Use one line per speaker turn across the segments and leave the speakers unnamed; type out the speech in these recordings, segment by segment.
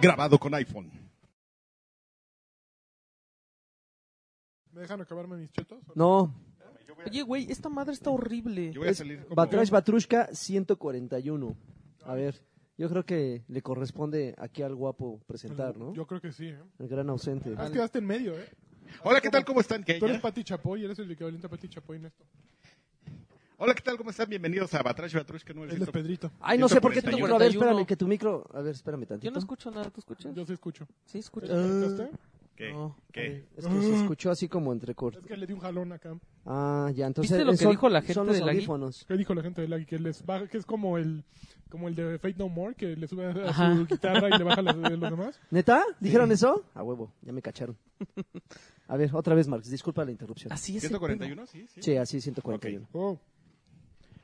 grabado con iPhone.
¿Me dejan acabarme mis chetos?
No,
Oye, güey, esta madre está horrible.
Yo voy a salir como...
Batrash Batrushka 141. A ver, yo creo que le corresponde aquí al guapo presentar, ¿no?
Yo creo que sí, ¿eh?
El gran ausente.
Has quedaste en medio, ¿eh?
Hola, ¿qué tal? ¿Cómo están? ¿Qué?
Tú eres Pati Chapoy, eres el equivalente a Pati Chapoy en esto.
Hola, ¿qué tal? ¿Cómo están? Bienvenidos a Batrash Batrushka
Es de
900.
Pedrito.
Ay, no sé por qué tu micro. A ver,
141.
espérame, que tu micro. A ver, espérame tantito.
Yo no escucho nada, ¿tú escuchas?
Yo sí escucho.
Sí, Ah. escucho.
¿Eh,
¿Escuchaste?
¿Qué?
No. eh,
¿Qué?
Es que se escuchó así como entrecorto.
Es que le di un jalón acá.
Ah, ya, entonces.
¿Viste lo que
son-
dijo la gente
Son los
de la Gui?
audífonos.
¿Qué dijo la gente de Lagui? Que, les baja- que es como el, como el de Fate No More, que le sube a
Ajá.
su guitarra y le baja las de los demás.
¿Neta? ¿Dijeron eso? A huevo, ya me cacharon. A ver, otra vez, Marx, disculpa la interrupción.
Así es. el pedo.
¿141? Sí, sí.
Sí, así 141.
Oh,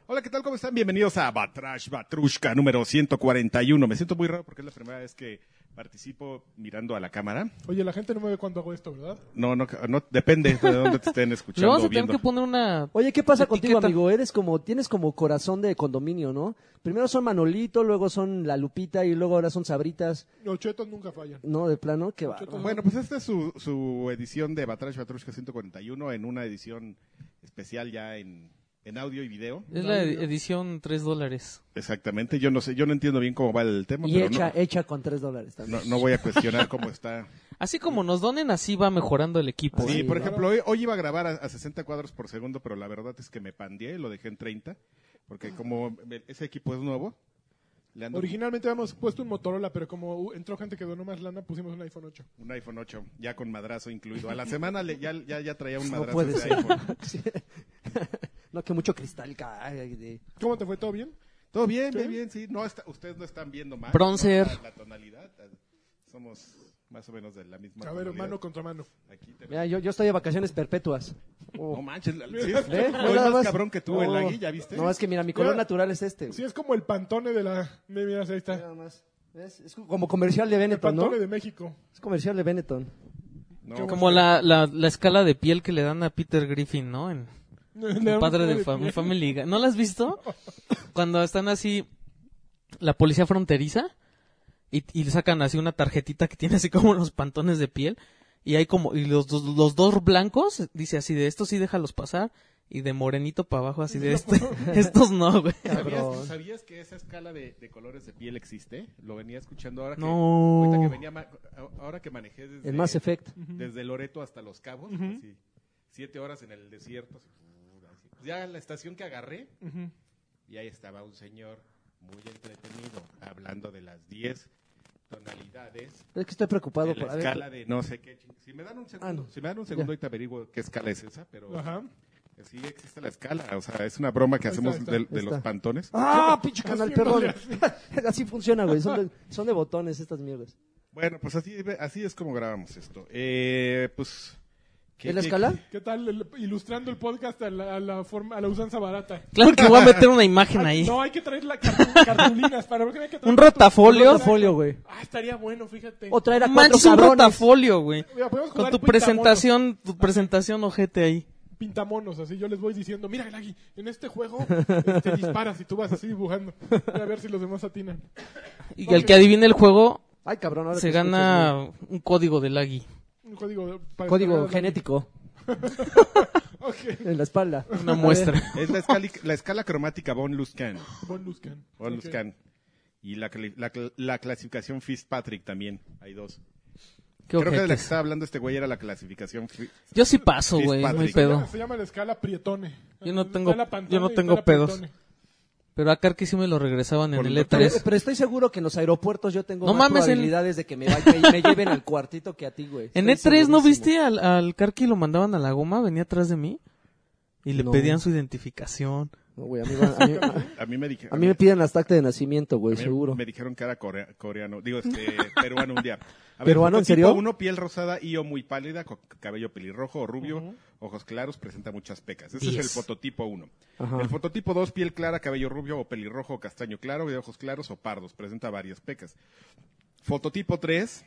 Hola, ¿qué tal? ¿Cómo están? Bienvenidos a Batrash Batrushka número 141. Me siento muy raro porque es la primera vez que participo mirando a la cámara.
oye, la gente no me ve cuando hago esto, ¿verdad?
No, no, no depende de dónde te estén
Le
escuchando
vamos
o
a tener
viendo.
que poner una...
Oye, ¿qué pasa
Etiqueta.
contigo, amigo? Eres como, tienes como corazón de condominio, ¿no? Primero son Manolito, luego son la Lupita y luego ahora son Sabritas.
Los chetos nunca fallan.
No, de plano, qué barro.
Bueno, pues esta es su, su edición de Batrash Batrushka 141 en una edición especial ya en, en audio y video.
Es la ed- edición 3 dólares.
Exactamente. Yo no sé, yo no entiendo bien cómo va el tema,
Y
pero
hecha,
no-
hecha con tres dólares también.
no, no voy a cuestionar cómo está.
Así como nos donen, así va mejorando el equipo. ¿eh?
Sí,
Sí,
por
claro.
ejemplo, hoy, hoy iba a grabar a, a 60 cuadros por segundo, pero la verdad es que me pandié y lo dejé en 30, porque como me- ese equipo es nuevo, le ando
Originalmente habíamos puesto un Motorola, pero como uh, entró gente que donó más lana, pusimos un iPhone 8.
un iPhone 8 ya con madrazo incluido. A la semana le- ya, ya, ya traía un
No
madrazo
puede
ese
ser.
iPhone.
Sí. no, que mucho cristal cae. de-
¿Cómo te fue? ¿Todo bien?
Todo bien,
¿Sí?
bien, bien, sí. No está- ustedes no están viendo mal.
Bronzer.
No está la tonalidad. eh, Somos más o menos de la misma
A ver,
tonalidad.
mano contra mano.
Aquí te-
Mira, yo, yo estoy de vacaciones perpetuas.
No manches, la- sí,
¿Ve?
no es
Nada
más
más.
cabrón que tú,
No.
el Agui, ¿ya viste?
No, es que mira, mi color
Mira.
natural es este.
Sí,
güey.
es como el pantone de la... de- Mira, ahí está.
Nada más. ¿Ves? Es como comercial de
El
Benetton, ¿no?
pantone de México.
Es comercial de Benetton.
No,
Como la, la, la escala de piel que le dan a Peter Griffin, ¿no? En, El padre de fam- Family Guy. ¿No la has visto? Cuando están así la policía fronteriza y, y le sacan así una tarjetita que tiene así como los pantones de piel y hay como y los, dos- los dos blancos dice así de estos sí déjalos pasar y de morenito para abajo así de este estos no güey.
¿Sabías,
Cabrón.
sabías que esa escala de, de colores de piel existe? Lo venía escuchando ahora que,
No.
ahorita que venía ma- ahora que manejé desde,
El Mass Effect.
desde Loreto hasta Los Cabos, así, siete horas en el desierto. así, así. Ya en la estación que agarré,
Ujú.
y ahí estaba un señor muy entretenido hablando de las 10 tonalidades
Es que estoy preocupado
de
por.
la
A ver, Ah,
escala de no sé qué. ching- Si me dan un segundo,
no.
si me dan un segundo, ahorita averiguo qué escala es esa, pero
Ajá.
sí existe la escala. O sea, es una broma que
Ahí está,
hacemos
ahí está.
de, de
Ahí
los
está.
pantones.
¡Ah, pinche canal, perdón!
Haciéndole
Así funciona, güey. Son de, son de botones estas mierdas.
Bueno, pues así, así es como grabamos esto. Eh, pues. ¿qué-
¿Es la
qué-
escala?
¿Qué tal el- ilustrando el podcast a la, a la forma, a la usanza barata?
Claro que voy a meter una imagen ahí.
No, hay que traer la cartu- cartulinas para ver qué hay que traer.
Un rotafolio.
Un rotafolio, güey.
Ah, estaría bueno, fíjate.
O traer a cuatro
Manches un
cabrones.
rotafolio, güey.
Mira, podemos
Con
jugar
tu
pintamonos.
presentación, tu presentación ojete ahí.
Pintamonos, así yo les voy diciendo, mira, Lagui, en este juego eh, te disparas y tú vas así dibujando. Mira, a ver si los demás atinan.
Y el que adivine el juego
Ay, cabrón, ahora
se
que escuchas,
gana un código de lagui.
Un código de- para
güey. Código
descargar a Lagui.
genético
Ok,
en la espalda.
Una muestra.
Es la, escali- la escala cromática von Luskan.
Von Luskan.
Von
Ok.
Luskan. Y la, cli- la cl- la clasificación Fitzpatrick también. Hay dos.
Qué
Creo que de la que
ojetes.
estaba hablando este güey era la clasificación. Fi-
Yo sí paso,
Chris
güey, es muy
Patrick.
Se
pedo.
llama- Se llama la escala Prietone.
Yo no
Está
tengo-
la Pantone
yo no
y está
tengo
la
pedos.
Prietone.
Pero a Karki sí me lo regresaban en
Por
el E
lo
Pero,
E3.
pero estoy seguro que en los aeropuertos yo tengo
No
más
mames, en-
probabilidades de que me, vaya- me- me lleven al cuartito que a ti, güey.
En E3,
Estoy
¿no
segurísimo.
viste al, al Karki lo mandaban a la goma? Venía atrás de mí. Y le
No.
pedían su identificación.
No, güey, amigo, a, mí,
A mí me dijeron.
a mí me piden hasta acta de nacimiento, güey, seguro.
Me dijeron que era corea- coreano. Digo, este, peruano un día. A
¿Peruano, en
tipo
serio?
Uno, piel rosada y o muy pálida, con cabello pelirrojo o rubio, ojos claros, presenta muchas pecas. Ese
Diez.
es el fototipo 1.
Ajá.
El fototipo 2, piel clara, cabello rubio o pelirrojo o castaño claro, y ojos claros o pardos, presenta varias pecas. Fototipo 3,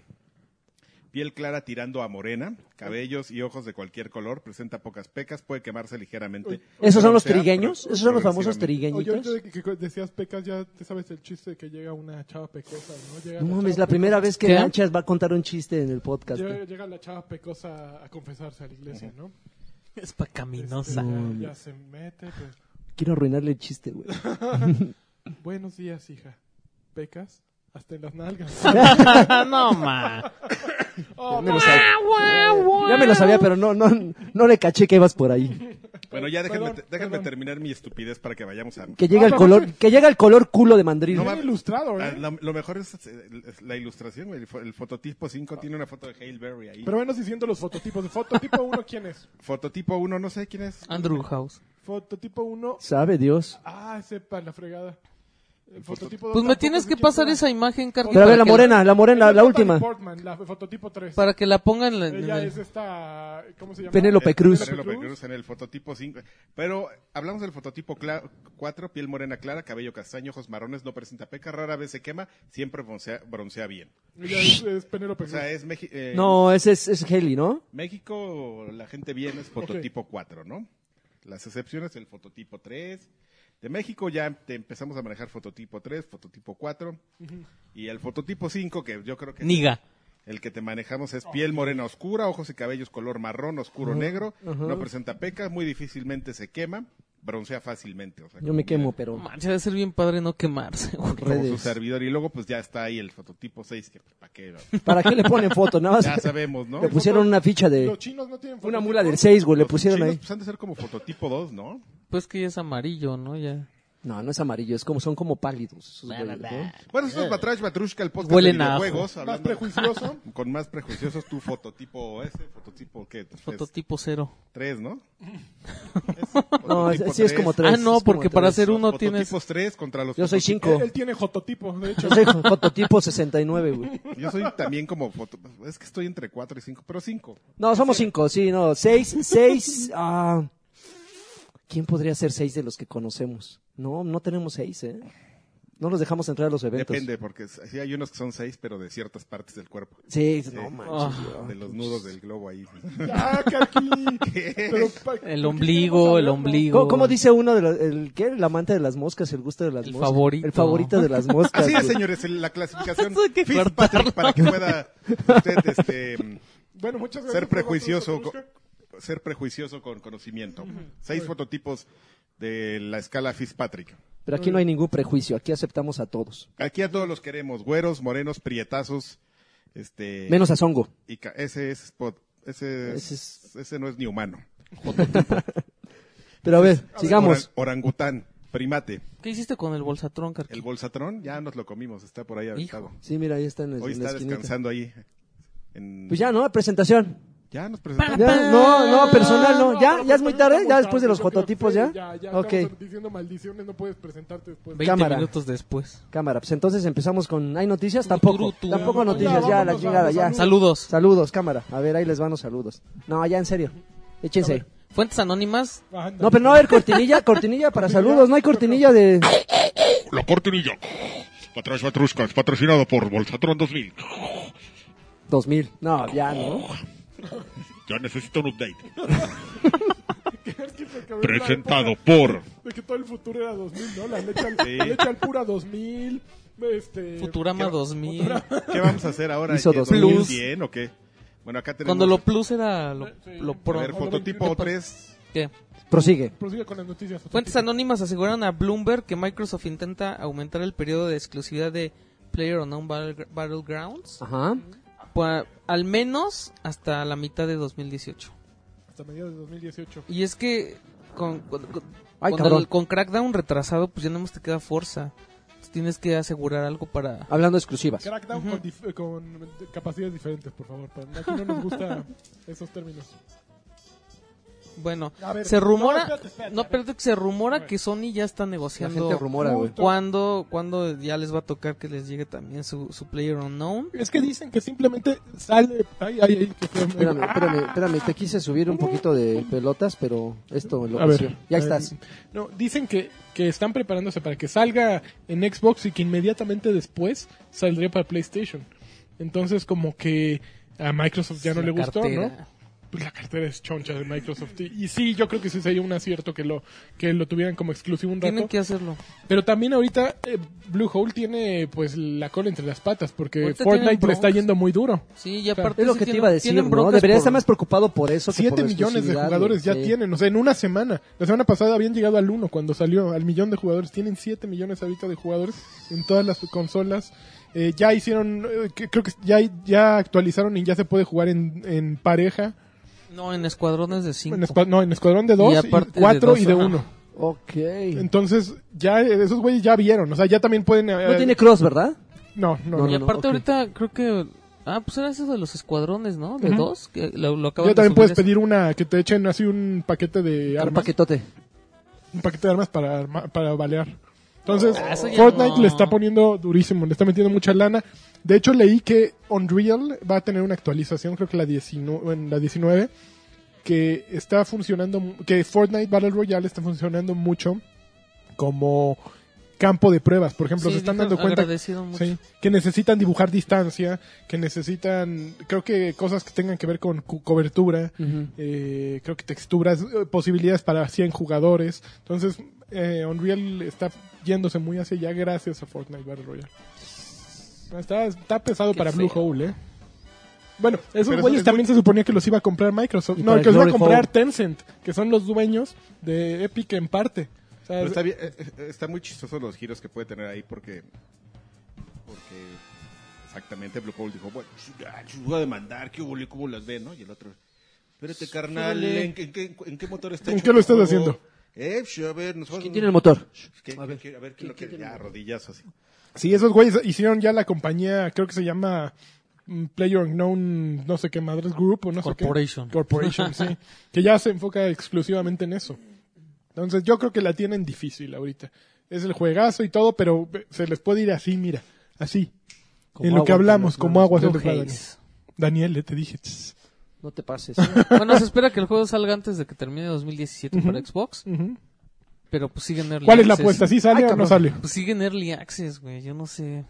Piel clara tirando a morena, cabellos y ojos de cualquier color, presenta pocas pecas, puede quemarse ligeramente.
Uy.
¿Esos son los
Broncea
trigueños?
pro-
¿Esos son los famosos
progresivamente.
Oye,
trigueñitos?
ahorita de que, que decías pecas, ya te sabes el chiste de que llega una chava pecosa, ¿no? Llega
No
la
mames,
chava
la primera vez que
¿Qué?
Lanchas va a contar un chiste en el
pecosa-
podcast.
Llega,
güey.
llega la chava pecosa a confesarse a la iglesia, ¿no?
Es pa'
Este,
caminosa.
ya, ya se mete, pues.
Quiero arruinarle el chiste, güey.
Buenos días, hija. ¿Pecas? Hasta en las nalgas.
no, ma.
Oh,
me lo sabía. Ya me lo sabía, pero no, no, no le caché que ibas por ahí.
Bueno, ya déjenme,
Perdón,
déjenme
perdón.
terminar mi estupidez para que vayamos a...
Que llega
Ah,
el
pero
color,
sí.
que llega el color culo de mandril.
No
bien
mames.
ilustrado,
Ah,
¿eh?
la- lo mejor es eh, la ilustración, güey. El, fo- el fototipo 5 tiene una foto de Hale Berry ahí.
Pero venos diciendo los fototipos. Fototipo 1, ¿quién es?
fototipo 1, no sé quién es.
Andrew House.
Fototipo 1.
Sabe Dios.
Ah, sepa la fregada. El fototipo dos
Pues me
tampoco
tienes
sé
que
quién
pasar
era.
esa imagen, Carqui.
Pero a
para
ver, la
que-
morena, la morena,
Ella
la,
es Natalie
última.
Portman, la fototipo 3.
Para que la pongan en la- en
Ella
el-
es esta. ¿Cómo se llama?
Penélope
Eh,
Cruz.
Penélope
Cruz.
Cruz en el fototipo 5. Pero hablamos del fototipo 4, piel morena clara, cabello castaño, ojos marrones, no presenta peca, rara vez se quema, siempre broncea, broncea bien.
Ella es, es Penélope
O
Cruz.
sea, es eh, México...
No, ese es, es Haley, ¿no?
México, la gente bien es fototipo 4, ¿no? Las excepciones, el fototipo 3. De México ya te empezamos a manejar fototipo 3, fototipo 4. Y el fototipo 5, que yo creo que
Niga.
el que te manejamos
Oh.
es piel morena oscura, ojos y cabellos color marrón, oscuro negro. No presenta peca, muy difícilmente se quema, broncea fácilmente. o sea,
Yo
como
me quemo,
mira,
No
pero
manches, debe ser bien padre no quemarse, güey.
Como su
redes.
servidor. Y luego, pues ya está ahí el fototipo 6, que para qué.
¿Para qué le ponen foto? Nada más
Ya sabemos, ¿no?
le pusieron una ficha
Los
de
chinos no tienen
una
fototipo.
mula del 6, güey, le
Los
pusieron
chinos,
ahí.
pues, han de ser como fototipo 2, ¿no?
Pues que ya es amarillo, ¿no? Ya.
No, no es amarillo, es como son como pálidos esos güeyes, ¿no?
Bueno, esto es Batrash Batrushka, el podcast
Eh. Huelen
de
a ajo.
videojuegos.
Más
hablando-
prejuicioso.
Con más prejuiciosos, tu fototipo ese, fototipo, ¿qué? Es
Fototipo cero.
tres, ¿no?
No, es- sí es como tres.
Ah, no,
es como
porque para
tres.
hacer uno tienes.
Fototipos tres contra los
Yo soy
fototipos-
cinco.
Él tiene jototipo, de hecho.
Yo soy fototipo 69, güey.
Yo soy también como foto... Es que estoy entre cuatro y cinco, pero cinco.
No, somos cinco, sí, no. Seis, seis. ah, ¿Quién podría ser seis de los que conocemos? No, no tenemos seis, ¿eh? No los dejamos entrar a los eventos.
Depende, porque sí hay unos que son seis, pero de ciertas partes del cuerpo.
Sí, no
Ah.
manches. güey.
De los nudos del globo ahí.
Ah, Carqui. Pero, pa- ¿por qué
El
no
ombligo, el
hablarlo?
ombligo.
¿Cómo, cómo dice uno de los, el qué? El amante de las moscas, el gusto de las
El
moscas.
favorito.
El favorito de las moscas.
Así es,
güey.
señores, el- la clasificación
Eso hay que
Fitzpatrick para que pueda usted este,
Bueno, muchas gracias.
ser
por
prejuicioso
Batrushka.
con, ser prejuicioso con conocimiento. Seis fototipos de la escala Fitzpatrick.
Pero aquí no hay ningún prejuicio, aquí aceptamos a todos.
Aquí a todos los queremos, güeros, morenos, prietazos, este
Menos a Songo.
y ca- ese es spot, ese es-
Ese es-
ese no es ni humano.
Pero a ver, sigamos.
Oran- orangután, primate,
¿Qué hiciste con el bolsatrón, Carqui?
el bolsatrón ya nos lo comimos, está por ahí aventado.
Sí, mira, ahí está pues, en, el-
Hoy
en la
está
esquinita.
descansando ahí. en-
Pues ya, ¿no? Presentación.
Ya nos presentamos.
Ya, no, no, personal, no. Ya,
pero
ya es muy tarde,
estamos
ya después de
tarde,
los
yo creo que
fototipos, ya.
Ya, ya
Ok,
estamos diciendo maldiciones, no puedes presentarte después.
20
cámara.
minutos después.
cámara, pues entonces empezamos con. ¿Hay noticias? Tampoco.
Turu, turu.
Tampoco noticias, ya, la
Vámonos,
chingada, ya.
vámonos,
Saludos.
Saludos, cámara. A ver, ahí les van los saludos. No, ya en serio. Échense.
Fuentes anónimas.
Anda.
No, pero no va a haber cortinilla, cortinilla para saludos. No hay cortinilla de.
La cortinilla. Batrash Batrushka, es patrocinado por Bolsatron 2000.
2000. No, ya, ¿no?
Ya necesito un update.
Es que se quebró la
Presentado
época
por
De que todo el futuro era 2000, ¿no? La leche al,
Sí.
leche al pura 2000. Este.
Futurama 2000.
¿Qué vamos a hacer ahora?
Hizo
¿Qué,
dos
mil.
2010 o qué? Bueno, acá tenemos
Cuando lo plus era lo, lo
a ver,
pro.
fototipo 3.
¿Qué?
Prosigue.
Prosigue con las noticias.
Fuentes anónimas aseguraron a Bloomberg que Microsoft intenta aumentar el periodo de exclusividad de PlayerUnknown Battle- Battlegrounds
Ajá.
pa- al menos hasta la mitad de 2018.
Hasta mediados de 2018.
Y es que con, con, con-
Ay,
cuando
cabrón.
el- con Crackdown retrasado, pues ya no más te queda Forza. Entonces tienes que asegurar algo para...
Hablando de exclusivas.
Crackdown con dif- eh, con, capacidades diferentes, por favor. para- Aquí no nos gustan esos términos.
Bueno,
A ver,
se rumora...
no, espérate, espérate,
No,
a ver.
espérate, que se rumora que Sony ya está negociando...
gente rumora, güey.
¿Cuándo, cuándo ya les va a tocar que les llegue también su, su Player Unknown?
Es que dicen que simplemente sale. Ay, ay, ay. Que fue- Ah,
Espérame, espérame, espérame, te quise subir un poquito de pelotas, pero esto lo
A ver,
Ya
eh,
estás.
No, dicen que, que están preparándose para que salga en Xbox y que inmediatamente después saldría para PlayStation. Entonces, como que a Microsoft ya no
La
le gustó,
cartera.
¿no? Pues la cartera es choncha de Microsoft. Y, y sí, yo creo que sí sería un acierto que lo, que lo tuvieran como exclusivo un rato.
Tienen que hacerlo.
Pero también ahorita eh, Bluehole tiene pues la cola entre las patas porque
Ahorita
Fortnite
tienen
le está
broncas.
yendo muy duro.
Sí, ya
O sea,
aparte.
Es lo
sí
que te
tienen-
iba a decir,
tienen
¿no?
broncas
Debería
por-
estar más preocupado por eso. que por
7
la
millones de
exclusividad,
jugadores ya
güey. Sí.
tienen, o sea, en una semana. La semana pasada habían llegado al 1 cuando salió, al millón de jugadores. Tienen 7 millones ahorita de jugadores en todas las consolas. Eh, ya hicieron, eh, que- creo que ya, ya actualizaron y ya se puede jugar en, en pareja.
No, en escuadrones de cinco.
En escua- no, en escuadrón de 2,
Y aparte de
4
dos,
y de
ajá.
1.
Ok. No
Entonces, ya eh, esos güeyes ya vieron, o sea, ya también pueden... eh,
tiene cross, ¿verdad?
no, no,
No,
no.
y aparte
ok.
ahorita creo que... Ah, pues era eso de los escuadrones, ¿no? De dos, que lo, lo acaban
Ya
de
también
subir
puedes
eso.
pedir una, que te echen así un paquete de
Un
armas.
paquetote.
un paquete de armas para, arma- para balear. Entonces,
Ah, eso ya
Fortnite
no.
le está poniendo durísimo, le está metiendo mucha lana. De hecho, leí que Unreal va a tener una actualización, creo que la 19, en la 19 que está funcionando, mu- que Fortnite Battle Royale está funcionando mucho como campo de pruebas. Por ejemplo,
Sí,
se están
dijeron,
dando cuenta
agradecido mucho.
Sí, que necesitan dibujar distancia, que necesitan, creo que cosas que tengan que ver con cu- cobertura, eh, creo que texturas, eh, posibilidades para 100 jugadores. Entonces, eh, Unreal está yéndose muy hacia allá gracias a Fortnite Battle Royale. Está, está pesado
Qué
para
feo.
Bluehole, ¿eh? Bueno, esos
eso
güeyes
es
también
muy-
se suponía que los iba a comprar Microsoft.
Y
No,
para
que los iba a
Glory
comprar
Hole.
Tencent, que son los dueños de Epic en parte. O sea,
Pero está, bien, eh, eh, está muy chistoso los giros que puede tener ahí porque. Porque. Exactamente, Blue Hole dijo: Bueno, ah, yo voy a demandar, ¿qué hubo? le? ¿Cómo las ve, no? Y el otro: Espérate, carnal,
Súbele.
¿en, qué- en qué, en qué motor está
¿En
hecho
qué lo
tu
estás
juego?
haciendo?
Eh, pues, a ver, nosotros.
¿Quién tiene el motor?
¿Qué- qué- qué- a ver, ¿quién lo quiere? Ya, rodillazo así.
Sí, esos güeyes hicieron ya la compañía, creo que se llama mm, Player Unknown, no sé qué madres Group o no
Corporation.
sé qué. Corporation. sí. Que ya se enfoca exclusivamente en eso. Entonces yo creo que la tienen difícil ahorita. Es el juegazo y todo, pero se les puede ir así, mira, así.
Como
en lo que
agua,
hablamos,
como
como agua se
No
les va, Daniel.
hates.
Daniel, ya te dije. tss.
No te pases.
Bueno, se espera que el juego salga antes de que termine 2017 para Xbox,
Ujú.
pero pues sigue en Early
¿Cuál es la
access.
apuesta? ¿Sí sale
Ay,
o no
cabrón.
sale?
Pues sigue en Early Access, güey, yo no sé.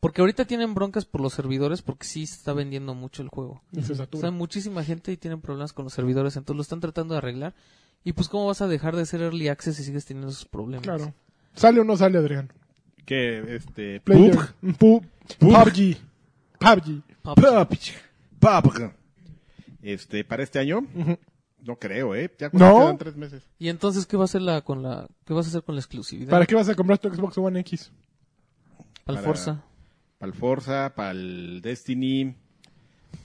Porque ahorita tienen broncas por los servidores porque sí está vendiendo mucho el juego.
Y se
O
satura.
sea, muchísima gente y tienen problemas con los servidores, entonces lo están tratando de arreglar. Y pues, ¿cómo vas a dejar de ser Early Access si sigues teniendo esos problemas?
Claro. ¿Sale o no sale, Adrián?
Que, este.
Player.
Pub.
Pu- PUBG. PUBG.
PUBG.
Pub. Este, para este año. No creo, ¿eh? Ya cuando
No.
quedan tres meses.
Y entonces, ¿qué vas a hacer la, con la, qué vas a hacer con la exclusividad?
¿Para qué vas a comprar tu Xbox One X?
Al
para-
Forza.
Para el Forza, para el Destiny,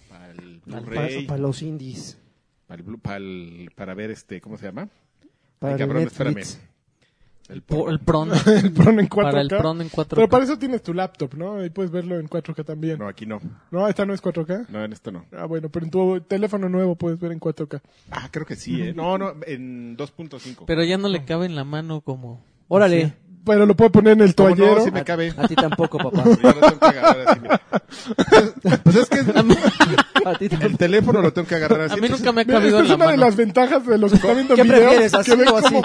para el Blu-ray,
Para los indies.
para el Blu- para el- para ver este, ¿cómo se llama?
Para
Ay,
el
cabrón, espérame.
Netflix.
El
Por-
porno.
el Pron.
el Pron en 4K.
para el Pron en 4K.
Pero para eso tienes tu laptop, ¿no? Y puedes verlo en 4K también.
No,
No,
aquí no.
esta no es 4K.
No, en esto no.
Ah, bueno, pero en tu teléfono nuevo puedes ver en 4K.
Ah, creo que sí, ¿eh? No, no, en 2.5.
Pero ya no le cabe en la mano como...
Órale.
Pero lo puedo poner en el
¿Cómo
toallero.
No, sí me cabe.
A ti tampoco,
Ah,
papá.
Pero ya lo tengo que agarrar así, mira. Pues es que
A ti tampoco.
el teléfono lo tengo que agarrar así.
A mí nunca me ha
pues, Mira,
cabido
esta
en
es
la
una de
mano.
las ventajas de los que están viendo
¿Qué
videos.
prefieres?
que
¿Así
ven
o así?
cómo-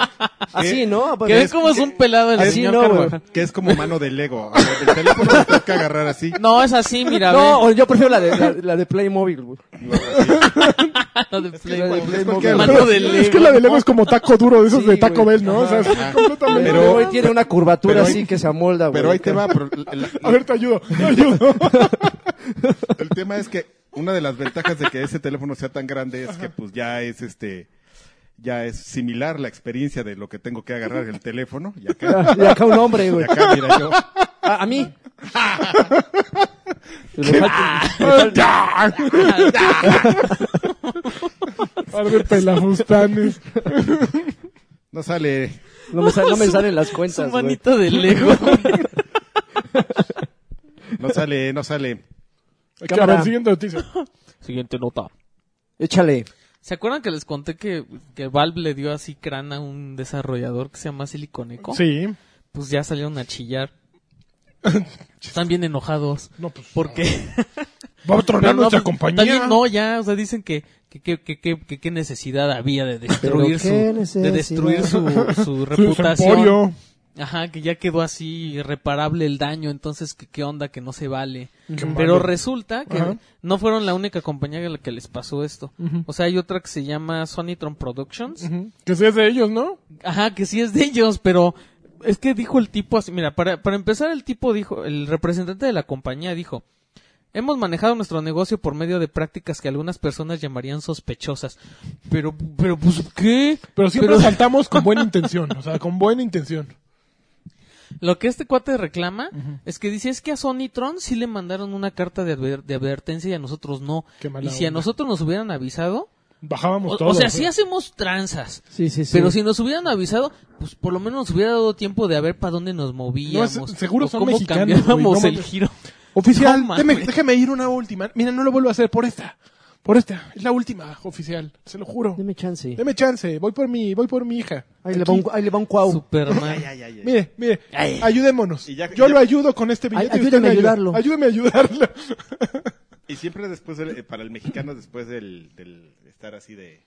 Así, ¿no?
Que es
Pues,
como es un pelado el
Así
señor
no, güey.
Carvajal.
Que es como mano de Lego. A ver, El teléfono lo tengo que agarrar así.
No, es así, mira,
No, o
ve.
yo prefiero la de, la, la de Playmobil, güey.
Lo agarro así.
Lo de
que la de
Playboy.
Es porque-
Playmobil.
Mano de
Es que
Lego.
la de Lego es como taco duro de esos
Sí,
de Taco
güey.
Bell, ¿no? O sea, es
Ajá.
completamente...
Pero-
Pero hoy tiene una curvatura
pero ahí-
así que se amolda, güey.
Pero ahí te va. pero el-
A ver, te ayudo, te ayudo.
El tema es que una de las ventajas de que ese teléfono sea tan grande es que pues ya es este ya es similar la experiencia de lo que tengo que agarrar el teléfono y acá,
Y acá un hombre,
y
güey.
acá mira yo
A, a mí. Le falta-
A ver, pelafustanes.
no sale
no, me sal- no me
Su-
salen las
Su
cuentas, güey.
manito de Lego.
no sale no sale
A
Cámara.
ver, siguiente noticia.
Siguiente nota.
Échale.
¿Se acuerdan que les conté que, que Valve le dio así crán a un desarrollador que se llama Siliconeco?
Sí.
Pues ya salieron a chillar. Están bien enojados.
No, pues...
Porque
Va a tronar
no,
nuestra
pues,
compañía.
también no, ya, o sea, dicen que que que- que- que- que- qué necesidad había de
Pero
destruir
qué
su de
necesidad.
destruir su, su
Su- su
reputación.
emporio.
Ajá, que ya quedó así irreparable el daño, entonces que qué onda, que no se vale.
Qué
Pero
malo.
resulta que
Ajá.
no fueron la única compañía a la que les pasó esto.
Ujú.
O sea, hay otra que se llama Sonitron Productions.
Ujú. Que seas de ellos, ¿no?
Ajá, que sí es de ellos, pero es que dijo el tipo así, mira, para, para empezar el tipo dijo, el representante de la compañía dijo, hemos manejado nuestro negocio por medio de prácticas que algunas personas llamarían sospechosas. Pero, pero pues, ¿qué?
Pero siempre saltamos con buena intención, o sea, con buena intención.
Lo que este cuate reclama es que dice es que a Sonitron sí le mandaron una carta de, adver- de advertencia y a nosotros no.
Qué mala
Y si a
onda.
nosotros nos hubieran avisado,
Bajábamos
o, o
todos. ¿eh?
sea, sí hacemos tranzas.
Sí, sí, sí.
Pero si nos hubieran avisado, pues por lo menos nos hubiera dado tiempo de a ver para dónde nos movíamos.
No, es- seguro
o
son
cómo
mexicanos, güey,
cambiábamos
no
el
mames.
giro.
Oficial,
No,
deme-
mames.
déjame ir una última. Mira, no lo vuelvo a hacer por esta. Por esta. Es la última, oficial. Se lo juro.
Deme chance.
Deme chance. Voy por mi, voy por mi hija.
Ahí, le va un, ahí le va un cuau.
Superman.
Ay, ay, ay, ay.
Mire, mire.
Ay.
Ayudémonos.
Y ya-
Yo
ya-
lo ayudo con este billete.
Ay,
y usted
ayúdeme a
me ayuda.
ayudarlo.
Ayúdeme a ayudarlo.
Y siempre después, del- eh, para el mexicano, después del, del estar así de,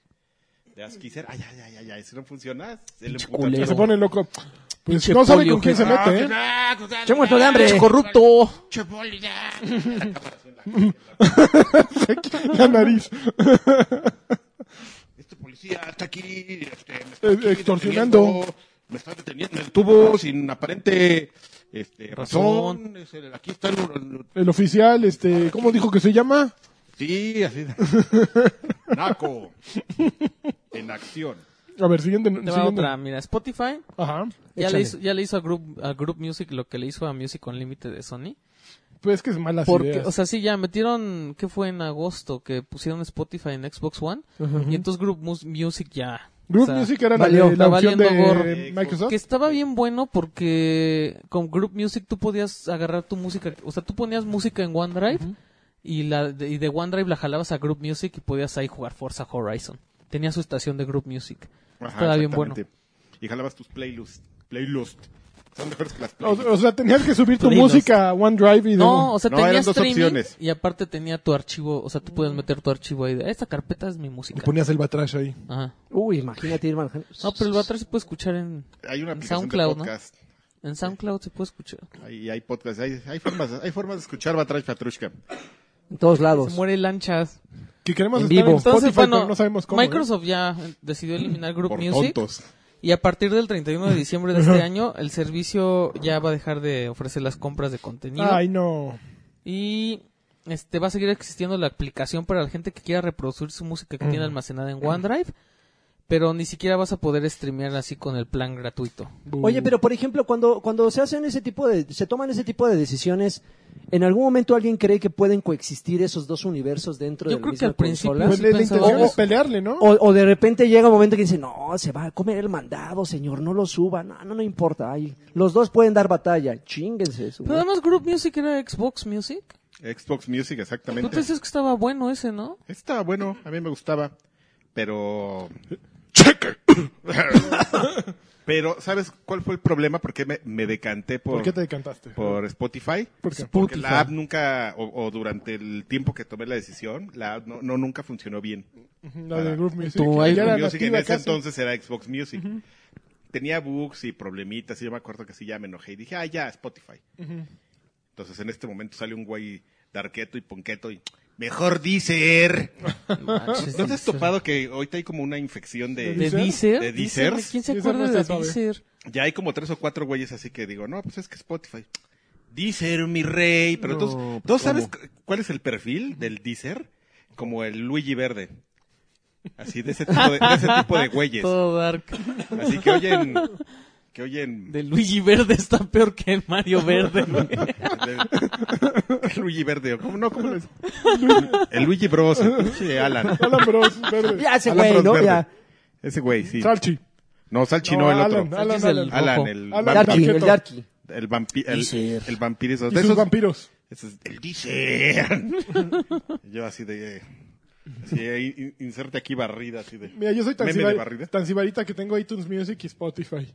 de asquiser, ay, ay, ay, ay, ay, si no funciona, se le emputa.
culero.
Se pone loco. Pues
Pinche
no sabe
polio,
con quién se
gente.
mete, ¿eh?
¡Qué muerto de hambre!
corrupto!
¿eh? La nariz.
Este policía está aquí, este, me
Eh, extorsionando.
deteniendo, Me está deteniendo en el tubo sin aparente este, razón. es el- Aquí está el, el-
El oficial, este, ¿cómo dijo que se llama?
Sí, así. Naco. En acción.
A ver, siguiente.
Te va
siguiente.
otra, mira, Spotify
Ajá.
ya
Échale.
le, hizo, ya le hizo a Group, a Group Music lo que le hizo a Music Unlimited de Sony.
Pues es que es mala
Porque,
ideas.
o sea, sí, ya metieron, ¿qué fue en agosto? Que pusieron Spotify en Xbox One. Y entonces Group Mus- Music ya.
Group
o sea,
Music era la,
valió,
de, la
está
opción
valiendo gorro.
de Microsoft.
Que estaba bien bueno porque con Group Music tú podías agarrar tu música. O sea, tú ponías música en OneDrive y, la, de- y de OneDrive la jalabas a Group Music y podías ahí jugar Forza Horizon. Tenía su estación de Group Music. estaba bien bueno.
exactamente. Y jalabas tus playlists. Playlist. Son mejores que las
O,
playlists.
o sea, tenías que subir tu
Playlist.
música a OneDrive y
No, o sea,
No, eran
tenías
dos
streaming
opciones.
y aparte tenía tu archivo. O sea, tú podías meter tu archivo ahí. de, Esta carpeta es mi música.
ponías el batrash ahí.
Ajá.
Uy, imagínate ir manejando.
No, pero el Batrash se puede escuchar en,
Hay una
en
aplicación
SoundCloud,
de
¿no?
podcast.
En SoundCloud se puede escuchar.
Hay, hay podcast. Hay, hay, formas, hay formas de escuchar Batrash Patrushka.
En todos
Se
lados.
muere lanchas.
Que queremos
En
estar
vivo.
en Spotify,
Entonces, bueno,
pero no sabemos cómo. ¿eh?
Microsoft ya eh, decidió eliminar Group
Por
Music.
tontos.
Y a partir del 31 de diciembre de este año, el servicio ya va a dejar de ofrecer las compras de contenido.
Ay, no.
Y este va a seguir existiendo la aplicación para la gente que quiera reproducir su música que
Mm.
tiene almacenada en OneDrive. Pero ni siquiera vas a poder streamear así con el plan gratuito.
Oye, pero por ejemplo, cuando, cuando se hacen ese tipo de, se toman ese tipo de decisiones, ¿en algún momento alguien cree que pueden coexistir esos dos universos dentro
Yo
de la
creo que
misma
al principio
consola?
Pues
sí
la, la
pensaba
intención
eso.
es pelearle, ¿no?
O, o de repente llega un momento que dice, no, se va a comer el mandado, señor, no lo suba, no, no, no importa. ay, los dos pueden dar batalla, chinguense. eso,
Pero además Group Music era Xbox Music.
Xbox Music,
Tú
exactamente.
te dices que estaba bueno ese, ¿no?
Estaba bueno, a mí me gustaba, pero... pero, ¿sabes cuál fue el problema? ¿Por qué me, me decanté por,
¿Por qué te decantaste?
por Spotify?
¿Por qué?
Porque la app nunca, o, o durante el tiempo que tomé la decisión, la app no, no nunca funcionó bien.
Ujú, La de Groove Music.
Tu
que
iPhone
ya era
Xbox Music en
nativa
ese
casi.
entonces era Xbox Music. Tenía bugs y problemitas, y yo me acuerdo que sí ya me enojé y dije, ah, ya, Spotify. Entonces en este momento sale un güey darqueto y ponqueto y... Mejor Deezer. ¿No te has topado que ahorita hay como una infección
¿De Deezer?
¿De Deezer?
¿Quién se
Deezer
acuerda
no
de
está suave.
Deezer?
ya hay como tres o cuatro güeyes así que digo, no, pues es que Spotify. Deezer, mi rey. Pero
No,
entonces,
pues,
¿tú sabes cu- cuál es el perfil del Deezer? Como el Luigi Verde. Así de ese tipo de, de ese tipo de güeyes.
Todo dark.
Así que oyen. Que oyen.
De Luigi Verde está peor que el Mario Verde. güey.
de- Luigi Verde. o ¿Cómo no? ¿Cómo lo es? El Luigi Bros. El pinche Alan.
Alan Bros, verde.
Ya ese
Alan
güey,
Bros
¿no?
Verde.
Ya.
Ese güey, sí.
Salchi.
No, Salchi no, el
Alan,
otro.
Alan,
Salchi es
Alan.
el-
Alan,
Rojo.
el,
Alan
vampi-
Darky, el
Tarjeto.
Darky.
el, vampi- el,
Deezer.
el vampirizo.
Y
De
sus
esos-
vampiros.
Ese es el DJ. Yo así de... eh, así, eh, in- inserte aquí barrida, así de...
Mira, yo soy tan,
meme de
cibar-
barrida.
tan cibarita que tengo iTunes Music y Spotify.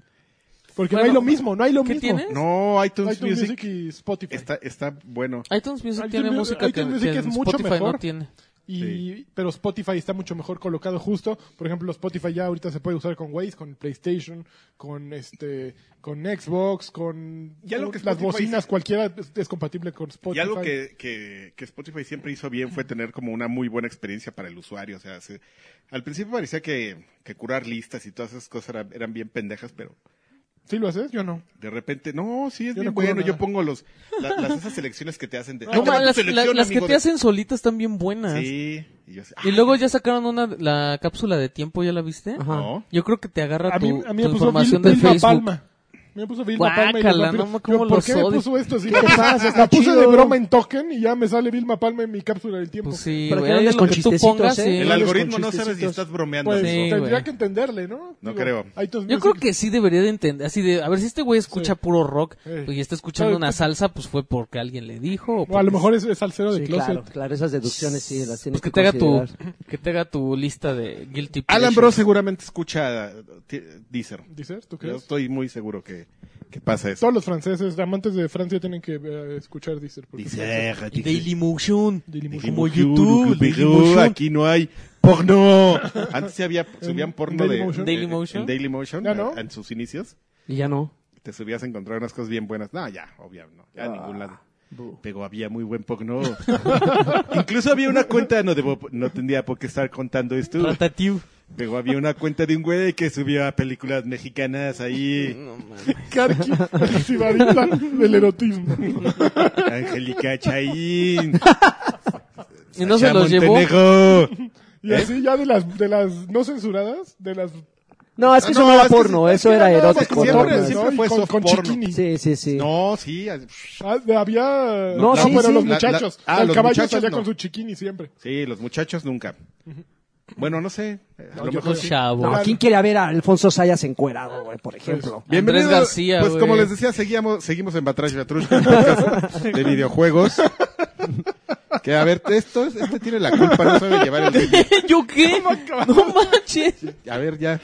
Porque no
Bueno,
hay lo mismo, no hay lo
¿qué
mismo.
tiene?
No, iTunes,
iTunes
Music,
Music, y Spotify.
Está, está bueno.
iTunes Music
iTunes
tiene
Mu-
música que,
iTunes Music
que
es
en
mucho
Spotify no
mejor.
tiene.
Y,
Sí.
Pero Spotify está mucho mejor colocado justo. Por ejemplo, Spotify ya ahorita se puede usar con Waze, con PlayStation, con este, con Xbox, con
Ya lo que
las
Spotify-
bocinas, cualquiera es, es compatible con Spotify.
Y algo que, que- que Spotify siempre hizo bien fue tener como una muy buena experiencia para el usuario. O sea, se- al principio parecía que, que curar listas y todas esas cosas era- eran bien pendejas, pero
¿Sí lo haces? Yo no.
de repente, no, sí, es
Yo
bien
no curo
bueno.
nada.
Yo pongo los, la- las esas selecciones que te hacen de...
No,
"Toma tu
las,
selección,
la- las que
amigo,
te
de-".
hacen solitas están bien buenas.
Sí. Y, yo así,
Y
"Ah,
luego ya sacaron una, la cápsula de tiempo, ¿ya la viste?
Ajá.
no".
Yo creo que te agarra
A
tu,
mí, a mí me
tu
puso
información
Vil-
de
Vilma
Facebook.
Palma. Me puso Vilma Palma y los
Guácala,
vampiros.
no, cómo
Yo, ¿Por
los
qué me
odio?
puso esto? Si
¿Qué te pasa? Está
La puse de
chido.
broma en token y ya me sale Vilma Palma en mi cápsula del tiempo.
Pues sí,
Para que
güey,
no andes
lo
con
que tú
chistecitos,
pongas,
¿eh?
sí.
El algoritmo
con
no sabe si
chistecitos.
estás bromeando.
Pues,
Sí,
tendría
güey.
que entenderle, ¿no?
No creo.
iTunes
Yo
Music-
creo que sí debería de entender, así de, a ver si este güey escucha
Sí.
puro rock
Eh.
y está escuchando
No,
una
pues-
salsa, pues fue porque alguien le dijo. o
O a lo
porque-
mejor es, es salsero de
Sí,
closet.
claro, claro, esas deducciones sí las tienes
pues que
que
te haga tu,
considerar.
que te haga tu lista de guilty
Alan
pleasures.
Bro seguramente escucha eh, ti- Deezer.
¿Dices? ¿Tú
Yo
crees?
estoy muy seguro que, que pasa eso.
Todos los franceses, amantes de Francia, tienen que eh, escuchar Deezer. porque-
Deezer,
Y
Deezer.
Dailymotion.
Dailymotion.
Como
"Ah, Como
YouTube,
YouTube,
Dailymotion.
aquí no hay porno. Antes sí había, subían
¿En
porno de
Dailymotion?
¿Dailymotion?
en Dailymotion,
Ya no.
eh, en sus inicios.
Y ya no.
Te subías a encontrar unas cosas bien buenas. No, ya, obviamente, no, ya a ningún lado. Pero había muy buen porno. Incluso había una cuenta, no debo, no tendría por qué estar contando esto.
Ratatiu.
Pero había una cuenta de un güey que subía películas mexicanas ahí.
Karki, el sibarita del erotismo.
Angélica Chaín.
Y no se los llevó.
Montenegro.
Y así ya de las, de las no censuradas, de las...
No, es que
Ah,
eso
no,
no,
es
era
que
porno,
sí, es
eso
que
era
no,
de
erótico.
porque
nada
siempre-
más.
siempre
Y
fue
con,
soft
con
porno.
chiquini.
Sí, sí, sí.
No, sí. ah,
Ah, de- había...
No,
No,
sí,
pero
sí.
los
La- la-
muchachos.
ah,
el
los
caballo
muchachos
salía
no.
con su chiquini siempre.
Sí, los muchachos nunca. Bueno, no sé. eh, a
No,
lo
yo
mejor
creo-
sí.
Chavo.
No, ¿quién quiere ver a Alfonso Sayas encuerado, güey,
Pues,
por ejemplo?
Bienvenido.
Andrés García,
Pues
güey.
como les decía, seguíamos, seguimos en Batrash Batrush un podcast de videojuegos. Que a ver, esto, es- este tiene la culpa, no sabe llevar el ritmo.
¿Yo qué? No manches.
A ver, ya.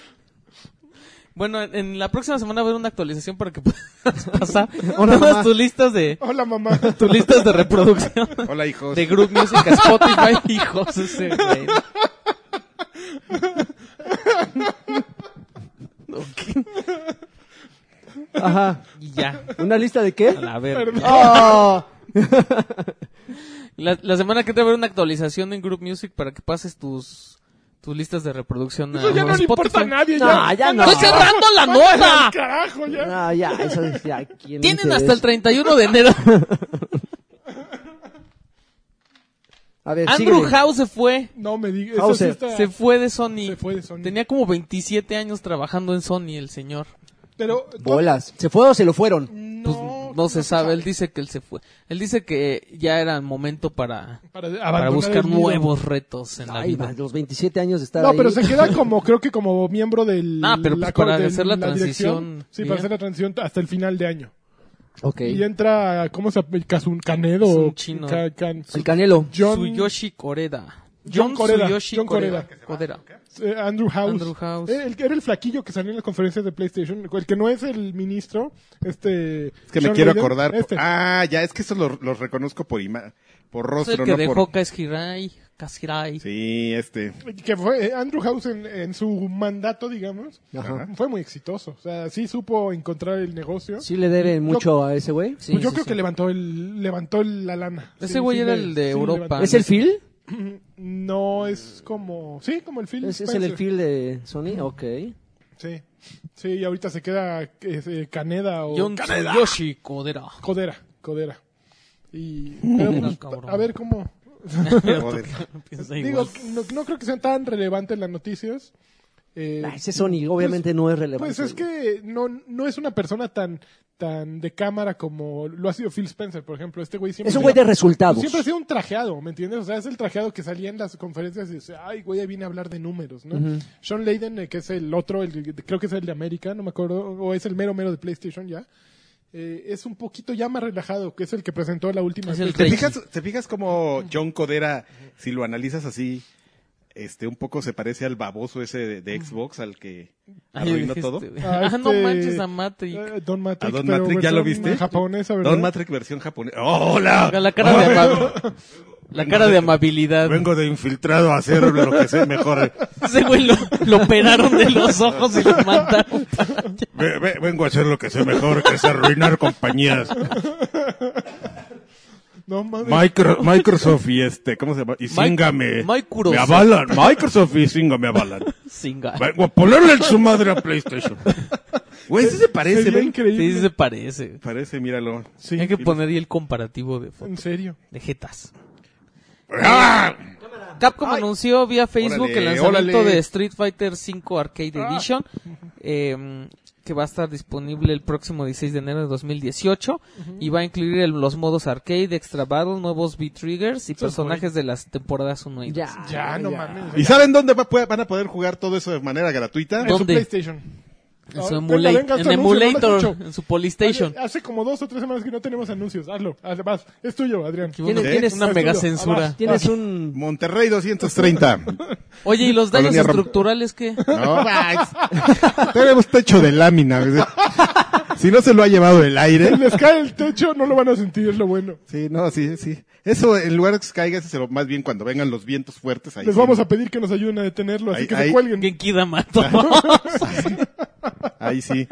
Bueno, en- en la próxima semana va a haber una actualización para que puedas pasar
Hola,
todas
mamá.
tus listas de
Hola, mamá.
tus listas de reproducción
Hola, hijos.
de Group Music a Spotify, hijos. ese güey.
Ajá.
Y ya.
¿Una lista de qué?
A la verga.
Ah.
La, la semana que entra va a haber una actualización en Group Music para que pases tus tus listas de reproducción a
Eso ya no le
Spotify.
importa a nadie.
No,
ya,
ya no.
¡Estoy cerrando la
Váyanse al
nota!
carajo, ya.
No, ya, eso es- ya, ¿quién le
Tienen
interesa?
hasta el 31 de enero.
A ver,
Andrew
síguele.
Howe se fue.
No me digas.
House,
sí está-
Se fue de Sony.
Se fue de Sony.
Tenía como 27 años trabajando en Sony el señor.
Pero...
Bolas. ¿Se fue o se lo fueron?
Pues
No,
no, se sabe. él dice que él se fue. Él dice que ya era el momento para,
Para,
para
abandonar
buscar
el nido.
nuevos retos en la
Ay,
vida.
más los 27 años de estar
No,
ahí.
pero se queda como, creo que como miembro del...
Ah, pero pues
cor-
para
del-
hacer la
dirección.
transición,
Sí,
bien.
para hacer la transición hasta el final de año.
Ok.
Y entra, ¿cómo se llama? Casun- Canedo.
Es un chino.
Ca- can-
El Canelo.
John,
Tsuyoshi Koreda.
John Koreda,
Tsuyoshi
John
Koreda.
Koreda.
Koreda.
eh, Andrew House.
Andrew House.
Eh, el que era el flaquillo que salió en las conferencias de PlayStation. El que no es el ministro. Este.
Es que me
Sean
quiero
Layden,
acordar.
Este.
Ah, ya, es que eso los reconozco por ima- por
Es el
rostro,
que
no
dejó
por...
Kashirai. Kashirai.
Sí, este.
Que fue eh, Andrew House en, en su mandato, digamos.
Ajá.
Fue muy exitoso. O sea, sí supo encontrar el negocio.
Sí le deben mucho a ese güey.
Sí,
Pues yo
sí,
creo
sí.
que levantó el levantó el- la lana.
Ese
Sí,
güey
sí
era
le-
el de
sí le
Europa.
levantó.
¿Es el Phil?
No, es como. Sí, como el Phil.
¿Es, es el,
Spencer.
el Phil de Sony? Ok.
Sí. Sí, y ahorita se queda eh, Caneda o.
John Tsuyoshi Koreda.
Codera, Codera. Y pero, pues,
cabrón.
a ver cómo.
Joder.
Piensa
Digo,
igual.
no, no creo que sean tan relevantes las noticias. Eh,
Ah, ese Sony obviamente no es relevante.
pues es que no, no es una persona tan, tan de cámara como lo ha sido Phil Spencer, por ejemplo. Este güey siempre.
Es un güey de resultados.
Siempre ha sido un trajeado, ¿me entiendes? O sea, es el trajeado que salía en las conferencias y dice, ay, güey, ahí viene a hablar de números, ¿no? Sean Layden, eh, que es el otro, el, que- creo que es el de América, no me acuerdo, o es el mero mero de PlayStation ya, eh, es un poquito ya más relajado, que es el que presentó la última.
Es el
¿Te
Rey.
fijas, ¿Te fijas como John Codera, si lo analizas así, este, un poco se parece al baboso ese de, de Xbox, al que
Mm. Ay,
arruinó
dijiste,
todo?
güey.
Ah,
Ah, no
este-
manches a Matrix.
Eh, Don Matrix.
A Don
pero
Matrix, ¿ya lo
versión
viste?
Japonesa, ¿verdad?
Don Matrix versión japonesa. ¡Hola!
La cara de Amado. La cara de amabilidad.
Vengo de infiltrado a hacer lo que sé mejor.
Ese güey lo, lo operaron de los ojos y lo mandaron para allá.
Ve- ve- vengo a hacer lo que sé mejor, que es arruinar compañías.
No mames.
Micro- Microsoft y este, ¿cómo se llama? Y Singa me,
Microsoft.
me avalan. Microsoft y Singa me avalan.
Singa.
Vengo a ponerle en su madre a PlayStation. Güey, sí se parece,
Sería
¿ven?
increíble.
Sí, se parece.
Parece, míralo.
Sí.
Hay que poner ahí el comparativo de, fo-
En serio.
de jetas.
¡Ah!
Capcom anunció vía Facebook
Órale,
el
órale.
lanzamiento
Ah.
de Street Fighter V Arcade Edition, eh, que va a estar disponible el próximo 16 de enero de 2018 y va a incluir el- los modos arcade, extra battle, nuevos beat triggers y personajes de las temporadas 1 y 2.
Ah,
Ya,
Ya, no mames.
¿Y saben dónde va- puede- van a poder jugar todo eso de manera gratuita?
En su
¿Dónde?
PlayStation.
En su
Venga,
emulate-
venga, haz
en
tu anuncio, no lo
emulator,
escucho.
en su Polystation.
Hace, hace como dos o tres semanas que no tenemos anuncios. Hazlo. Haz- vas. Es tuyo, Adrián.
Qué bueno,
¿Tienes-
¿eh?
tienes-
una
es
mega
tuyo.
censura.
Tienes un...
Monterrey 230.
Oye, ¿y los daños
ah. Colonia Rom-
estructurales qué?
No, tenemos techo de lámina. Si no se lo ha llevado el aire.
Si les cae el techo, no lo van a sentir, es lo bueno.
Sí, no, sí, sí. Eso, en lugar de que se caiga, se lo, más bien cuando vengan los vientos fuertes. Ahí
Les
sí.
vamos a pedir que nos ayuden a detenerlo, así
Ahí-
que
ahí-
se cuelguen.
Genkida Mato.
Ahí sí.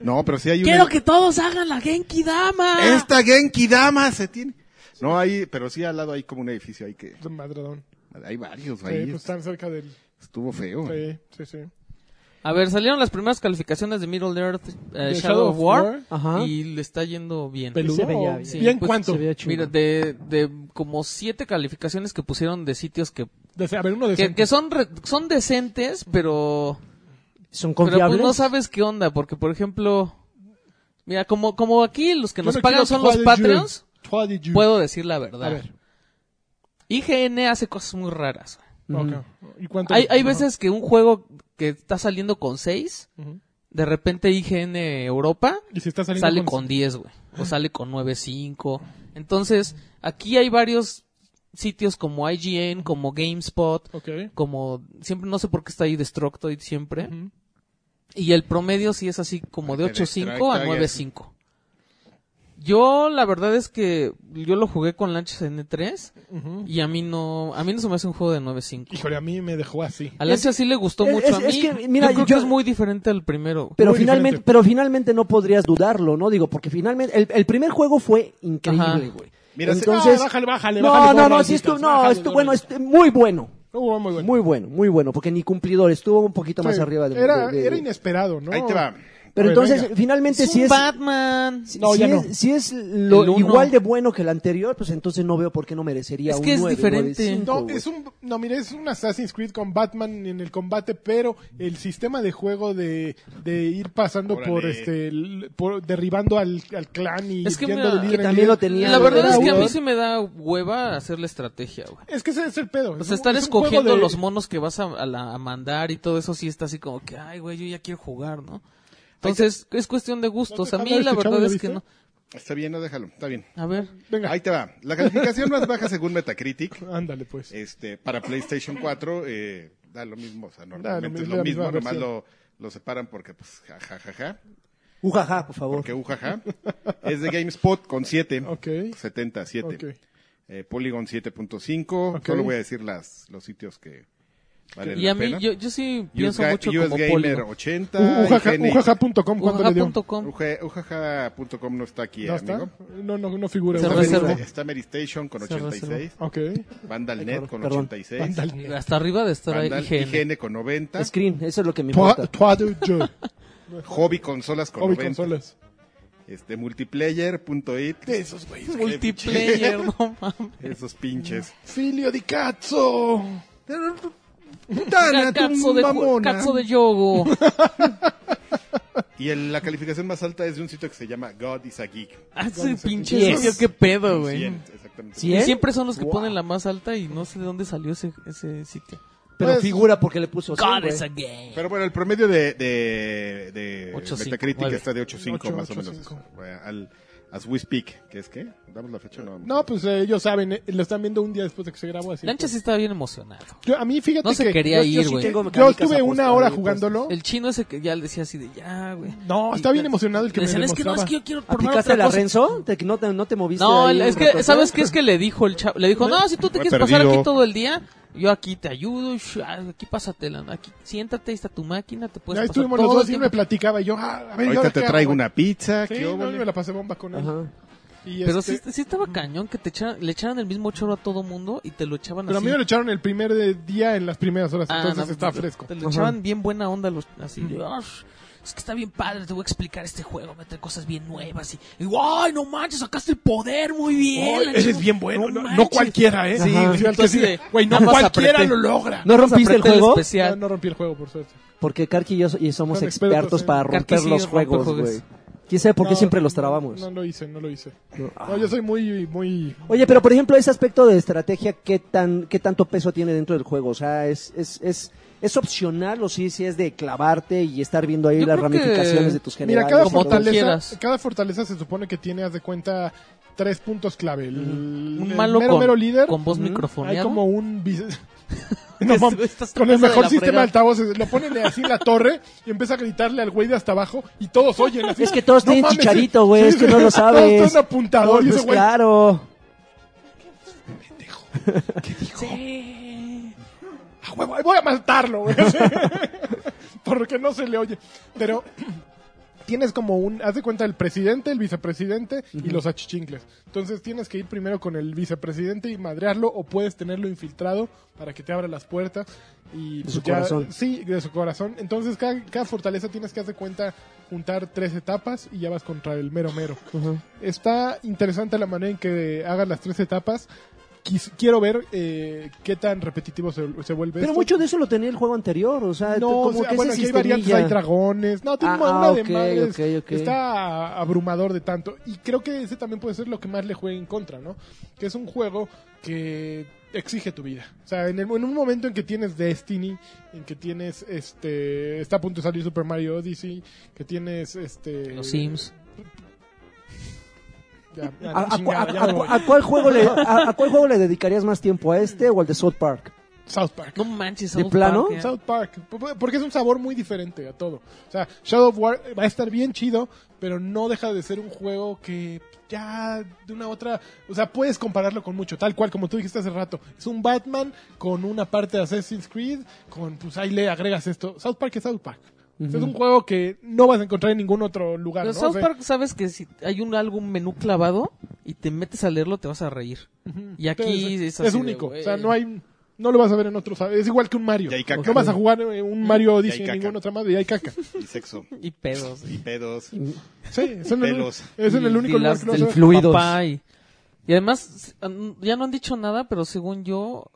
No, pero sí hay una...
Quiero que todos hagan la Genkidama.
Esta Genki Dama se tiene. No, ahí, pero sí al lado hay como un edificio ahí que...
Madradón.
Hay varios
Sí,
ahí.
pues están cerca del.
Estuvo feo.
Sí, sí, sí.
A ver, salieron las primeras calificaciones de Middle Earth eh,
De
Shadow, of War,
Ajá.
y le está yendo bien.
Peludo. Se veía
o-
bien.
bien
Pues,
cuánto.
se veía chulo.
Mira, de, de como siete calificaciones que pusieron de sitios que,
De- a ver, uno de
que, que son re- son decentes, pero,
Son
pero
confiables.
pues no sabes qué onda, porque por ejemplo, mira, como, como aquí los que
Yo
nos
no quiero
pagan son los
trois de
Patreons,
Dieu. Trois de Dieu.
puedo decir la
A
verdad.
ver.
IGN hace cosas muy raras.
Mm.
ok. ¿Y cuánto?
Hay, hay
Ajá.
veces que un juego que está saliendo con seis,
Ujú.
de repente IGN Europa
Y si está saliendo
sale con 10, güey. O sale con 9, 5. Entonces, aquí hay varios sitios como IGN, como GameSpot,
Ok.
como siempre, no sé por qué está ahí Destructoid siempre.
Ujú.
Y el promedio sí es así como de
El
8.5 a
Destructoid.
9.5. Yo la verdad es que yo lo jugué con lanchas N3
Ujú.
y a mí no a mí no se me hace un juego de 9.5.
Híjole, a mí me dejó así.
A Lanchas sí le gustó
es-
mucho a
es-
mí.
es que, mira,
yo creo
yo-
que es muy diferente al primero.
Pero
Muy
finalmente,
diferente.
pero finalmente no podrías dudarlo, ¿no? Digo, porque finalmente el, el primer juego fue increíble,
Ajá.
güey.
Mira, se-
Entonces,
No, bájale, bájale,
no,
bájale,
no, no,
dos
sí estuvo-
rayitas,
no,
bájale
estu-
dos
bueno,
rayitas.
estu- muy bueno,
Estuvo muy bueno.
muy bueno, muy bueno, porque ni cumplidor estuvo un poquito más
Sí.
arriba de,
era,
de- de-
era inesperado, ¿no?
Ahí te va.
A
Pero
ver,
entonces,
venga.
finalmente
es
si
un
es
Batman.
si,
No,
si
ya
es,
no.
si es lo
El uno.
igual de bueno que el anterior, pues entonces no veo por qué no merecería
Es
un
que es
nueve,
diferente.
nueve, cinco,
No,
güey.
es un, no, mire, es un Assassin's Creed con Batman en el combate, pero el sistema de juego de, de ir pasando
Órale.
por este, el- por, derribando al, al clan y
Es que
yendo
mira,
de líder
que
en
también
líder.
lo tenía,
La
Claro,
verdad
era
es que a
uno.
mí sí me da hueva hacer la estrategia, güey.
Es que ese es el pedo.
O
es
sea,
un-
estar
es un juego
Pues escogiendo
de-
los monos que vas a, a la- a mandar y todo eso sí está así como que, ay, güey, yo ya quiero jugar, ¿no? Entonces, es cuestión de gustos. A
¿No te
mí
está
la
escuchando
verdad
este
es que
chavo,
no.
Está bien, no déjalo. Está bien.
A ver,
Venga,
Ahí te va. La calificación más baja según Metacritic
ándale pues.
este, para PlayStation 4 eh, da lo mismo. O sea, normalmente
mismo,
es
la
lo mismo.
misma
Nomás
versión.
lo, lo separan porque, pues, jajajaja.
Ujaja, por favor.
porque ujaja. es de GameSpot con 7.
Ok.
70, 7.
Ok.
Eh, Polygon 7.5.
Ok.
Solo voy a decir las, los sitios que valen
y
la
a mí,
pena.
yo, yo sí
US,
pienso
Ga-
mucho
US
como
Gamer
Polygon.
80.
U- ujaja-
IGN.
Ujaja.com, ¿cuánto le dio?
Ujaja.com.
Uja- Ujaja.com no está aquí,
¿No
amigo.
está? No, no, no figura.
Se
güey.
Está,
reservó.
Meri- está Meristation con
Se
86.
Ok.
Vandalnet con
Perdón.
86.
Vandal.
Hasta arriba de estar ahí
Vandal
IGN.
IGN con 90.
Screen, eso es lo que me
Toa-
importa.
Toa de Joe.
Hobby Consolas con
Hobby
90.
consolas.
Este, multiplayer.it.
De esos güeyes.
Multiplayer, no mames.
Esos pinches.
Filio di cazzo.
Dana, tú
Cazzo de, ju-
mamona.
cazzo de yogo.
Y el- la calificación más alta es de un sitio que se llama God is a Geek.
Hace Ah, pinche
Yes.
sitio, qué pedo, güey.
100, exactamente.
Sí.
Y
¿Bien?
siempre son los que
Wow.
ponen la más alta y no sé de dónde salió ese, ese sitio.
Pero
Pues-
figura porque le puso. cien,
God
güey.
is a game.
Pero bueno, el promedio de, de, de
8.5,
Metacritic
nueve.
está de 8.5 más o
8.5.
menos. Bueno, al, As we speak, que es qué? ¿Damos la fecha o no?
No, pues eh, ellos saben, eh, lo están viendo un día después de que se grabó así.
Lancha sí estaba bien emocionado.
Yo, a mí, fíjate
No se
que
quería
yo,
ir,
yo, sí
güey.
que-
Tengo
yo
mecánicas pues.
estuve una
apuestas,
hora
ahí,
jugándolo.
El chino ese que ya le decía así de ya, güey.
No, está bien emocionado el que me
Le decían, es que no, es
demostraba.
que yo quiero probar
¿Aplicaste
otra
la
cosa".
Renzo? ¿Te- no, te, ¿No te moviste?
No,
ahí
el-
un
es
ratito?
que, ¿sabes qué es que le dijo el chavo? Le
¿Eh?
dijo, no, si tú te
Fue
quieres pasar
perdido.
aquí todo el día, yo aquí te ayudo, sh- aquí pásatela, aquí siéntate, ahí está tu máquina, te puedes
Ya
pasar Pues, todo
estuvimos
el
nosotros y
tiempo".
me platicaba. Y yo, ah, a ver, ¿y
Ahorita
ahora
te
qué
traigo
hago?
una pizza.
Sí,
¿qué
no,
hubo?
me la pasé bomba con él.
Ajá.
Y
Pero
este-
sí, sí estaba cañón que te echaran, le echaran el mismo chorro a todo mundo y te lo echaban
Pero a
así.
mí me lo echaron el primer eh, día en las primeras horas,
Ah,
entonces
no,
está
te-
fresco.
Te lo
Ajá.
echaban bien buena onda los, así de, "Ush, es que está bien padre, te voy a explicar este juego, meter cosas bien nuevas y, y, ay, no manches, sacaste el poder muy bien. la chingada". manches".
¿eh?
Sí,
Sí,
güey,
al que sí,
entonces,
güey, no
nada más
cualquiera
apreté.
lo
ah.
logra.
¿No rompiste el
Apreté
juego?
No,
especial.
no rompí el juego, por suerte.
Porque Karki y yo so- y somos
Son
expertos,
expertos en-
para
Karki
romper
sí
los
rompe
juegos,
juegos.
güey. ¿Quién sabe por qué
No,
siempre
no,
los trabamos?
No, lo hice, no lo hice.
No.
Ah.
No, yo soy muy, muy...
Oye, pero por ejemplo, ese aspecto de estrategia, ¿qué, tan, ¿qué tanto peso tiene dentro del juego? O sea, ¿es, es, es, es opcional o sí, sí es de clavarte y estar viendo ahí
Yo
las
creo que-
ramificaciones de tus generales?
Mira, cada
Como tú quieras.
fortaleza, cada fortaleza se supone que tiene, haz de cuenta, tres puntos clave. El,
Un
el
malo
mero,
con,
mero líder.
con voz
Ujú.
Hay
microfoneada.
como un... bis- No, mam,
Estás
con
pasado
el
de
mejor sistema
la
de
fregada.
altavoces. Lo ponen así en la torre y empieza a gritarle al güey de hasta abajo y todos oyen así.
Es que todos tienen
mames,
chicharito, güey, es que no lo sabes.
Todos tienen apuntador y
Pues
ese güey...
claro.
Sí.
"Ah, huevo, voy a matarlo, güey. Porque no se le oye. Pero... Tienes como un, haz de cuenta el presidente, el vicepresidente y los achichincles. Entonces tienes que ir primero con el vicepresidente y madrearlo o puedes tenerlo infiltrado para que te abra las puertas y
De su
pues, ya-
corazón.
Sí, de su corazón. Entonces, cada, cada fortaleza tienes que hacer cuenta juntar tres etapas y ya vas contra el mero mero. Está interesante la manera en que hagas las tres etapas. Quis- quiero ver eh, qué tan repetitivo se, se vuelve
Pero
esto.
mucho de eso lo tenía el juego anterior, o sea,
No,
como
o sea,
que
bueno,
ese
aquí hay variantes,
sistemilla.
hay dragones. No, tiene
Ah,
una
ah,
de
ok,
madres.
ok, ok.
Está abrumador de tanto. Y creo que ese también puede ser lo que más le juegue en contra, ¿no? Que es un juego que exige tu vida. O sea, en, el- en un momento en que tienes Destiny, en que tienes este. Está a punto de salir Super Mario Odyssey, que tienes este.
Los Sims.
Ya, ya,
¿A, a-
chingada,
a-
ya me
a-
voy.
a cuál juego le, a, a cuál juego le dedicarías más tiempo? ¿A este o al de South Park?
South Park.
No manches,
¿De
South
plano?
Park, eh. ya.
South Park, p- p- porque es un sabor muy diferente a todo. O sea, Shadow of War eh, va a estar bien chido, pero no deja de ser un juego que ya de una otra, o sea, puedes compararlo con mucho, tal cual como tú dijiste hace rato. Es un Batman con una parte de Assassin's Creed, con pues ahí le agregas esto. South Park es South Park. O sea, Es un juego que no vas a encontrar en ningún otro lugar.
Pero
¿no? O
South
sea,
Park, sabes que si hay un algún menú clavado y te metes a leerlo, te vas a reír. Y aquí
entonces,
es, así de,
único,
güey.
o sea, no hay no lo vas a ver en otro, es igual que un Mario.
Y hay caca.
No vas a jugar eh, un Mario Odyssey en
caca.
ninguna otra madre, y hay caca.
Y sexo.
Y pedos.
Y pedos.
Sí, es en el,
Pelos.
es en el
Y-
único
y
lugar
las
que no
del
se-
fluidos.
papá y, y además, s- an- ya no han dicho nada, pero según yo,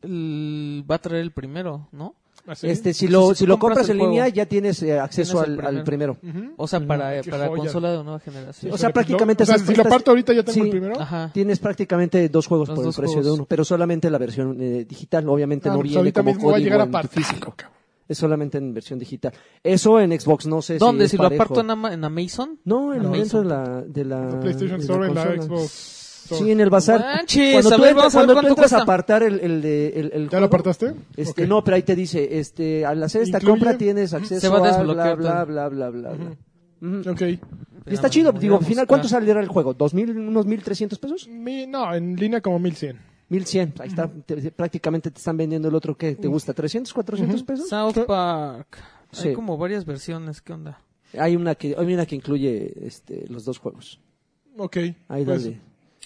el- va a traer el primero, ¿no?
¿Ah, sí?
Este, si
Sí,
lo,
si tú
si lo
compras
compras
el
en línea,
juego.
ya tienes eh, acceso
Tienes el
al, al primero.
Ujú. Mm,
O sea, para,
qué
para
joya.
consola de nueva generación.
O sea,
Pero,
prácticamente
no, o sea,
esas
si lo
cuentas-
parto ahorita ya tengo
Sí.
el primero.
Ajá.
Tienes prácticamente dos juegos
Los
por
dos
el precio de
juegos.
uno, pero solamente la versión eh, digital, obviamente
Ah,
no
pues
viene
ahorita
como
mismo va a
código
llegar a
en
partir.
físico. Es solamente en versión digital. Eso en Xbox no sé
¿Dónde?
si, es
si lo
parejo.
aparto en, Ama- en Amazon.
No, en
Amazon.
dentro de la de la,
La PlayStation
de
Store en la
consola.
Xbox.
Sí,
Store.
en el bazar.
Manches,
cuando
a
tú
ver,
entras,
vamos a ver
cuando tú
cuánto
entras
cuesta.
a apartar el, el de el, el
¿Ya lo
juego,
apartaste?
Este,
Ok.
no, pero ahí te dice, este, al hacer esta
Incluye.
compra tienes acceso
Se va a
bla
desbloquear
bla
todo.
bla bla bla. bla. Ujú.
Ok.
Y está
Espérame,
chido,
voy
digo,
a
al final
buscar.
¿cuánto saldrá el juego? ¿Dos mil, unos mil trescientos pesos?
Mi- no, en línea como 1100.
Mil cien, ahí está, te- prácticamente te están vendiendo el otro que te gusta, trescientos, cuatrocientos pesos.
South Park.
Sí.
Hay como varias versiones, ¿qué onda?
Hay una que, hay una que incluye, este, los dos juegos.
Ok.
Ahí
pues,
dale.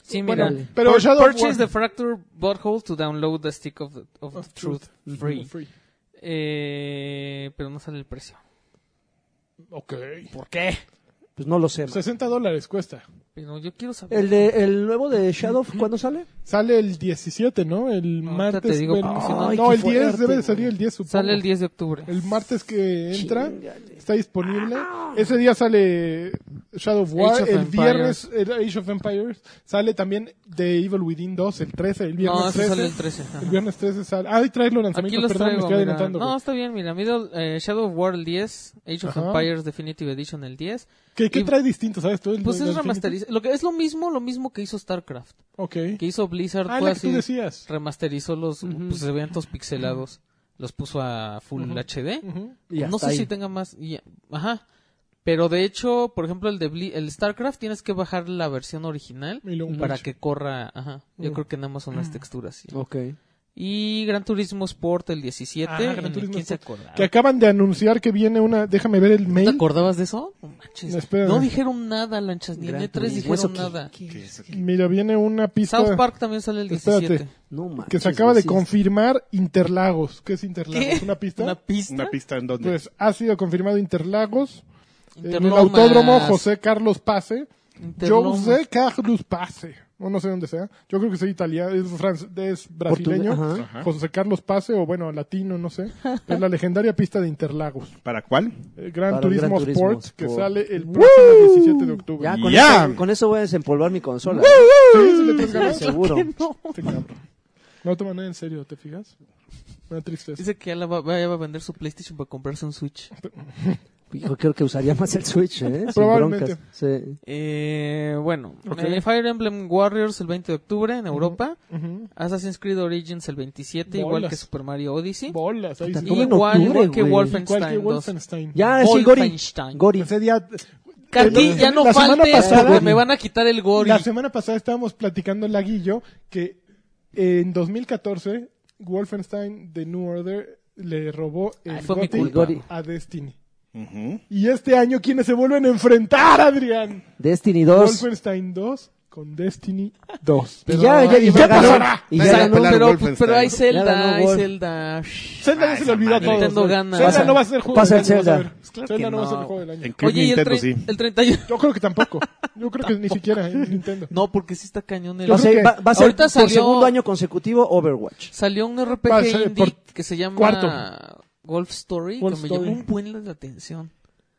Sí,
bueno,
mira.
pero
Pur-
Shadow of
purchase
War-
the fracture butthole to download the stick of, the- of
Of
truth,
truth. Mm,
free.
Free.
Eh, pero no sale el precio.
Ok.
¿Por qué?
Pues no lo sé. man.
60 dólares cuesta.
Pero yo quiero saber.
El de, el nuevo de Shadow, ¿cuándo sale?
Sale el 17, ¿no? El
Ahorita
martes.
te digo
ven-
porque si
no,
no-
Ay, qué
el 10
fuerte,
debe de
güey.
salir el 10, supongo.
Sale el 10 de octubre.
El martes que entra.
Chingale.
está disponible. Ese día sale Shadow of War.
Age of
el
Empires.
viernes, el Age of Empires. Sale también The Evil Within 2, el 13, el viernes
No,
13.
ese sale el 13. ajá.
El viernes 13 sale. Ah, y traes los
Aquí
lanzamientos,
los
perdón, me
traigo.
estoy
mira.
adelantando. güey.
No, está bien, mira. Middle, eh, Shadow of War el 10, Age of
Ajá.
Empires Definitive Edition el 10.
¿Qué, qué
y-
trae distinto, sabes tú? El-
Pues
el-
es
el-
remasterizado. Lo que es lo mismo, lo mismo que hizo StarCraft.
Ok.
Que hizo Blizzard
Ah,
fue
la que tú
así,
decías.
remasterizó los pues, eventos pixelados, los puso a full HD.
Ujú.
Y
no
hasta
sé
ahí.
si tenga más. y- ajá. Pero de hecho, por ejemplo, el de Bli- el StarCraft tienes que bajar la versión original
Y luego un
para
parche.
que corra. Ajá. Yo
Mm.
creo que nada más son las texturas.
Oh.
sí.
Ok.
Y Gran Turismo Sport el 17.
Ah, Gran
en el
Turismo
15
Sport.
acordaba.
Que acaban de anunciar que viene una. Déjame ver el
¿Te
mail.
acordabas de eso? No manches.
No, espérame.
No dijeron nada, lanchas. Ni en
Gran
E3
Turismo. ¿Eso
dijeron
qué?
nada.
¿Qué es aquí?
Mira, viene una pista.
South Park también sale el 17.
Espérate.
No manches,
que se acaba de
güey, sí.
confirmar Interlagos. ¿Qué es Interlagos?
¿Qué?
¿Una pista?
¿Una pista?
¿Una pista en dónde?
Pues ha sido confirmado Interlagos. eh, En el
Interlomas.
autódromo José Carlos Pase.
Interlomas.
José Carlos Pase. O no sé dónde sea. Yo creo que es italiano, es, fran- es brasileño.
Portugués,
ajá.
José Carlos Pase, o bueno, latino, no sé. Es la legendaria pista de Interlagos.
¿Para cuál?
El Gran,
Para el
Turismo,
Gran Turismo
Sport, que
Sport.
sale el próximo 17 de octubre.
Ya, con,
¡Ya!
Eso, con eso voy a desempolvar mi consola.
Sí, se le traes
¿eh?
ganas.
Seguro.
Este cabrón. No toman en serio, ¿te fijas? Una tristeza.
Dice que ya, la va, ya va a vender su PlayStation para comprarse un Switch.
Yo creo que usaría más el Switch, ¿eh? Sin
Probablemente.
broncas. Sí.
Eh, bueno,
Ok.
eh, Fire Emblem Warriors el 20 de octubre en Europa.
Ujú.
Assassin's Creed Origins el 27, igual
Bolas.
que Super Mario Odyssey.
Bolas, ahí
Puta,
sí.
¿cómo en
Igual,
octubre,
igual que
güey?
Wolfenstein,
Cualquier
2.
Wolfenstein.
Ya, sí, Gori.
Wolfenstein.
Gori.
Ese día,
Que aquí
La-
ya no
la semana
falte,
pasada-
porque me van a quitar el Gori.
la semana pasada estábamos platicando en Laguillo que en 2014 Wolfenstein The New Order le robó el
Ay, fue mi
Gothic
culpa.
Gori.
a Destiny.
Ujú.
Y este año, ¿quiénes se vuelven a enfrentar, Adrián?
Destiny 2.
Wolfenstein 2 con Destiny 2.
Y ya, ya, y
¿Qué
ya ganó.
pasará?
Y
Nadie
ya
va a
ganó.
pelar
pero,
Wolfenstein.
pero hay
Ya
Zelda,
ganó
hay
Gol.
Zelda.
Zelda no
Ah,
se le
esa
olvidó a
madre.
todos.
Nintendo
güey.
gana.
Zelda
Pasa-
no va a ser juego
pasa
del
el
año, vas a
Zelda.
ver.
Pues claro
Zelda
que
no va a ser
no.
juego del año.
En Club
Oye, y el,
Nintendo,
tre-
sí.
el 31.
Yo creo que tampoco. Yo creo que ni siquiera en Nintendo.
No, porque sí está cañón el.
Yo
Va a
creo
ser,
que
va, va a ser
ahorita
por
salió-
segundo año consecutivo Overwatch.
Salió un
Va a
RPG
ser
indie
por-
que se llama
cuarto.
Golf Story,
Golf
que me
Story.
llamó un buen la atención.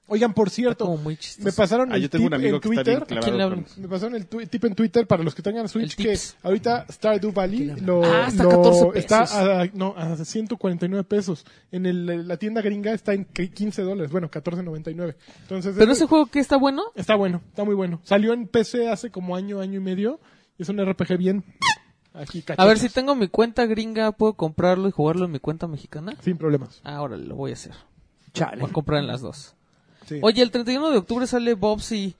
Oigan, por
Está
cierto,
como muy
me
chistoso.
pasaron
Ah,
el
yo tengo
tip
un amigo
en
que está bien
Twitter.
¿A quién le
clavado.
hablo?
con-
Me pasaron el tu- tip en Twitter para los que tengan Switch
El
que
tips.
ahorita Stardew Valley lo,
Ah, está
lo-
14 pesos.
está a, no, a 149 pesos. En el- la tienda gringa está en 15 dólares, bueno, 14.99. Entonces
Pero
es-
ese juego que está bueno,
está bueno, está muy bueno. Salió en PC hace como año, año y medio. Es un RPG bien aquí
a
cachete,
ver si tengo mi cuenta gringa, puedo comprarlo y jugarlo en mi cuenta mexicana.
sin problemas.
Ahora lo voy a hacer.
Chale.
Voy a comprar en las dos.
Sí.
Oye, el 31 de octubre sale Bobsy.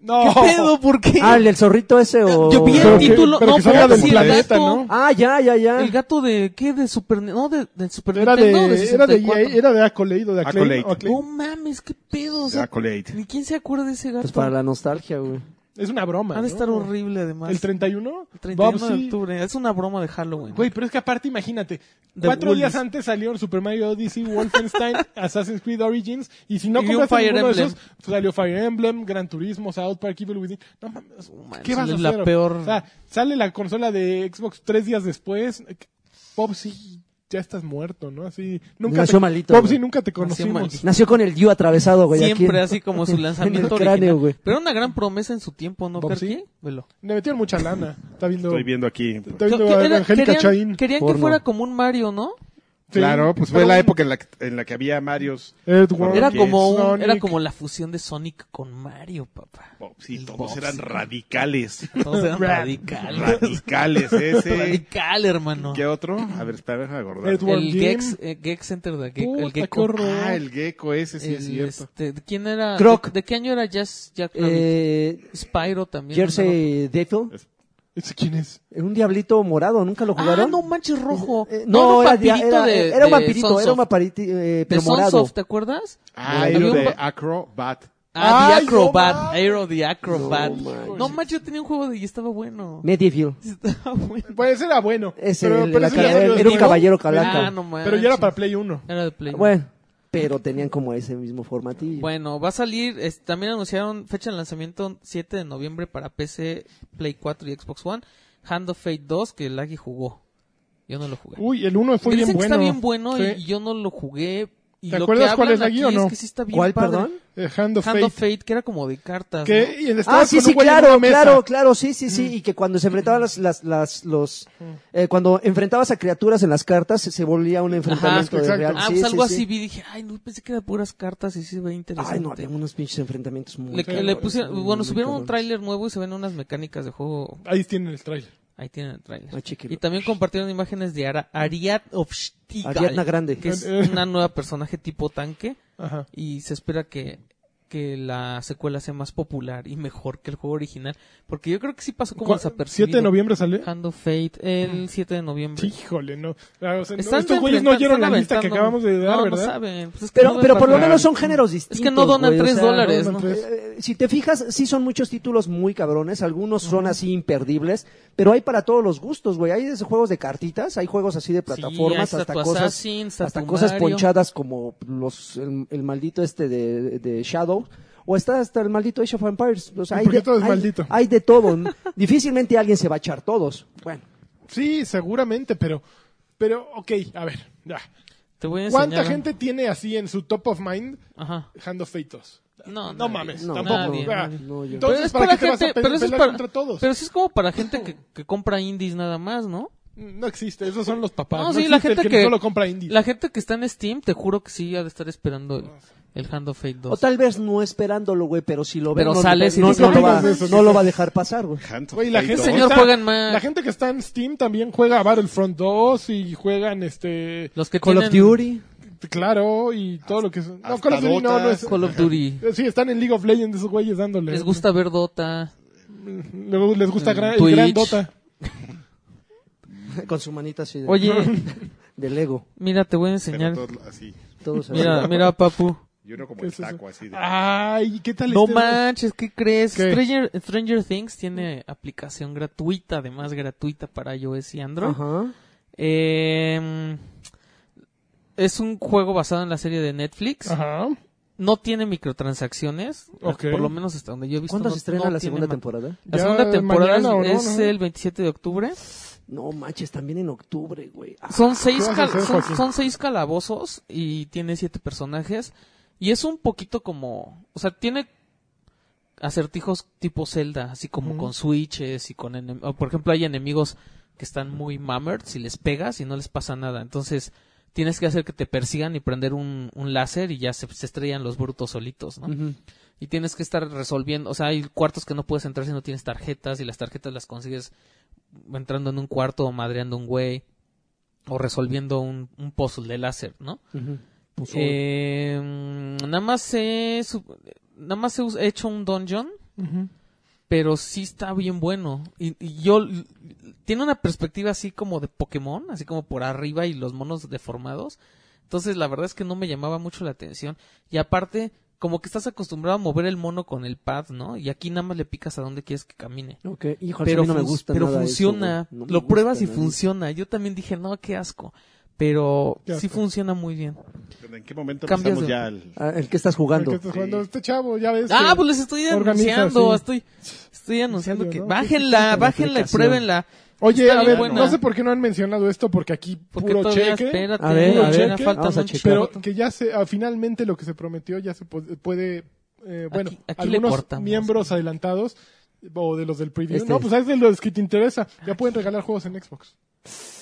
no.
¿Qué pedo? ¿Por qué?
Ah, el del zorrito ese o...
Yo vi
Pero
el
que-
título.
pero
no,
que salga
pero
del
sí, el
planeta,
gato.
¿no?
Ah, ya, ya, ya.
El gato de. ¿Qué? De Super. No, de, del Super
Era de,
Nintendo. de
era de
64.
EA, era de Accolade o de Acclaim,
Accolade.
o Acclaim.
No mames, qué pedo. o sea,
Accolade.
ni quién se acuerda de ese gato.
Pues para la nostalgia, güey.
Es una broma.
Ha de
¿no?
estar horrible, además.
¿El 31?
El 31
Bob,
de
sí.
octubre. Es una broma de Halloween.
Güey, pero es que aparte, imagínate,
The
cuatro
Woolies.
días antes salió Super Mario Odyssey, Wolfenstein, Assassin's Creed Origins, y si no
Y un
compraste
Fire
ninguno de
Emblem.
esos, salió Fire Emblem, Gran Turismo, South Park, Evil Within. No mames,
mames,
¿qué vas a
es
hacer?
Oh, la peor-
O sea, sale la consola de Xbox tres días después. Bob, sí, ya estás muerto, ¿no? Así, nunca
Nació
te...
malito,
Bob,
güey.
sí, nunca te conocimos.
malito.
Nació con el Dio atravesado, güey. aquí.
Siempre así como su lanzamiento
cráneo,
original.
güey.
Pero una gran promesa en su tiempo, ¿no,
Bob,
Karki?
sí.
Velo.
Le metieron mucha lana. Está viendo...
Estoy viendo aquí.
Está viendo
Que-
a
era-
Angélica Chaín.
querían querían que
Porno.
fuera como un Mario, ¿no?
Sí,
Claro, pues fue
pero
la
un-
época en la, que- en la que había Marios.
Edward,
Era
Porque
como, un-
Sonic.
era como la fusión de Sonic con Mario, papá.
Oh, sí,
El
todos
Bob,
eran
sí.
radicales.
Todos eran
Rad-
radicales.
radicales, ese.
Radical, hermano.
¿Qué otro? A ver, espera, déjame acordar.
Edward.
El
Game.
Gex, eh, Gex Center de Gecko.
Puta,
el
qué
Gecko.
horror.
Ah, el gecko ese sí es
El,
cierto.
este, ¿de ¿Quién era?
Croc.
¿De, de qué año era Jazz Jack Rabbit?
Eh,
Spyro también.
Jersey Devil.
¿Ese ¿Quién es?
Un diablito morado, ¿nunca lo
¿no? Ah,
jugaron?
no manches rojo.
Eh,
no,
no,
era
era,
un vampirito
era- eh,
de.
era un
de
vampirito,
Sunsoft.
era un vampirito, eh,
De
pero morado.
Sunsoft, ¿te acuerdas?
Ah,
Había
Aero
un
de
ba-
Acrobat.
Ah,
Ay,
The Acrobat.
no mames.
Aero the Acrobat.
No
No,
manches.
manches, yo tenía un juego de y estaba bueno.
Medieval.
Estaba bueno.
Pues era bueno.
Ese, el- la
ese
cara-
ya salió
era un
después.
caballero calaca.
Ah, no manches.
Pero ya era para Play 1.
Era de Play.
Bueno, pero tenían como ese mismo formatillo.
Bueno, va a salir, es- también anunciaron fecha de lanzamiento 7 de noviembre para PC, Play 4 y Xbox One. Hand of Fate 2, que Laggy jugó. Yo no lo jugué.
Uy, el 1 Uh, fue bien
Dicen que
bueno.
está bien bueno
Sí.
y yo no lo jugué, y
¿Te
lo
acuerdas
que
cuál
hablan
es la
aquí
guía o no?
Es que sí está bien
¿Cuál,
padre.
perdón?
Eh, Hand of
Hand of
Fate.
Fate, que era como de cartas. ¿no?
Que, y
Ah,
estabas
sí,
con
sí,
un güey en
claro,
una mesa.
claro, claro, sí, sí,
Mm.
sí. Y que cuando se enfrentaban las, las, las- los, eh, cuando enfrentabas a criaturas en las cartas, se- se volvía un enfrentamiento de
exacto.
real.
Ah,
Sí,
pues
sí,
algo
sí.
así vi y dije, ay, no pensé que era puras cartas y sí se ve interesante.
Ay, no, había unos pinches enfrentamientos muy.
Le,
Claro,
le
es
pusieron,
muy-
bueno,
muy
subieron un
cabrones.
tráiler nuevo y se ven unas mecánicas de juego.
Ahí tienen el trailer.
Ahí tienen el tráiler.
Ay, chiquillo.
Y también compartieron imágenes de Ara, Ariad Obstigal,
Ariadna Grande.
que es una nueva personaje tipo tanque
Ajá.
y se espera que, que la secuela sea más popular y mejor que el juego original, porque yo creo que sí pasó como
¿Cuál-
desapercibido.
7 de noviembre sale.
Hand of Fate, el 7 de noviembre.
Híjole, no. Ah, O sea, no,
Están
estos güeyes no
enfrentando-
oyeron la
están
lista que
aventando-
acabamos de dar,
no,
¿verdad?
No saben. Pues es que
Pero,
no
pero por lo
deben
menos
saber.
son géneros
que
distintos.
no donan
güey, o
tres
sea,
dólares,
no
¿no?
donan tres.
Eh, si te fijas, sí son muchos títulos muy cabrones, algunos son así imperdibles, pero hay para todos los gustos, güey. Hay desde juegos de cartitas, hay juegos así de
ahí
plataformas,
está
hasta
tu
cosas,
Assassin, está
hasta
tu
cosas
Mario.
ponchadas como los el, el maldito este de, de Shadow. O está hasta el maldito Age of Empires. O sea, hay,
¿Por qué
de,
todo es
hay-
maldito?
hay de todo. Difícilmente alguien se va a echar todos. Bueno,
Sí, seguramente, pero. Pero, ok, a ver. ya.
Te voy a enseñar.
¿Cuánta gente tiene así en su top of mind
Ajá.
Hand of Fate 2?
No,
No
nadie.
mames,
No,
tampoco.
nadie,
Ah,
nadie. No, yo-
Pero
Entonces,
es
¿para,
para
qué te vas a
gente,
pe-
pero eso es
pelear
para,
contra todos?
pero eso es como para gente que, que compra indies nada más, ¿no?
No existe, esos son los papás.
No,
No,
sí,
existe
la gente
el que,
que-
solo compra indies.
La gente que está en Steam, te juro que sí ha de estar esperando el, el Hand of Fate 2.
o tal vez no esperándolo, güey, pero si lo ve,
Pero
no,
sales y
no,
dices,
no
"No
lo va,
mames, eso,
no
¿qué
lo va
tal?"
a dejar pasar, güey.
Hands of
Güey, la
Fate
gente,
dos.
que
Señor,
está-
jueguen más.
la gente que está en Steam también juega a Battlefront 2 y juegan este
Los que
Call of
tienen
Duty.
claro y todo lo que es. No,
hasta
Call of Duty no,
Dota.
no es. eh,
Call of Duty.
Sí, están en League of Legends esos güeyes dándole.
Les gusta ver Dota.
Luego les gusta
Mm,
gran, el
Twitch.
gran Dota.
Con su manita así de,
Oye,
de Lego.
mira, te voy a
Pero
enseñar.
todo así.
Todos así.
Mira, mira, papu.
Y uno como
¿Qué
el
es eso?
taco, así de...
Ah.
Ay, ¿qué tal
No
este-
manches, ¿qué crees?
¿Qué?
Stranger, Stranger Things tiene aplicación gratuita, además gratuita para iOS y Android.
Ajá.
Eh, es un juego basado en la serie de Netflix.
Ajá.
No tiene microtransacciones.
Ok.
Por lo menos hasta donde yo he visto.
¿Cuándo
no-
se estrena
no
la
tiene
segunda
ma-
temporada?
La
Ya
segunda temporada es,
mañana o no,
es
¿no?
el 27 de octubre.
No manches, también en octubre, güey. Ah,
Son seis,
vas a
cal-
hacer,
son,
Joaquín?
son seis calabozos y tiene siete personajes. Y es un poquito como... O sea, tiene acertijos tipo Zelda, así como con switches y con... enem- o, Por ejemplo, hay enemigos que están muy mammered si les pegas y no les pasa nada. Entonces, tienes que hacer que te persigan y prender un, un láser y ya se, se estrellan los brutos solitos, ¿no?
ujú.
Y tienes que estar resolviendo, o sea, hay cuartos que no puedes entrar si no tienes tarjetas y las tarjetas las consigues entrando en un cuarto o madreando un güey o resolviendo un, un puzzle de láser, ¿no?
Pues,
Eh, mm, nada más he, sub- nada más he us- he hecho un dungeon,
Ujú.
pero sí está bien bueno. Y, y yo, l- tiene una perspectiva así como de Pokémon, así como por arriba y los monos deformados. Entonces la verdad es que no me llamaba mucho la atención. Y aparte, como que estás acostumbrado a mover el mono con el pad, ¿no? Y aquí nada más le picas a donde quieres que camine.
ok, híjole,
Pero,
a mí no me
fun-
gusta
pero
nada eso,
funciona,
güey. No me
lo
gusta
pruebas y
nada.
funciona. Yo también dije, no, qué asco. Pero
Qué
sí
asco.
funciona muy bien.
¿En qué momento
Cambias
empezamos
de-
ya al...
Ah, el que estás
¿Por
jugando.
qué estás jugando? Este chavo, ya ves.
Ah,
que-
pues les estoy
Organiza,
anunciando,
sí.
estoy, estoy anunciando
serio,
que
¿no?
bájenla, bájenla y
aplicación.
pruébenla.
Oye,
está
a
bien
ver,
buena.
no sé por qué no han mencionado esto, porque aquí
Porque
puro
todavía,
cheque.
espérate,
A ver,
a
todavía
ver,
faltan
vamos a
un
checar.
Pero
chorro.
que ya se, ah, finalmente lo que se prometió ya se po- puede, eh, bueno,
Aquí- aquí le
algunos
cortamos.
miembros adelantados o de los del preview.
Este
no,
es.
pues es de los que te interesa. Ya pueden regalar juegos en Xbox.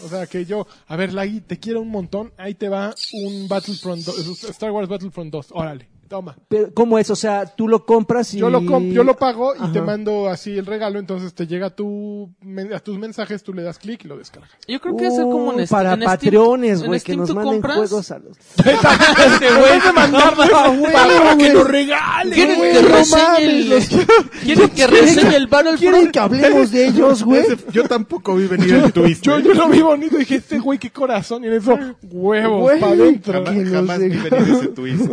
O sea que yo, a ver, Lagui, te quiero un montón. Ahí te va un Battlefront 2, Star Wars Battlefront 2. Órale, toma.
Pero, ¿Cómo es? O sea, tú lo compras y...
Yo lo comp- yo lo pago y te
Ajá.
mando así el regalo, entonces te llega tu men- a tus mensajes, tú le das clic y lo descargas.
Yo creo que va a ser como en
Uy,
Steam-
Uh, Para
en Steam-
patreones,
en este
güey,
Steam
que nos
tú
manden
compras.
juegos a los... Ah,
Este güey,
¡Para que lo regalen!
¿Quieren
güey!
que
no
reseñe
mames,
el-
los-
¿Quieren que reseñe el
¿Quieren
Battlefront?
que hablemos de ellos, güey?
Ese- Yo tampoco vi venir el twist.
Yo,
¿eh?
yo lo vi bonito y dije, este güey, qué corazón. Y en eso, huevos,
Güey.
pa' adentro.
Jamás,
que no
jamás
sé.
vi venir ese twist.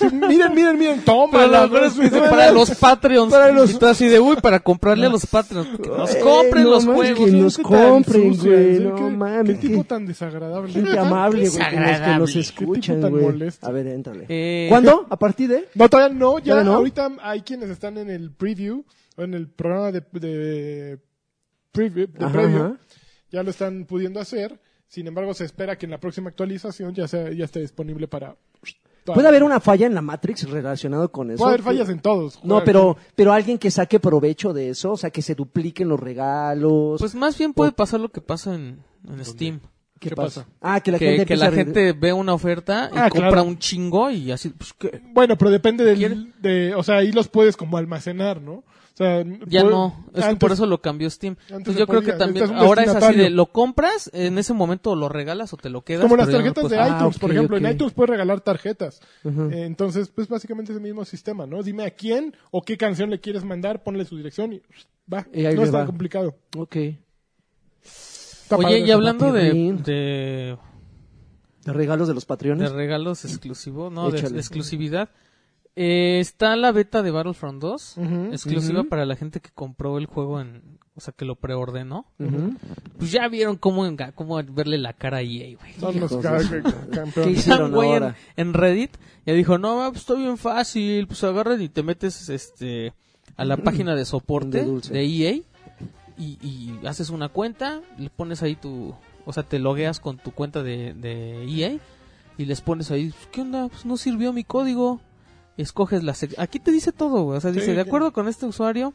Sí, miren, miren, miren, toma.
Pero lo mejor es que dice para los Patreons. Y tú así de, uy, para comprarle a los Patreons. Que nos
Ay,
compren
no
los
manches,
juegos.
que nos compren, güey, no
Qué
mames,
tipo
qué-
tan desagradable.
Gente amable, güey, con los que
Desagradable.
nos
Qué
tipo
escuchan,
tan
güey.
molesto.
A ver, éntrale.
Eh,
¿Cuándo? ¿A partir de...?
No, todavía no, ya
¿Todavía no?
ahorita hay quienes están en el preview, o en el programa de, de preview, de
Ajá,
preview,
ajá.
ya lo están pudiendo hacer. Sin embargo, se espera que en la próxima actualización ya sea ya esté disponible para
Puede haber una falla en la Matrix relacionado con eso.
Puede haber fallas en todos.
No,
Jugar-
pero, pero alguien que saque provecho de eso, o sea, que se dupliquen los regalos.
Pues más bien puede pasar lo que pasa en, en Steam.
¿Qué,
¿qué
pasa?
pasa?
Ah, que la
que
gente
que
empieza
la
a re-
gente ve una oferta y
Ah,
compra
claro.
un chingo y así, pues que
Bueno, pero depende
¿Quiere?
del, de, o sea, ahí los puedes como almacenar, ¿no? O sea,
ya
puede-
no. Es que
antes-
por eso lo cambió Steam. Entonces
se
yo creo
podía,
que también
necesitas un
ahora es así de
destinatario.
lo compras, en ese momento lo regalas o te lo quedas.
Como las
pero ya no pues, lo
tarjetas de
puedes-
iTunes,
Ah,
por
ok,
ejemplo.
ok.
En iTunes puedes regalar tarjetas.
Ujú.
Eh, entonces, pues básicamente es el mismo sistema, ¿no? Dime a quién o qué canción le quieres mandar, ponle su dirección y va.
Y ahí
no
le
es tan
va.
complicado.
Ok.
Está padre
Oye, y
eso.
hablando de,
Patirrín.
de,
¿De regalos de los
de
Patreones?
regalos exclusivos, no, de,
Échale.
de exclusividad, eh, está la beta de Battlefront 2,
Ujú,
exclusiva
ujú.
para la gente que compró el juego en, o sea, que lo preordenó.
Ujú.
Pues ya vieron cómo, enga- cómo verle la cara a EA, güey.
Son los
Hijos
ca-
de-
ca-
¿Qué
campeones.
hicieron
güey en,
ahora?
en Reddit ya dijo, no, ma, pues está bien fácil, pues agarras y te metes este a la página de
De
soporte de,
dulce.
EA y, y haces una cuenta, le pones ahí tu, o sea, te logueas con tu cuenta de, de EA y les pones ahí, pues, ¿qué onda? Pues no sirvió mi código. Escoges la sec- Aquí te dice todo, güey. O sea,
Sí,
dice, de
que-
acuerdo con este usuario,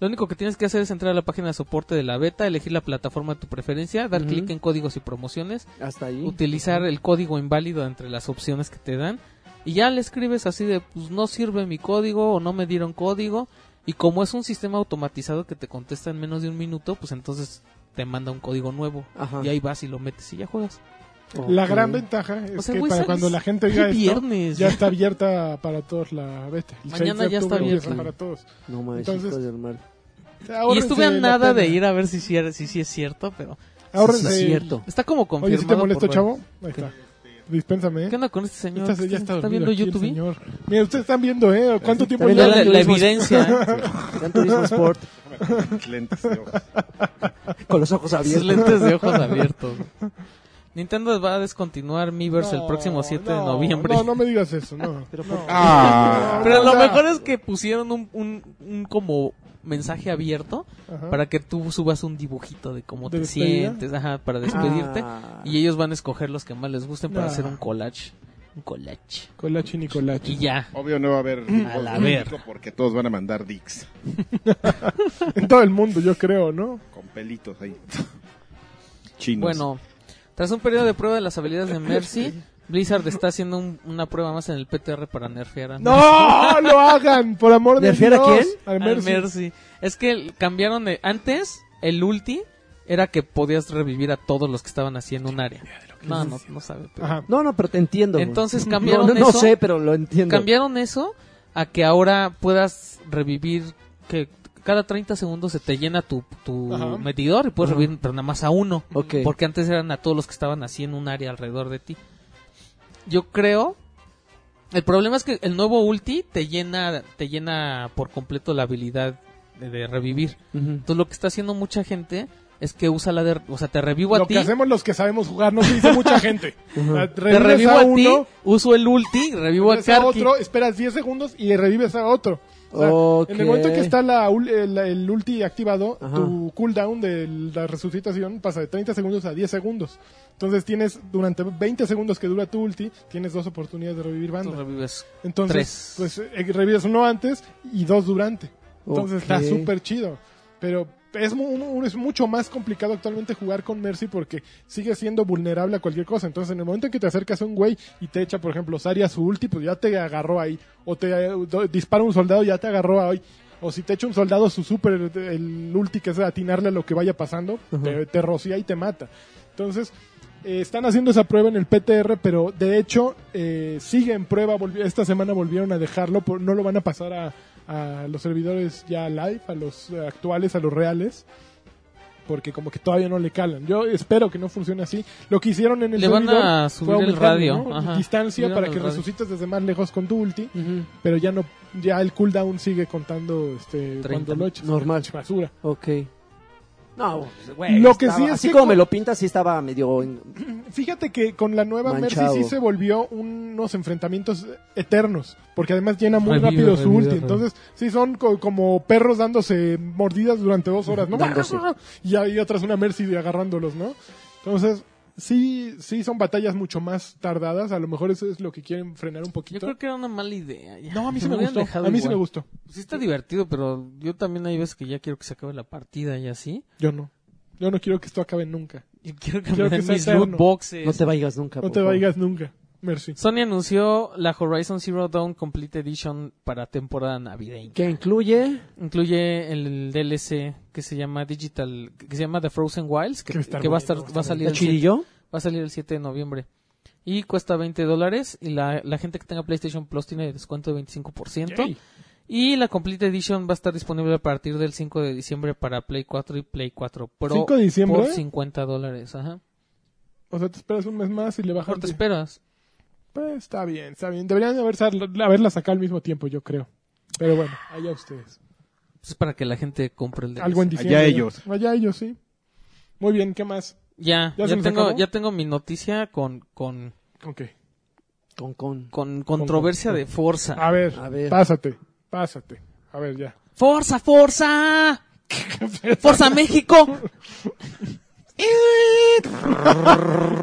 lo único que tienes que hacer es entrar a la página de soporte de la beta, elegir la plataforma de tu preferencia, dar
Ujú.
clic en códigos y promociones,
Hasta ahí.
utilizar el código inválido entre las opciones que te dan y ya le escribes así de pues no sirve mi código o no me dieron código y como es un sistema automatizado que te contesta en menos de un minuto pues entonces te manda un código nuevo
Ajá.
y ahí vas y lo metes y ya juegas
La
Ok.
gran ventaja es
O sea,
que
güey,
para
sales
cuando la gente
el
oiga esto,
viernes.
ya está abierta para todos la beta. El 6
Mañana
de
ya está
octubre empieza
abierta.
para todos.
No mames,
Entonces-
hijos del mal.
y
Ahórrense
estuve a
la
nada de
pena.
ir a ver si sí era- si sí es cierto pero
Ahórrense.
Sí, sí, es cierto.
está como confirmado
Oye, si te molesto,
por-
chavo, ahí está. Este, Dispénsame. ¿eh?
¿Qué onda con este señor?
Estás- ya está, dormido
viendo
aquí el
YouTube?
señor. Mira, ustedes están viendo, ¿eh? ¿Cuánto
Está
tiempo
viendo
Ya
lleva?
la,
Gran
la
pues, Turismo.
evidencia, ¿eh?
Gran Turismo Sport,
Lentes de ojos.
con los ojos
sus
abiertos.
lentes de ojos abiertos. Nintendo va a descontinuar Miiverse el próximo 7 de
No,
noviembre.
No, no me digas eso, no.
pues,
No.
Ah.
Pero lo
O sea-
mejor es que pusieron un, un, un como mensaje abierto
Ajá.
para que tú subas un dibujito de cómo
¿De
te
despedida?
sientes, ajá, para despedirte.
Ah.
Y ellos van a escoger los que más les gusten para
Ah.
hacer un collage. Un collage.
Colachi ni colachi.
Y ya.
Obvio no va a haber fútbol
la
político porque todos van a mandar dicks
En todo el mundo, yo creo, ¿no?
con pelitos ahí. Chinos.
Bueno, tras un periodo de prueba de las habilidades de Mercy, Blizzard está haciendo un- una prueba más en el PTR para nerfear a
¡No! ¡Lo hagan! Por amor de
¿Nerfear a
Dios.
quién?
Al
Al
Mercy.
Mercy. Es que el- cambiaron de... Antes, el ulti era que podías revivir a todos los que estaban así en un área. No, no, no sabe. pero-
Ajá.
No, no, pero te entiendo. güey.
Entonces
No,
cambiaron
no, no
eso.
sé, pero lo entiendo.
Cambiaron eso a que ahora puedas revivir que cada 30 segundos se te llena tu, tu
Ajá.
medidor y puedes
Ajá.
revivir pero nada más a uno.
Ok.
Porque antes eran a todos los que estaban así en un área alrededor de ti. Yo creo... El problema es que el nuevo ulti te llena, te llena por completo la habilidad de- de revivir.
Ujú.
Entonces lo que está haciendo mucha gente es que usa la de... O sea, te revivo a
Lo
ti.
que hacemos los que sabemos jugar, no se dice mucha gente.
Ujú.
Ah,
Te
Revives
revivo
a
a, ti,
uno,
uso el ulti, revivo a
revives a
Karki.
otro, esperas 10 segundos y revives a otro. O sea,
Ok.
En el momento en que está la, ul- el, el ulti activado,
Ajá.
tu cooldown de la resucitación pasa de 30 segundos a 10 segundos. Entonces tienes, durante 20 segundos que dura tu ulti, tienes dos oportunidades de revivir
Tú
banda.
revives.
Entonces,
tres.
pues eh, revives uno antes y dos durante. Entonces
Ok.
está súper chido. Pero es, mu- mu- es mucho más complicado actualmente jugar con Mercy porque sigue siendo vulnerable a cualquier cosa. Entonces, en el momento en que te acercas a un güey y te echa, por ejemplo, Saria su ulti, pues ya te agarró ahí. O te eh, do- dispara un soldado, ya te agarró ahí. O si te echa un soldado su super, el ulti que es atinarle a lo que vaya pasando,
Ajá.
te, te rocía y te mata. Entonces, eh, están haciendo esa prueba en el PTR, pero de hecho eh, sigue en prueba. volvi- Esta semana volvieron a dejarlo, por- no lo van a pasar a, a los servidores ya live, a los eh, actuales, a los reales, porque como que todavía no le calan. Yo espero que no funcione así. Lo que hicieron en el
Le van
servidor
a
fue
subir el
aumentarle,
radio,
¿no?
ajá.
distancia
Subieron
para
el
que
radio.
resucites desde más lejos con tu ulti,
Ujú.
pero ya no, ya el cooldown sigue contando este
30.
cuando lo echas.
Normal.
Basura.
Ok. No, güey.
Lo que
estaba-
sí es
Así
que
como
con-
me lo pinta, sí estaba medio. en-
Fíjate que con la nueva
Manchado.
Mercy sí se volvió unos enfrentamientos eternos, porque además llena muy
Revive,
rápido su
revive,
ulti,
revive.
entonces sí son co- como perros dándose mordidas durante dos horas, ¿no?
Dándose.
Y ahí atrás una Mercy agarrándolos, ¿no? Entonces sí, sí son batallas mucho más tardadas. A lo mejor eso es lo que quieren frenar un
Yo
poquito.
creo que era una mala idea. ya.
No, a mí
Que
sí
lo
me
hubieran
gustó.
dejado
A mí sí
igual.
me gustó.
Sí está divertido, pero yo también hay veces que ya quiero que se acabe la partida y así.
Yo no. Yo no quiero que esto acabe nunca.
Yo quiero que
Quiero
me
que
den
sea
mis
eterno.
loot boxes.
No te vayas nunca.
No
por
te
favor.
vayas nunca. Mercy.
Sony anunció la Horizon Zero Dawn Complete Edition para temporada navideña.
Que incluye.
Incluye el DLC que se llama Digital, que se llama The Frozen Wilds, que,
Que va a estar
que va a
bueno,
estar,
va a estar
va a salir
¿La
el 7,
chirillo?
va a salir el 7 de noviembre. Y cuesta 20 dólares y la, la gente que tenga PlayStation Plus tiene descuento de 25%.
Yay.
Y la Complete Edition va a estar disponible a partir del 5 de diciembre para Play 4 y Play 4 Pro
5 de diciembre.
por 50 dólares. Ajá.
O sea, te esperas un mes más y le bajas.
Mejor te esperas.
Pues está bien, está bien. Deberían haber sal- haberla sacado al mismo tiempo, yo creo. Pero bueno, allá ustedes.
Es para que la gente compre el DLC.
Algo en
Allá
diciembre.
ellos.
Allá ellos, sí. Muy bien, ¿qué más?
Ya,
¿Ya
ya,
se nos
tengo,
acabó?
ya tengo mi noticia con, con,
Ok.
Con con.
con controversia de Forza.
A ver,
A ver.
pásate, pásate. A ver, ya.
¡Forza, Forza! ¡Forza México!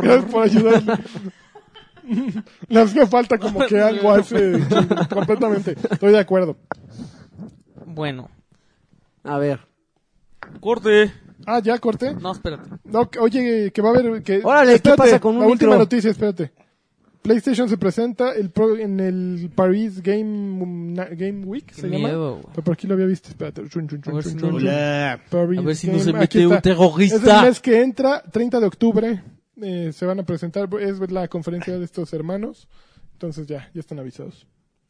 Gracias por ayudarme. Le hacía falta como que algo hace completamente. Estoy de acuerdo.
bueno.
A ver.
¡Corte!
Ah, ya corté.
No, espérate.
No, que- oye, que va a haber. Que,
Órale, ¿qué
espérate,
pasa con un
La última
micro?
noticia, espérate. PlayStation se presenta el pro- en el Paris Game, Na- Game Week,
Qué
¿se llama?
miedo, güey.
Pero por aquí lo había visto, espérate. Chun, chun, chun,
A ver
chun,
si
chun,
no-
chun.
Hola.
Paris
A ver si no
Game-
se
aquí
mete
está.
un
Es el
terrorista.
mes que entra, 30 de octubre, eh, se van a presentar, es la conferencia de estos hermanos. Entonces ya, ya están avisados.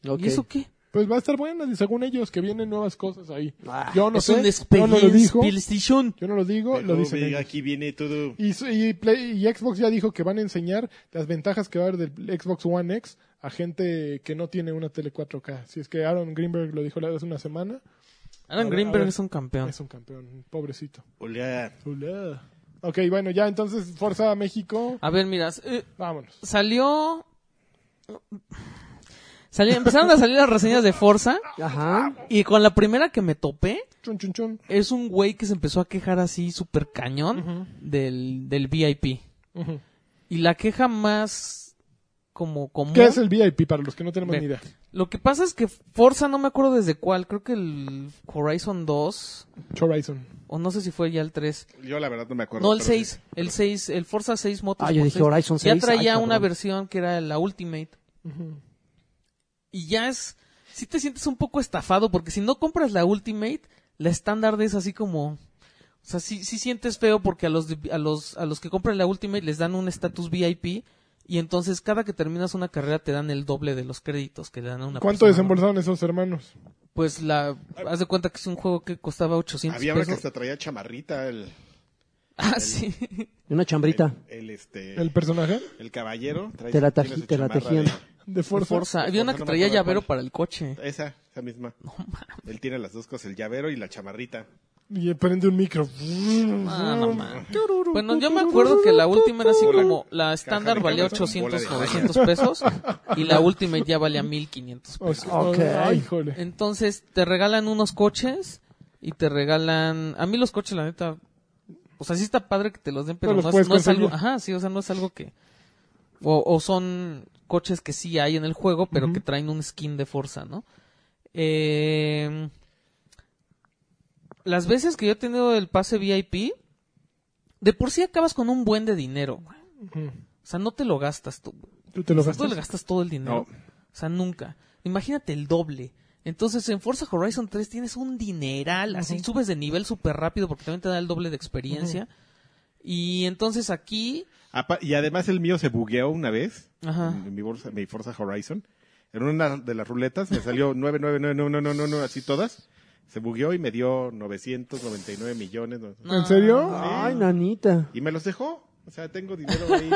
Ok.
¿Y eso qué?
Pues va a estar buena, y según ellos, que vienen nuevas cosas ahí.
Ah,
Yo no
es
sé,
un
yo no lo dijo,
PlayStation.
yo no lo digo, lo
Pero,
dicen
mira,
ellos.
aquí viene todo.
Y, su- y Play- y Xbox ya dijo que van a enseñar las ventajas que va a haber del Xbox One X a gente que no tiene una tele 4K. Si es que Aaron Greenberg lo dijo la- hace una semana,
Aaron
A ver, a
Greenberg
ver.
es un campeón.
es un campeón, pobrecito.
Hola.
Ok, bueno, ya entonces, Forza México,
A ver, miras, eh,
vámonos.
salió... salió- Empezaron a salir las reseñas de Forza
Ajá.
y con la primera que me topé
Chun, chun, chun.
es un güey que se empezó a quejar así súper cañón del, del VIP.
Ujú.
Y la queja más como común...
¿Qué es el VIP para los que no tenemos
Ve.
ni idea?
Lo que pasa es que Forza no me acuerdo desde cuál, creo que el Horizon 2
Horizon.
o no sé si fue ya el 3.
Yo la verdad no me acuerdo.
No, el
pero
6.
sí.
El 6, el Forza 6 Motos.
Ah, yo dije Horizon 6.
Ya traía
Ay,
una
cabrón.
versión que era la Ultimate.
Ujú.
Y ya es. Si te sientes un poco estafado, porque si no compras la Ultimate, la estándar es así como. O sea, sí, sí sientes feo porque a los, de- a, los, a los que compran la Ultimate les dan un estatus VIP. Y entonces cada que terminas una carrera te dan el doble de los créditos que le dan a una
¿Cuánto
persona.
desembolsaron esos hermanos?
Pues la. Haz de cuenta que es un juego que costaba 800
Había una que
pesos.
hasta traía chamarrita el,
Ah, sí.
Una chambrita.
el este
¿El personaje?
el caballero. trae-
Te la tají-
tiene su
te la
chamarra
tajían.
de-
De Forza.
Forza. Había una
Forza,
que
no me
traía
acuerdo
llavero
cuál.
para el coche.
Esa, esa misma. Él tiene las dos cosas, el llavero y la chamarrita.
Y prende un micro.
Ah, no mames. Bueno, yo me acuerdo que la última era así
Bola.
como la
Caja
estándar
de
valía
cambios con bola
800,
de
900 pesos y la Ultimate ya valía 1500.
O sea,
Ok.
Ay, jole.
Entonces te regalan unos coches y te regalan. A mí los coches, la neta. O sea, sí está padre que te los den, pero
No los
no, es,
puedes
no es algo.
conseguir.
Ajá, sí, o sea, no es algo que. O, o son coches que sí hay en el juego, pero
Ujú.
que traen un skin de Forza, ¿no? Eh, las veces que yo he tenido el pase VIP, de por sí acabas con un buen de dinero. güey.
Ujú.
O sea, no te lo gastas tú. güey.
Tú te lo
Tú
gastas.
le gastas todo el dinero. O sea, nunca. Imagínate el doble. Entonces, en Forza Horizon 3 tienes un dineral. Así subes de nivel súper rápido porque también te da el doble de experiencia. Y entonces aquí...
Apa- Y además el mío se bugueó una vez.
Ajá.
En mi, bolsa- mi Forza Horizon. En una de las ruletas me salió 999, no, no, no, no, no, así todas. Se bugueó y me dio 999 millones. no-
¿En serio?
Ay, nanita.
Y me los dejó. O sea, tengo dinero ahí.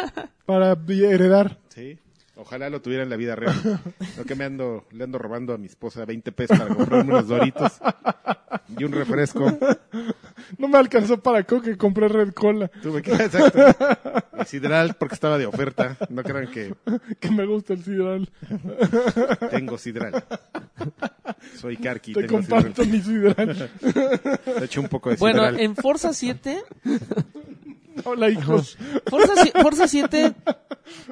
Para heredar.
Sí. Ojalá lo tuviera en la vida real. Lo que me ando, le ando robando a mi esposa 20 pesos para comprarme unos doritos y un refresco.
No me alcanzó para coca, compré Red Cola.
Tuve que, exacto. El sidral porque estaba de oferta. No crean que
Que me gusta el sidral.
tengo sidral. Soy carqui,
Te
tengo
comparto
sidral.
mi sidral.
Le eché un poco de
Bueno,
sidral.
en Forza 7
Hola, hijos.
Forza, si- Forza 7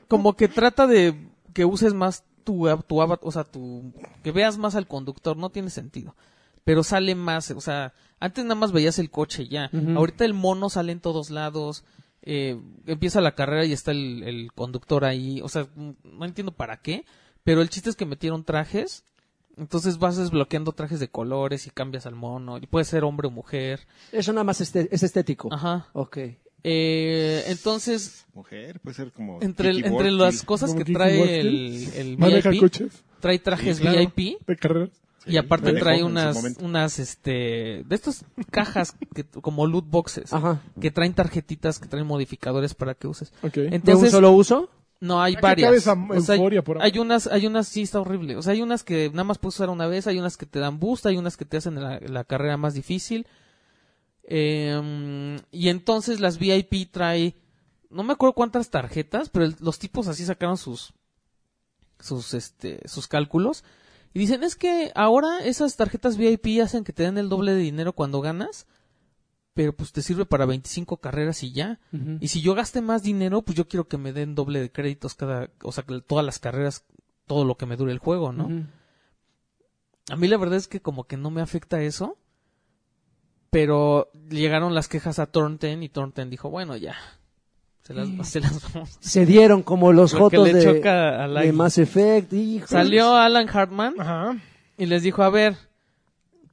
como que trata de que uses más tu, av- tu avatar, o sea, tu, que veas más al conductor, no tiene sentido. Pero sale más, o sea, antes nada más veías el coche y ya.
Ujú.
Ahorita el mono sale en todos lados. eh, empieza la carrera y está el, el conductor ahí. O sea, mm, no entiendo para qué. Pero el chiste es que metieron trajes. Entonces vas desbloqueando trajes de colores y cambias al mono. Y puede ser hombre o mujer.
Eso nada más este- es estético.
Ajá.
Ok.
Eh, entonces
Mujer, puede ser como.
entre, el-
Kiki
entre
Borghi.
las cosas
Como
que
Kiki
trae
Borghi.
el, el
Maneja
VIP,
coches
trae trajes
Sí, claro.
VIP
de carreras.
Sí,
y aparte
manejó en
trae
su
unas,
momento.
unas, este, de estas cajas que, como loot boxes,
Ajá.
que traen tarjetitas, que traen modificadores para que uses.
Ok.
¿De un
Entonces,
solo uso?
no, hay
Ya que
varias.
acabe esa
O sea, hay-
euforia por
hay
ahora.
unas, hay unas, sí, está horrible. O sea, hay unas que nada más puedes usar una vez, hay unas que te dan boost, hay unas que te hacen la, la carrera más difícil. Eh, y entonces las VIP trae, no me acuerdo cuántas tarjetas, pero el- los tipos así sacaron sus, sus, este, sus cálculos. Y dicen, es que ahora esas tarjetas VIP hacen que te den el doble de dinero cuando ganas, pero pues te sirve para 25 carreras y ya. Y si yo gaste más dinero, pues yo quiero que me den doble de créditos cada, o sea, que todas las carreras, todo lo que me dure el juego, ¿no?
Ujú.
A mí la verdad es que como que no me afecta eso, pero llegaron las quejas a Thornton y Thornton dijo, bueno, ya, se las, se las vamos.
Se dieron como los
Lo que
jotos
le
de,
choca a
de
Lagi.
Mass Effect. hijo.
Salió Alan Hartman
Ajá.
y les dijo, a ver,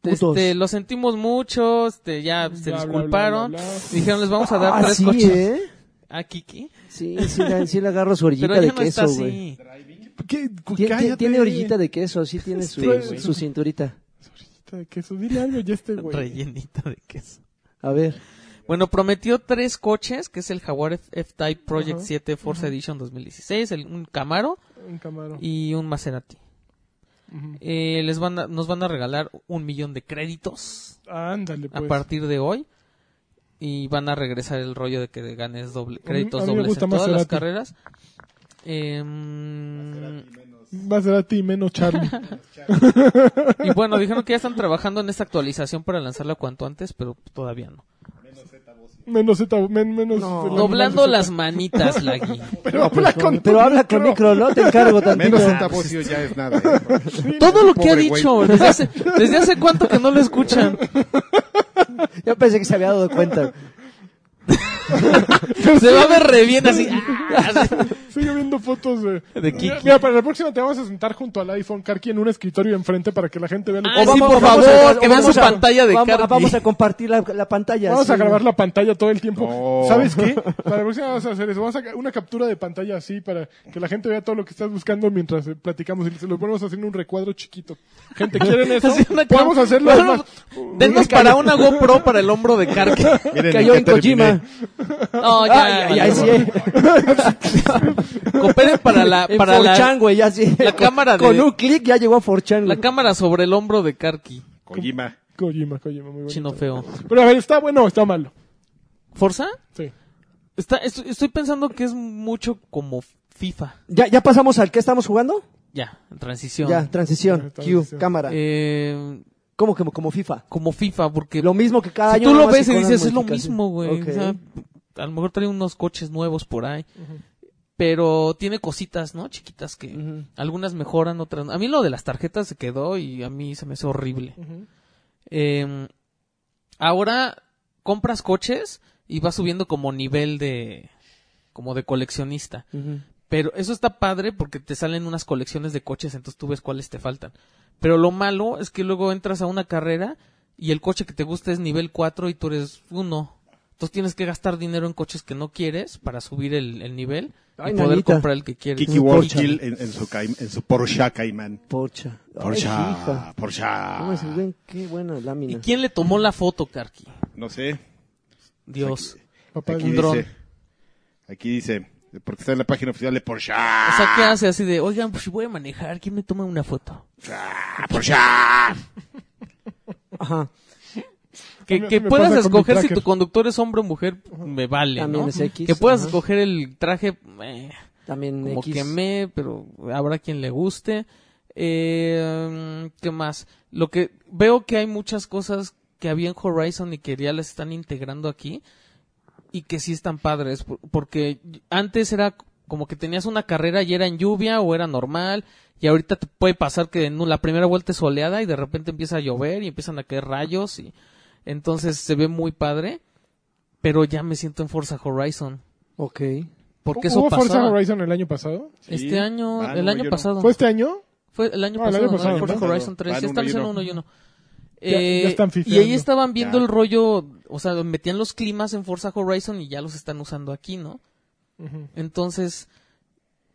Putos.
este, lo sentimos mucho, este, ya se
Bla, bla,
disculparon,
bla, bla, bla.
dijeron, les vamos a dar
Ah,
tres
sí,
coches
¿eh?
a Kiki,
Sí, sí, le- sí le agarro su orillita
pero ya
de
no está
queso, güey.
así.
¿Qué? Cu-
Tien-
Pues cállate.
tien- Tiene orillita de queso, sí tiene su,
Este, güey.
su cinturita.
Orillita de queso. Dile algo ya este güey.
rellenita de queso.
A ver.
Bueno, prometió tres coches, que es el Jaguar F- F-Type Project
Ajá.
7 Force Edition 2016, el- un Camaro
Un camaro.
y un Maserati.
Ujú.
Eh, les van a- nos van a regalar un millón de créditos
Ándale, pues.
a partir de hoy y van a regresar el rollo de que ganes doble
mí-
créditos
a mí me
dobles en
gusta
todas las
Maserati.
carreras. Em,
Va a ser a ti menos Charlie.
y bueno, dijeron que ya están trabajando en esta actualización para lanzarla cuanto antes, pero todavía no.
menos Z, men- menos.
No.
la-
Doblando las manitas, Lagui.
Pero habla
Pues,
con tu
pero habla con
micro.
micro, ¿no? Te encargo tantito.
Menos Santa Bocio ya es nada. ¿eh?
Todo lo que ha
Pobre güey.
dicho, desde hace, desde hace cuánto que no lo escuchan.
Yo pensé que se había dado cuenta.
Se va a ver re bien así. ¡ah!
Sigue viendo fotos de.
De Kiki.
Mira, mira, para la próxima te vamos a sentar junto al iPhone Karki en un escritorio enfrente para que la gente vea lo
Ah,
que-
sí,
vamos
por favor,
o
que vean
vamos
su pantalla de
vamos,
Cardi.
Vamos a compartir la, la pantalla.
Vamos a
sí.
grabar la pantalla todo el tiempo.
No.
¿Sabes qué? Para la próxima vamos a hacer eso. Vamos a sacar una captura de pantalla así para que la gente vea todo lo que estás buscando mientras eh, platicamos. Y se lo ponemos haciendo un recuadro chiquito. Gente, ¿quieren eso?
Así una cam-
Podemos hacerlo.
Bueno,
además.
Denos para una GoPro para el hombro de Karki.
Miren
Cayó
qué
en Kojima.
terminé.
No, Oh, ya.
Ay, ay, ay, sí, eh.
Cooperen para la,
En
para la,
4chan, güey, ya sí.
la cámara de-
Con un clic ya llegó a 4chan.
la
güey.
cámara sobre el hombro de Karki.
Kojima.
Kojima, Kojima, muy bueno.
Chino feo.
Pero a ver, ¿está bueno o está malo?
¿Forza?
Sí.
Está, estoy, estoy pensando que es mucho como FIFA.
¿Ya, ¿Ya pasamos al que estamos jugando?
Ya, transición.
Ya, transición.
Ya,
Q,
transición.
cámara.
Eh,
¿Como que como FIFA?
como FIFA, porque
Lo mismo que cada
si
año.
tú lo
nomás
ves
que
y
con
dices,
una
es lo
modificación".
mismo, güey.
Ok.
O sea, a lo mejor trae unos coches nuevos por ahí. Pero tiene cositas, ¿no? Chiquitas que
Ujú.
algunas mejoran, otras no. A mí lo de las tarjetas se quedó y a mí se me hizo horrible. Eh, ahora compras coches y vas subiendo como nivel de... como de coleccionista.
Ujú.
Pero eso está padre porque te salen unas colecciones de coches, entonces tú ves cuáles te faltan. Pero lo malo es que luego entras a una carrera y el coche que te gusta es nivel 4 y tú eres 1. Entonces tienes que gastar dinero en coches que no quieres para subir el, el nivel
Ay,
y poder
nanita.
comprar el que quieres.
Kiki
Un Porsche.
Warchill en, en su caim- en su Porsche Caimán.
Porsche. Ay,
Porsche.
hija.
Porsche.
No, ese güey, qué buena lámina.
¿Y quién le tomó la foto, Karki?
No sé.
Dios.
Papá,
Aquí
un dron.
dice. Aquí dice. Porque está en la página oficial de Porsche.
O sea,
¡Ah!
¿qué hace así de, oigan, pues voy a manejar, ¿quién me toma una foto?
Ah, Porsche.
Ajá.
A
Que,
mí
que
así me
puedas
pasa con mi
escoger si
tracker.
tu conductor es hombre o mujer, me vale,
También
¿no?
es X,
Que puedas
ajá.
escoger el traje... eh,
También
como
X.
que me, pero habrá quien le guste. Eh, ¿Qué más? Lo que veo que hay muchas cosas que había en Horizon y que ya las están integrando aquí. y que sí están padres, por- porque antes era como que tenías una carrera y era en lluvia o era normal, y ahorita te puede pasar que en la primera vuelta es soleada y de repente empieza a llover y empiezan a caer rayos y entonces se ve muy padre, pero ya me siento en Forza Horizon,
Ok.
porque
¿Hubo
eso pasó
Forza Horizon el año pasado?
este
Sí. Ah,
año,
Van
el
uno
año
y uno.
pasado.
¿Fue este año?
Fue el año
No, el
pasado,
año
¿no?
pasado,
El Forza
¿no?
Horizon 3.
Van
Ya
uno y
estamos en
uno.
uno y uno.
Ya- ya
Eh,
están
y ahí
fifeando.
estaban viendo
Ya.
el rollo, o sea, metían los climas en Forza Horizon y ya los están usando aquí, ¿no?
Ujú.
Entonces,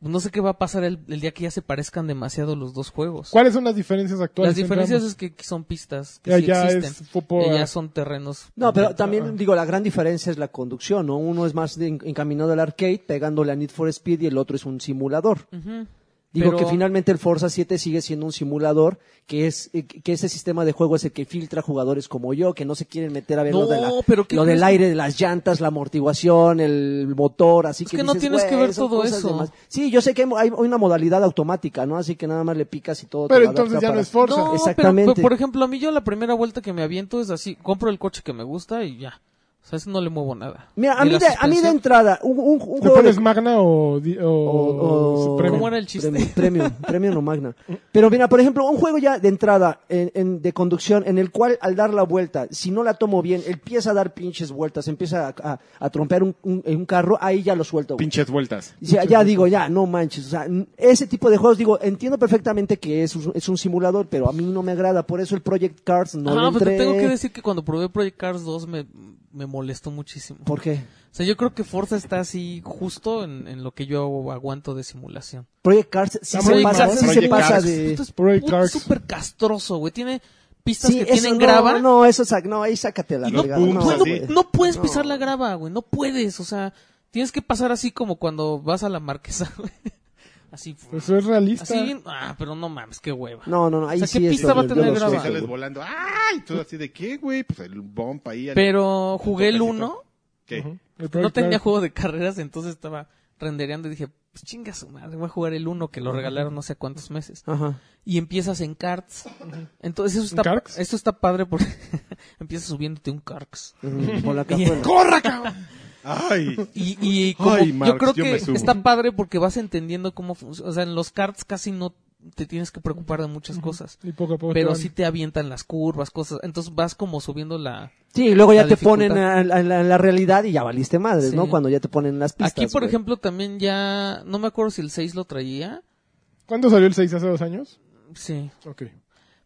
no sé qué va a pasar el, el día que ya se parezcan demasiado los dos juegos.
¿Cuáles son las diferencias actuales?
Las diferencias
entre
es que aquí son pistas, que
ambos?
sí
ya, ya
existen.
es fútbol.
y ya son terrenos.
No, pero también,
ah.
digo, la gran diferencia es la conducción, ¿no? Uno es más de- encaminado al arcade, pegándole a Need for Speed, y el otro es un simulador.
Ujú.
Digo
Pero-
que finalmente el Forza 7 sigue siendo un simulador, que es eh, que ese sistema de juego es el que filtra jugadores como yo, que no se quieren meter a ver
No,
lo, de la-
pero ¿qué
lo del
crees?
aire, de las llantas, la amortiguación, el motor, así
Es
que
que no
dices,
tienes que
"Güey,
ver
son
todo
cosas
eso".
de más". Sí, yo sé que hay, hay una modalidad automática, ¿no? Así que nada más le picas y todo. te
Pero
lo adapta
entonces ya no
para-
es Forza.
No,
Exactamente.
pero, pero, por ejemplo, a mí yo la primera vuelta que me aviento es así, compro el coche que me gusta y ya. O sea, eso no le muevo nada.
Mira, a
Ni
mí,
la
de, a mí de
suspensión.
entrada, un, un- un
¿Le
juego de-
pones Magna o, di- o,
o, o-
Supreme?
¿Cómo era el chiste?
Premium, premium, premium o magna. Pero mira, por ejemplo, un juego ya de entrada en- en- de conducción en el cual al dar la vuelta, si no la tomo bien, empieza a dar pinches vueltas, empieza a, a, a trompear un, un- un carro, ahí ya lo suelto. güey.
Pinches vueltas.
Ya, ya digo, ya, no manches. O sea, n- ese tipo de juegos, digo, entiendo perfectamente que es, un- es un simulador, pero a mí no me agrada. Por eso el Project Cars no
ah,
lo
pues te
entré.
tengo que decir que cuando probé Project Cars 2 me, me molestó muchísimo.
¿Por qué?
O sea, yo creo que Forza está así justo en, en lo que yo aguanto de simulación.
Project Cars sí
Ah,
se
Project
pasa,
Cars.
sí se
Project
pasa
Cars.
de...
Esto es
Project
put-
Cars.
súper castroso, güey. Tiene pistas que
eso
tienen
no,
grava.
No, eso, sac- no, ahí sácate la
y no,
verga, no,
pues, no-
güey.
no puedes pisar la grava, güey. No puedes, o sea, tienes que pasar así como cuando vas a la marquesa, güey. Así,
Pues,
Eso es realista.
así bien. Ah, pero no mames, qué hueva.
No, no, no, ahí
O sea,
sí
¿qué
es
pista va a
horrible,
tener
yo lo
Y
grava?
sé,
sales
güey.
volando. ¡Ay! Tú así de qué, güey. Pues el bomb ahí. al-
Pero jugué el
Toquecito.
1,
¿Qué?
Ujú. El
no
Project
tenía
Cars.
juego de carreras, entonces estaba rendereando y dije, pues chinga su madre, voy a jugar el 1 que lo regalaron no sé cuántos meses.
Ajá.
y empiezas en karts. Entonces eso
¿En
está,
karts?
eso está padre porque empiezas subiéndote un karts.
Ujú, Por la cajuela.
¡Corra, cabrón! ¡Ay!
Y, y como-
Ay,
yo
Marx,
creo
yo
que
me subo.
está padre porque vas entendiendo cómo funciona. O sea, en los karts casi no te tienes que preocupar de muchas cosas.
Y poco a poco te
Pero
van-
sí te avientan las curvas, cosas. Entonces vas como subiendo la...
Sí, y luego ya
La
te
dificultad.
ponen a- a la- en la, realidad y ya valiste madres,
Sí.
¿no? Cuando ya te ponen las pistas.
Aquí, por
güey.
ejemplo, también ya... No me acuerdo si el 6 lo traía.
¿Cuándo salió el 6 hace dos años?
Sí.
Ok.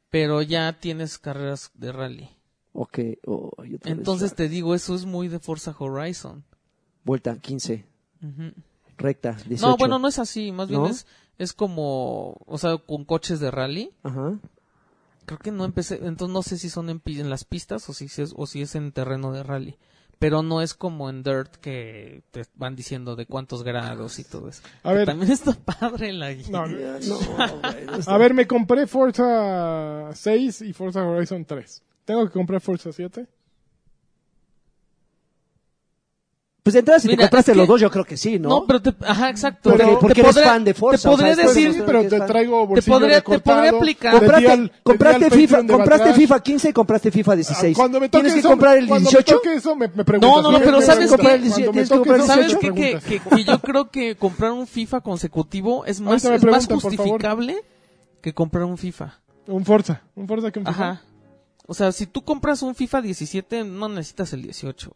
Pero ya tienes carreras de rally.
Ok. oh, y otra vez,
Entonces
ah,
te digo, eso es muy de Forza Horizon.
Vuelta 15,
Ujú.
recta, 18.
No, bueno, no es así. Más
¿No?
bien es, es como, o sea, con coches de rally.
Ajá.
Creo que no empecé, entonces no sé si son en, pi- en las pistas o si, si es, o si es en terreno de rally. Pero no es como en Dirt que te van diciendo de cuántos grados y todo eso.
A
Que
ver.
También está padre la guía.
No,
Ya, No, güey, no está-
A ver, me compré Forza 6 y Forza Horizon 3. ¿Tengo que comprar Forza 7?
Pues de entrada, si te
Mira,
compraste
es
los
que-
dos, yo creo que sí, ¿no?
No, pero te, ajá, exacto.
Porque-
Te-
porque
te
eres
podré-
fan de Forza,
Te podré
o sea, es-
decir,
Pues Sí,
no,
pero
no,
te
no,
traigo bolsillo
podría-
de
te podría
cortado,
aplicar.
te di
Compraste,
al- te di
compraste
al
FIFA,
Patreon de
compraste
atrás.
FIFA 15 y compraste FIFA
Ah,
16.
Cuando me toque
¿Tienes que
eso,
comprar el
cuando
18?
Me toque eso, me, me preguntas.
No, no, no,
Me
pero ¿sabes
preguntas.
qué?
Cuando me
Tienes que
toque
comprar el
eso, me
¿Sabes qué? Que,
preguntas.
que- que yo creo que comprar un FIFA consecutivo es más,
Ahorita me
es más
preguntan, por favor.
justificable que comprar un FIFA.
Un Forza. Un Forza que un FIFA.
Ajá. O sea, si tú compras un FIFA 17, no necesitas el 18.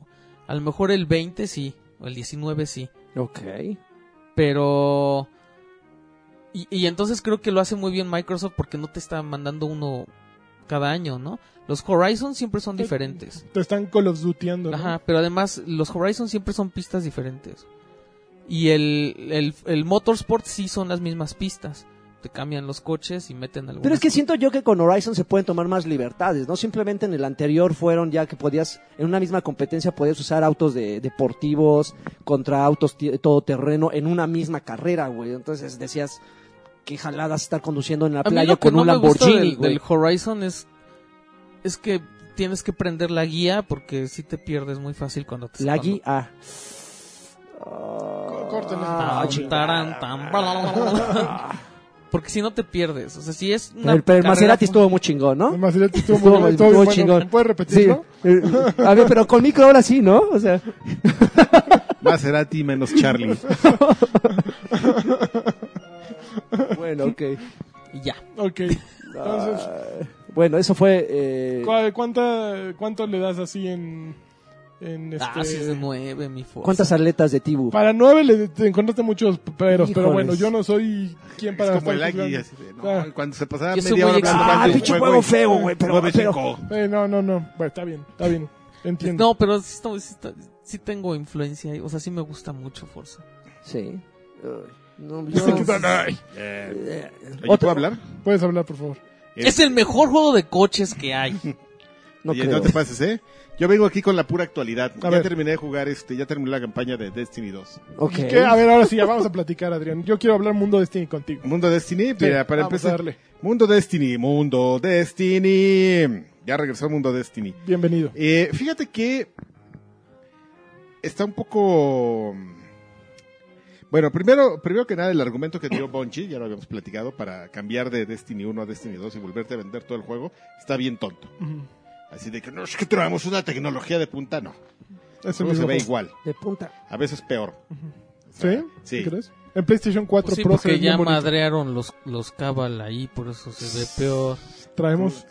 A lo mejor el 20 sí, o el 19 sí.
Ok.
Pero... Y, y entonces creo que lo hace muy bien Microsoft porque no te está mandando uno cada año, ¿no? Los Horizon siempre son diferentes.
Te están Call of Dutyando. ¿no?
Ajá, pero además los Horizon siempre son pistas diferentes. Y el, el, el Motorsport sí son las mismas pistas. Te cambian los coches y meten algunos.
Pero es que siento yo que con Horizon se pueden tomar más libertades, ¿no? Simplemente en el anterior fueron ya que podías, en una misma competencia podías usar autos de, deportivos contra autos ti- todoterreno en una misma carrera, güey. Entonces decías, qué jaladas estar conduciendo en la
A mí
playa
lo que
con
no
un
me gusta
Lamborghini,
del,
güey.
del Horizon es es que tienes que prender la guía porque si te pierdes muy fácil cuando te
La
cuando-
guía, ah. Ah,
córtale.
ah,
Tan,
chingada.
taran, tan, blablabla. porque si no te pierdes, o sea, si es una
Pero el- pero el
carrera-
Maserati estuvo muy chingón, ¿no?
Además, ya te estuvo
Estuvo-
muy-
estuvo
estuvo muy
chingón.
bueno. ¿Puedes
Sí.
repetirlo?
Eh, A ver, pero con micro ahora sí, ¿no? O sea.
Más Cerati menos Charlie.
Bueno, ok.
Y ya.
Ok. Entonces,
Ah, bueno, eso fue... eh,
¿cu- cuánta, ¿cuánto le das así en... en este...
Ah, sí se mueve mi fuerza.
¿Cuántas aletas de Tibu?
Para nueve le te encontraste muchos peros, pero
Híjoles.
bueno, yo no soy quien
es
para...
como el
estar
Agui,
juzgando. Ah.
así de, no,
Claro.
cuando se pasaba
Yo soy
media hora
muy
hablando
exigente.
de
Ah,
un
pinche juego, feo, güey, pero...
nueve,
pero-
cinco.
Eh, no, no, no. Bueno, está bien, está bien. Entiendo.
No, pero sí, estoy- sí está- sí tengo influencia. O sea, sí me gusta mucho Forza.
Sí. Ay, no,
Dice que
yo-
tan- ay.
Eh,
Eh,
¿oye,
otra-
¿Puedo hablar?
Puedes hablar, por favor.
Eh,
Este
Es el mejor juego de coches que hay.
No
Oye,
creo.
no te pases, ¿eh? Yo vengo aquí con la pura actualidad. ya
ver.
terminé de jugar, este, ya terminé la campaña de Destiny 2.
Ok.
¿Qué? A ver, ahora sí, ya vamos a platicar, Adrián. Yo quiero hablar Mundo Destiny contigo.
Mundo Destiny, mira, para
vamos a
empezar.
darle.
Mundo Destiny, Mundo Destiny. Ya regresó Mundo Destiny.
Bienvenido.
Eh, fíjate que está un poco... Bueno, primero, primero que nada, el argumento que dio Bungie, ya lo habíamos platicado, para cambiar de Destiny 1 a Destiny 2 y volverte a vender todo el juego, está bien tonto.
Ujú.
Así de que no, es que traemos una tecnología de punta, no.
Es
El juego
el
se
mismo
ve
juego.
igual,
De punta.
a veces peor. O sea,
¿Sí?
Sí.
¿Crees? En PlayStation 4
Pues sí,
Pro se ve
porque
bien
ya
bonito.
madrearon los, los Cabal ahí, por eso se ve peor.
Traemos.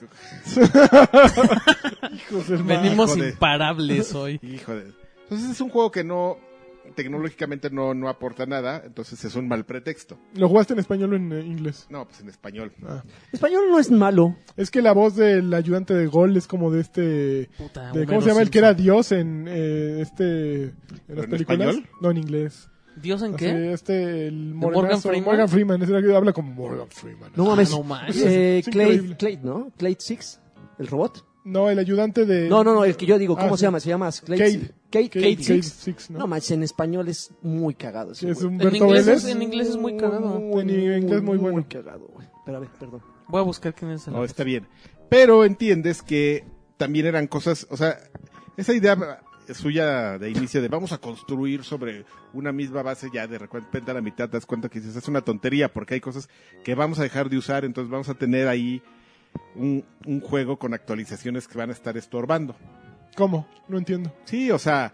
Hijos del mar.
Venimos
joder.
imparables hoy.
Hijo de... Entonces es un juego que no, tecnológicamente no, no aporta nada, entonces es un mal pretexto.
¿Lo jugaste en español o en eh, inglés?
No, pues en español.
Ah.
Español no es malo.
Es que la voz del ayudante de gol es como de este.
Puta,
de-
Homero
¿Cómo se llama el que era
Simpson.
Dios en eh, este. En las
en
películas?
español?
No, en inglés.
¿Dios en
Así,
qué?
este, el
Morgan
morenazo,
Freeman?
Morgan Freeman. ese era que habla como Morgan Freeman.
No
Ah,
mames.
no manches.
Eh,
Es
Clay,
increíble.
Clay, ¿no? Clay Six, el robot.
No, el ayudante de.
No, no, no, el que yo digo, ¿cómo
Ah,
se
sí.
llama? Se llama Clay
Cade.
Six. Cade,
Cade-
Cade
Cade
Six.
Six, ¿no?
¿no? manches, en español es muy cagado. ese
Sí, es
güey.
En
Humberto
inglés es-
Vélez.
Pues en inglés es muy cagado.
Muy,
En inglés muy bueno.
Muy cagado, güey. Pero a ver, perdón.
Voy a buscar quién es el
No,
otro.
está bien. Pero entiendes que también eran cosas, o sea, esa idea suya de inicio de vamos a construir sobre una misma base ya de repente a la mitad te das cuenta que dices es una tontería porque hay cosas que vamos a dejar de usar entonces vamos a tener ahí un, un juego con actualizaciones que van a estar estorbando
¿Cómo? No entiendo.
sí o sea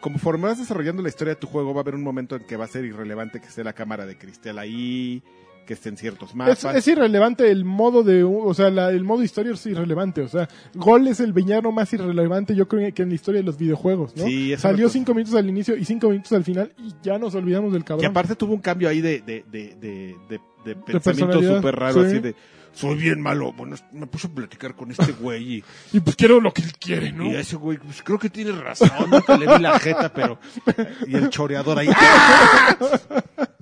conforme vas desarrollando la historia de tu juego va a haber un momento en que va a ser irrelevante que esté la cámara de cristal ahí que estén ciertos mapas
Es, es irrelevante el modo de, u- o sea, la- el modo historia es irrelevante, o sea, Gol es el villano más irrelevante yo creo que en la historia de los videojuegos, ¿no?
Sí, eso
Salió
me-
cinco minutos al inicio y cinco minutos al final y ya nos olvidamos del
Y
cabrón.
aparte tuvo un cambio ahí de, de, de, de, de- de pensamiento
personalidad,
súper raro,
sí.
así de, soy bien malo, bueno, es- me puse a platicar con este güey y,
Y pues quiero lo que él quiere, ¿no?
y ese güey, pues creo que tiene razón, que le vi la jeta, pero... Y el choreador ahí,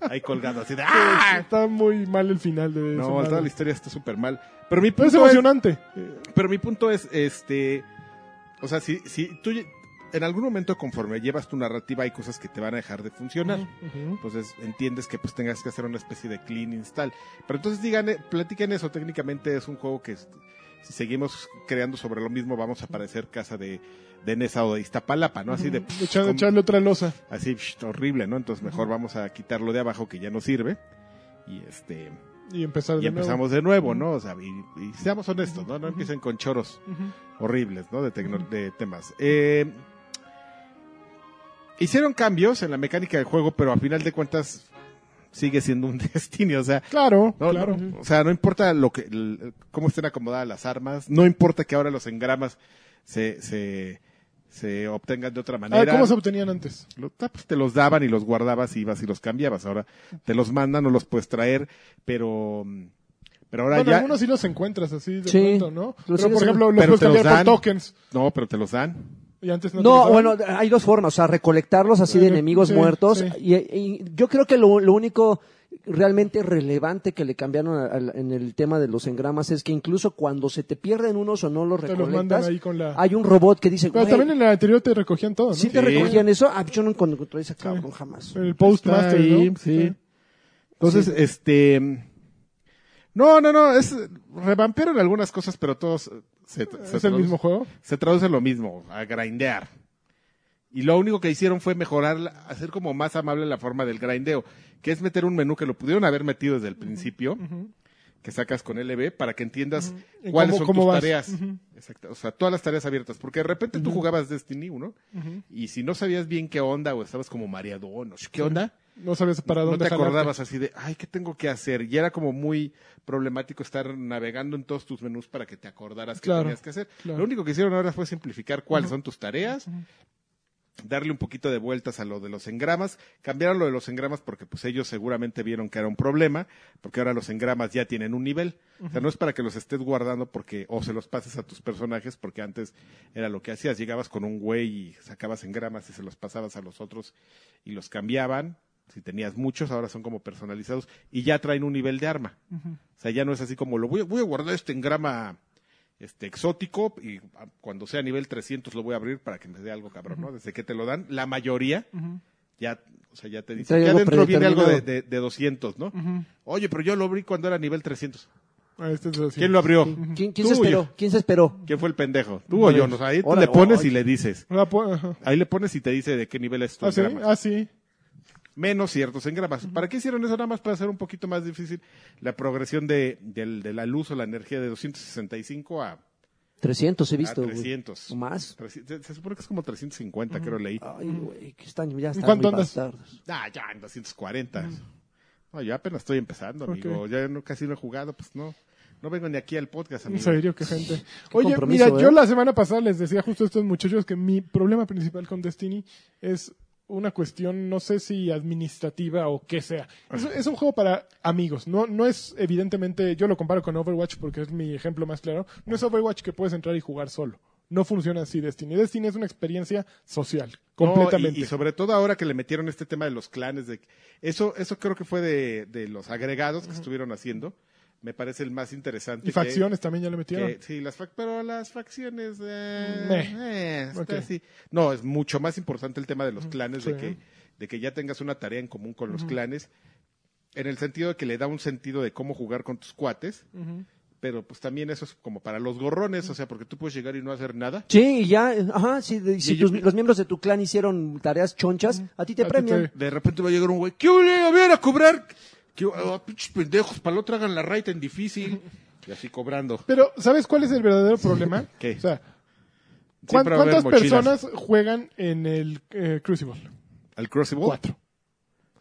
ahí colgado, así de, ¡ah!
Está muy mal el final de esa
No,
madre.
toda la historia está Pues, súper mal. Pero mi
Pero es
punto es,
emocionante.
pero mi punto es, este, o sea, si, si tú... lle- En algún momento, conforme llevas tu narrativa, hay cosas que te van a dejar de funcionar.
Ujú.
Entonces entiendes que pues tengas que hacer una especie de clean install. Pero entonces digan, eh, platiquen eso, técnicamente es un juego que es- si seguimos creando sobre lo mismo vamos a parecer casa de, de Nesa o de Iztapalapa, ¿no? Así de... psh,
Echa-
como-
echarle otra losa.
así psh, horrible, ¿no? Entonces mejor vamos a quitarlo de abajo que ya no sirve. Y este
Y empezar
y
de nuevo.
empezamos de nuevo, ¿no? O sea, y, y seamos honestos, ¿no? No empiecen con choros
Ujú.
horribles, ¿no? De, tecno- de temas. Eh, hicieron cambios en la mecánica del juego, pero a final de cuentas sigue siendo un destino. O sea,
Claro,
no,
claro.
no, o sea, no importa lo que, el- cómo estén acomodadas las armas, no importa que ahora los engramas se, se, se obtengan de otra
Ah,
manera.
¿Cómo se obtenían antes?
Lo- ah, pues te los daban y los guardabas y ibas y los cambiabas. Ahora te los mandan o los puedes traer, pero, pero ahora
Bueno,
ya.
algunos sí los encuentras así de
Sí.
pronto, ¿no?
Los
Pero, por
sigues-
ejemplo, los
Pero
puedes
te los
cambiar
dan.
por tokens.
No, pero te los dan.
Y antes no, te los
No,
daban.
bueno, hay dos formas, o sea, recolectarlos así de
Bueno,
enemigos
sí,
muertos.
sí.
Y, y yo creo que lo, lo único realmente relevante que le cambiaron a- al- en el tema de los engramas es que incluso cuando se te pierden unos o no los
Te los mandan
recolectas,
ahí con la-
hay un robot que dice,
Pero
"Güey,
también en el anterior te recogían todo, ¿no?
¿sí te
Sí.
recogían eso? Ah, yo no encontré ese cabrón jamás.
El postmaster,
Está ahí,
¿no?
sí. Entonces, este. No, no, no, es. Revampieron algunas cosas, pero todos. eh, Se, se
¿Es el
traduce-
mismo juego?
Se traduce lo mismo, a grindear. Y lo único que hicieron fue mejorar, la- hacer como más amable la forma del grindeo, que es meter un menú que lo pudieron haber metido desde el principio, que sacas con LB para que entiendas
Y
cuáles
cómo-
son
cómo
tus
vas.
tareas.
Ujú.
Exacto, o sea, todas las tareas abiertas, porque de repente tú jugabas Destiny 1 y si no sabías bien qué onda o estabas como mareadón o qué onda,
No sabías para
no
dónde
te
jalarte.
acordabas así de, ay, ¿qué tengo que hacer? Y era como muy problemático estar navegando en todos tus menús para que te acordaras qué
Claro,
tenías que hacer.
claro.
Lo único que hicieron ahora fue simplificar cuáles son tus tareas, darle un poquito de vueltas a lo de los engramas, cambiaron lo de los engramas porque pues ellos seguramente vieron que era un problema, porque ahora los engramas ya tienen un nivel. O sea, no es para que los estés guardando porque o se los pases a tus personajes porque antes era lo que hacías, llegabas con un güey y sacabas engramas y se los pasabas a los otros y los cambiaban. Si tenías muchos, ahora son como personalizados y ya traen un nivel de arma. O sea, ya no es así como lo voy a, voy a guardar este engrama este exótico y ah, cuando sea nivel 300 lo voy a abrir para que me dé algo cabrón, ¿no? Desde que te lo dan, la mayoría ya, o sea, ya te dicen,
Trae
ya
algo
dentro viene algo de,
predeterminado.
de- de 200, ¿no? Oye, pero yo lo abrí cuando era nivel 300.
Ah, este es así.
¿Quién lo abrió?
¿Quién, quién
Tú
se
o yo.
esperó? ¿Quién se esperó?
¿Quién fue el pendejo? Tú o yo, no, O sea, ahí tú
Órale,
le pones
oye.
y le dices.
Ah, po- ajá.
Ahí le pones y te dice de qué nivel es tu
Ah, sí,
engrama.
ah, sí.
menos ciertos engramas. ¿Para qué hicieron eso? Nada más para hacer un poquito más difícil la progresión de, del- de la luz o la energía de 265 a, a Ah,
300 he visto, güey.
300.
¿O más?
300. Se, se supone que es como 350, creo leí.
Ay, güey, que están ya están
cuánto
muy
andas?
bastardos.
Ah, ya en 240. No, yo apenas estoy empezando, amigo. Ya no, casi no he jugado, pues no. No vengo ni aquí al podcast,
En
amigo.
serio, qué gente. Oye, mira,
compromiso, ¿eh?
yo la semana pasada les decía justo a estos muchachos que mi problema principal con Destiny es una cuestión, no sé si administrativa o qué sea. Es, es un juego para amigos. No, no es, evidentemente, yo lo comparo con Overwatch porque es mi ejemplo más claro. No es Overwatch que puedes entrar y jugar solo. No funciona así Destiny. Destiny es una experiencia social,
No,
completamente.
y, y sobre todo ahora que le metieron este tema de los clanes, de eso, eso creo que fue de, de los agregados que estuvieron haciendo. Me parece el más interesante.
Y
que-
facciones también ya le metieron.
Que- sí, las fac- pero las facciones. eh,
Mm, Meh.
eh, está
Ok. Mm,
así. No, es mucho más importante el tema de los clanes, de,
sí.
que, de que ya tengas una tarea en común con los clanes, en el sentido de que le da un sentido de cómo jugar con tus cuates, pero pues también eso es como para los gorrones, o sea, porque tú puedes llegar y no hacer nada.
Sí, y ya, ajá, sí, de- si
yo-
tus- los miembros de tu clan hicieron tareas chonchas, a ti
A
te
ti
premian.
te-
De repente va a llegar un güey, ¿qué ole? A ver, a cobrar. ¿Qué, ah, pinches pendejos, para lo tragan la raid en difícil. Y así cobrando.
Pero, ¿sabes cuál es el verdadero problema?
¿Qué?
O sea, ¿cuán-
Siempre va a haber
¿cuántas
mochilas.
personas juegan en el eh, Crucible?
Al Crucible.
Cuatro.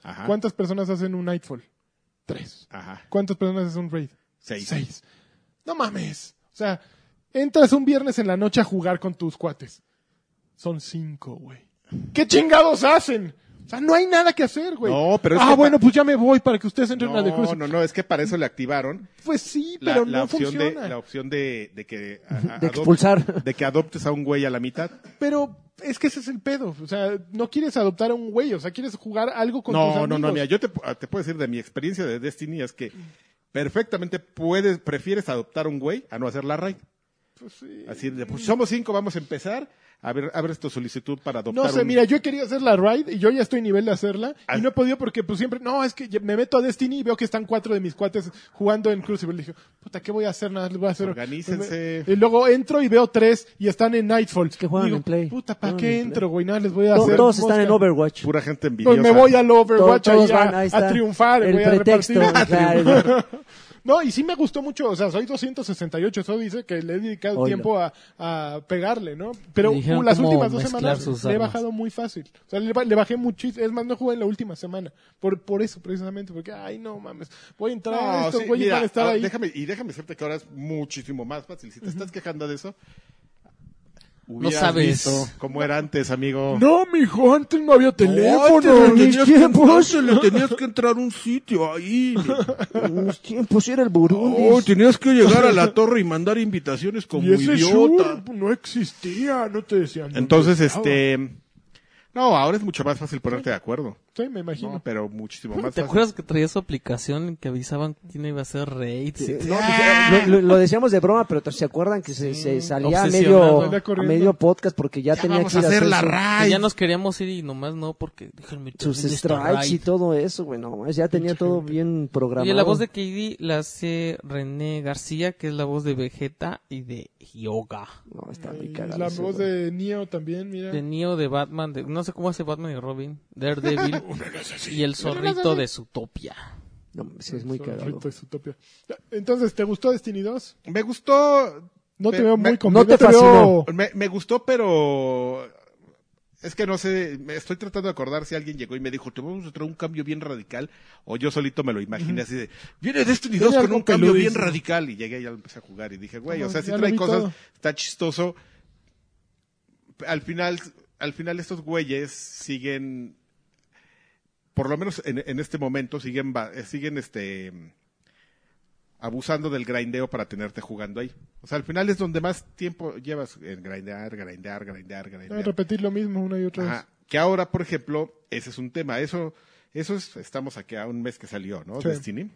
Ajá.
¿Cuántas personas hacen un Nightfall? Tres.
Ajá.
¿Cuántas personas hacen un raid?
Seis.
No mames. O sea, entras un viernes en la noche a jugar con tus cuates. Son cinco, güey. ¿Qué chingados hacen? O sea, no hay nada que hacer, güey.
No, pero es
Ah,
que
bueno, pues ya me voy para que ustedes entren a The
No,
Crucible.
no, no, es que para eso le activaron
Pues sí,
la,
pero
la
no
opción de
funciona.
la opción de, de que a- a- adop-
expulsar.
de que adoptes a un güey a la mitad
Pero es que ese es el pedo. O sea, no quieres adoptar a un güey. O sea, quieres jugar algo con tus
no
amigos.
no no mira yo te, pu- ah, te puedo decir de mi experiencia de Destiny es que perfectamente puedes prefieres adoptar a un güey a no hacer la raid
Pues sí.
así de pues somos cinco vamos a empezar a ver abres tu solicitud para adoptar
No sé,
un-
mira, yo he querido hacer la raid y yo ya estoy a nivel de hacerla
Ah.
y no he podido porque pues siempre, no, es que ya- me meto a Destiny y veo que están cuatro de mis cuates jugando en Crucible. Dije, puta, ¿qué voy a hacer? Nada, les voy a hacer.
Organícense.
Y luego entro y veo tres y están en Nightfall.
que juegan
Digo,
en Play.
Puta,
Juegan
¿para qué
en
entro, güey? Nada, les voy a
To-
hacer.
todos están en
mosca.
Overwatch.
pura gente envidiosa
Pues me voy al Overwatch
To- todos
ahí a,
van, ahí
a
está.
triunfar,
El
güey, a
pretexto,
repartir.
claro.
No, y sí me gustó mucho, o sea, soy 268, eso dice que le he dedicado
Oilo.
tiempo a, a pegarle, ¿no? Pero
Le dijeron
uh, las
cómo
últimas dos
mezclar
semanas
sus
le he
armas.
bajado muy fácil. O sea, le, ba- le bajé muchísimo, es más, no jugué en la última semana. Por, por eso, precisamente, porque, ay, no mames, voy a entrar a
No,
estos
sí,
güeyes
mira,
van a estar
ah,
ahí.
déjame y déjame decirte que ahora es muchísimo más fácil si te estás quejando de eso
No
hubieras
sabes.
visto cómo era antes amigo
No, mijo, antes no había
No,
teléfono,
antes
ni
tenías que
tiempos.
entrar, le tenías que entrar a un sitio ahí.
En mis tiempos era el Burundi.
Oh, tenías que llegar a la torre y mandar invitaciones como
Y ese
idiota.
Shure no existía, no te decían. dónde
Entonces,
estaba.
este. No, ahora es mucho más fácil ponerte de acuerdo.
Sí, me imagino.
No, pero muchísimo más
¿Te
fácil.
acuerdas que traía su aplicación que avisaban quién iba a hacer raids? y-
No, pues, lo, lo- lo decíamos de broma, pero ¿se acuerdan que se, se salía a
Obsesionado.
medio,
Salía
a
corriendo.
medio podcast porque ya,
Ya
tenía
vamos
que
a
ir
hacer la
su-
que
raid.
ya nos queríamos ir y nomás no, porque déjenme
sus
terminar esta
strikes
raid.
y todo eso, güey, no, mames, ya tenía todo bien programado.
Oye, la voz de KD la hace René García, que es la voz de Vegeta y de Yoga.
No, está muy
Y
cagado
la
ese,
voz
güey.
de Neo también, mira.
De Neo, de Batman, de- no sé cómo hace Batman y Robin, Daredevil y el zorrito de Zootopia.
No, sí, es muy
Eso,
cagado.
ahorita es utopia. Entonces, ¿te gustó Destiny 2?
Me gustó.
No te
pe-
veo muy
me-
convencido.
no te fascinó.
Me, me gustó, pero es que no sé, me estoy tratando de acordar si alguien llegó y me dijo, te vamos a mostrar un cambio bien radical, o yo solito me lo imaginé así de, viene Destiny 2 con
algo
un cambio bien
peludísimo.
radical, y llegué y ya lo empecé a jugar, y dije, güey, o
No,
sea, si
ya lo
trae
vi
cosas,
todo.
está chistoso. Al final, al final estos güeyes siguen, por lo menos en, en este momento, siguen, ba- eh, siguen este abusando del grindeo para tenerte jugando ahí. O sea, al final es donde más tiempo llevas en grindear, grindear, grindear,
Eh,
grindear.
repetir lo mismo una y otra vez.
Ajá. Que ahora, por ejemplo, ese es un tema. Eso, eso es, estamos aquí a un mes que salió, ¿no?
Sí.
Destiny.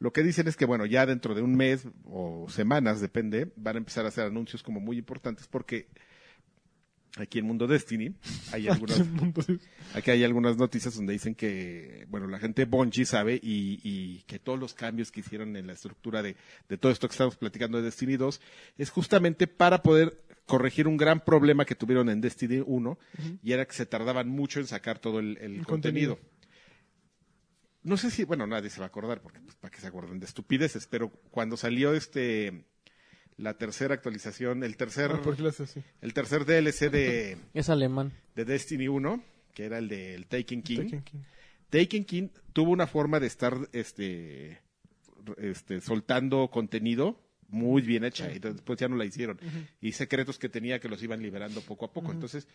Lo que dicen es que, bueno, ya dentro de un mes o semanas, depende, van a empezar a hacer anuncios como muy importantes porque aquí en Mundo Destiny hay algunas,
Entonces,
Aquí hay algunas noticias donde dicen que, bueno, la gente Bungie sabe y, y que todos los cambios que hicieron en la estructura de, de todo esto que estamos platicando de Destiny 2 es justamente para poder corregir un gran problema que tuvieron en Destiny 1 y era que se tardaban mucho en sacar todo el, el
El contenido.
contenido. No sé si, bueno, nadie se va a acordar porque pues, para que se acuerden de estupideces, pero cuando salió este la tercera actualización, el tercer
ah, ¿por qué lo haces así?
el tercer DLC de
Es alemán.
de Destiny 1, que era el del Taken King.
Taken
Taken.
King.
King tuvo una forma de estar este, este, soltando contenido muy bien hecha, y después ya no la hicieron. Y secretos que tenía que los iban liberando poco a poco. Entonces,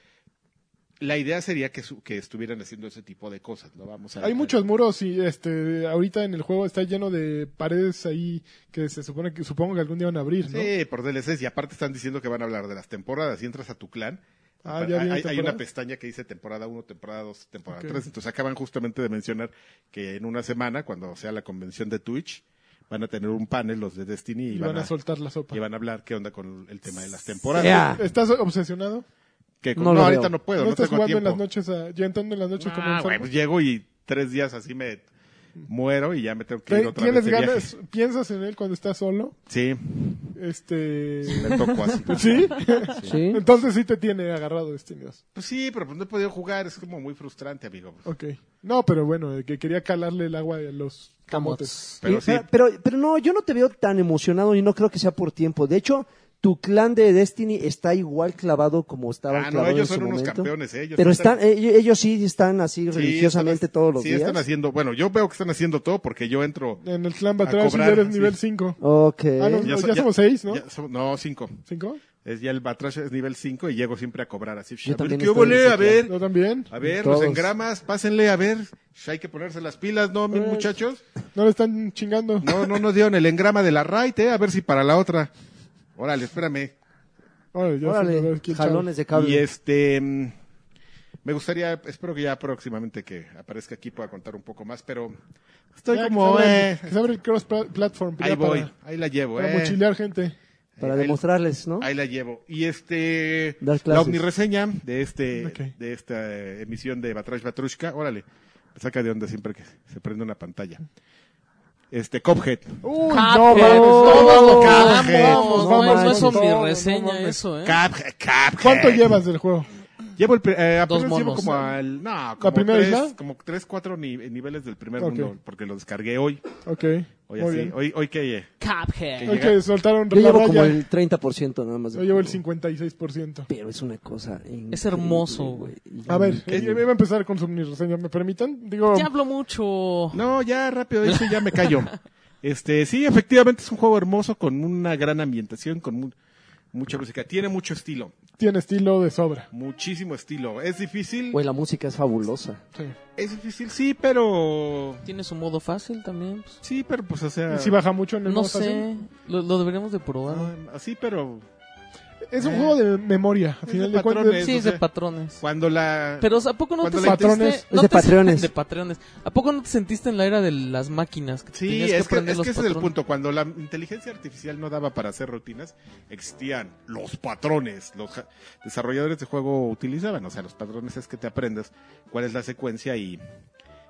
la idea sería que, su- que estuvieran haciendo ese tipo de cosas, ¿no? Vamos a
Hay muchos muros y este ahorita en el juego está lleno de paredes ahí que se supone que supongo que algún día van a abrir, ¿no?
Sí, por DLCs, y aparte están diciendo que van a hablar de las temporadas. Si entras a tu clan,
Ah,
hay-
¿ya viene
hay, hay
temporada?
una pestaña que dice temporada 1, temporada 2, temporada
Ok.
3. Entonces acaban justamente de mencionar que en una semana, cuando sea la convención de Twitch, van a tener un panel los de Destiny y,
y van a, soltar la sopa.
y van a hablar qué onda con el tema de las temporadas.
Ea.
¿Estás obsesionado?
Que con-
No
no,
lo veo.
ahorita no puedo,
¿No,
no,
estás
tengo tiempo.
jugando en las noches? a- yo entrando en las noches
Ah,
como enfermo?
güey, pues llego y tres días así me muero y ya me tengo que ir
¿Te-
otra vez
¿Tienes
de
ganas?
viaje.
¿Piensas en él cuando estás solo?
Sí,
Este...
me tocó así.
¿Sí?
¿Sí?
Entonces sí te tiene agarrado este, Destiny 2.
Pues sí, pero pues no he podido jugar, es como muy frustrante, amigo.
Ok. No, pero bueno, eh, que quería calarle el agua a los camotes.
Pero
Y- ah,
sí,
pero, pero, pero no, yo no te veo tan emocionado y no creo que sea por tiempo. De hecho, tu clan de Destiny está igual clavado como estaba
Ah, no,
clavado
ellos
en su
son unos
momento.
campeones, eh, ellos
pero
están-
están, ellos, ellos sí están así
Sí,
religiosamente
están-
todos los
sí,
días.
están haciendo, bueno, yo veo que están haciendo todo porque yo entro.
En el clan
A
Batrash ya
cobrar,
eres
sí.
nivel 5.
Ok.
Ah, no, ya,
so-
somos 6, ¿no?
ya somos- no, cinco.
¿5?
Es ya el Batrash es nivel 5 y llego siempre a cobrar así.
Yo
a ver,
también
¿qué
estoy
hubo,
en
le?
ese
A ver,
Yo también.
a ver,
Todos.
los engramas, pásenle, a ver. Hay que ponerse las pilas, ¿no, mis
Eh.
muchachos?
No le están chingando.
No, no nos dieron el engrama de la right, eh, a ver si para la otra. Órale, espérame.
Órale, ya se me va
Órale,
aquí el
jalones de
Y
cable.
este. mm, Me gustaría, espero que ya próximamente que aparezca aquí pueda contar un poco más, pero estoy
chavo. Ya,
como,
que se abre,
eh,
que se abre el cross pla- platform.
ahí
ya para-
voy, ahí la llevo,
Para
eh.
mochilear gente.
Para
Ahí-
demostrarles, ¿no?
Ahí la llevo. Y este
Dar
la
clases.
omnireseña de este
Ok.
de esta eh, emisión de Batrash Batrushka, órale, me saca de onda siempre que se prende una pantalla. Este Cophead.
¡Uy,
Cuphead.
Ah, pues, no,
Vamos,
vamos,
Cuphead.
vamos, vamos,
No, es
vamos,
más
vamos,
omnireseña
no mames.
eso, ¿eh?
Cap, Cuphead.
¿Cuánto llevas del juego?
Llevo el pri- eh, apenas
Dos
llevo
monos.
como al no, como
primera
tres,
isla?
como tres cuatro ni- niveles del primer
Ok.
mundo porque lo descargué hoy.
Ok.
Hoy
muy
así,
bien.
hoy hoy que eh,
Cuphead.
Hoy que soltaron
Yo
la
llevo como
raya.
el 30% nada más.
Yo llevo el 56%.
Pero es una cosa. increíble,
hermoso,
A ver, eh,
increíble.
iba a empezar con su omnireseña. ¿Me permitan? Digo,
Ya hablo mucho.
No, ya rápido, eso ya me callo. Este, sí, efectivamente es un juego hermoso con una gran ambientación, con mu- mucha música, tiene mucho estilo.
tiene estilo de sobra.
Muchísimo estilo. Es difícil.
Güey, la música es fabulosa.
Sí.
Es difícil, sí, pero.
Tiene su modo fácil también. pues.
Sí, pero pues, o sea.
¿Y si baja mucho en el
No
modo fácil?
sé. Lo, lo deberíamos de probar.
no, así, pero.
Es un juego de memoria. Al
de
final de cuentas,
patrones.
Sí, es de
o sea,
patrones.
Cuando la.
Pero, o sea, ¿a poco no te
Cuando
sentiste...
la
patrones-
no
Es de
te-
patrones.
De patrones. ¿A poco no te sentiste en la era de las máquinas? Que
Sí,
tenías
es que,
aprender
es
los
que ese es el
patrones?
punto. Cuando la inteligencia artificial no daba para hacer rutinas, existían los patrones. Los ja- desarrolladores de juego utilizaban. O sea, los patrones es que te aprendas cuál es la secuencia y,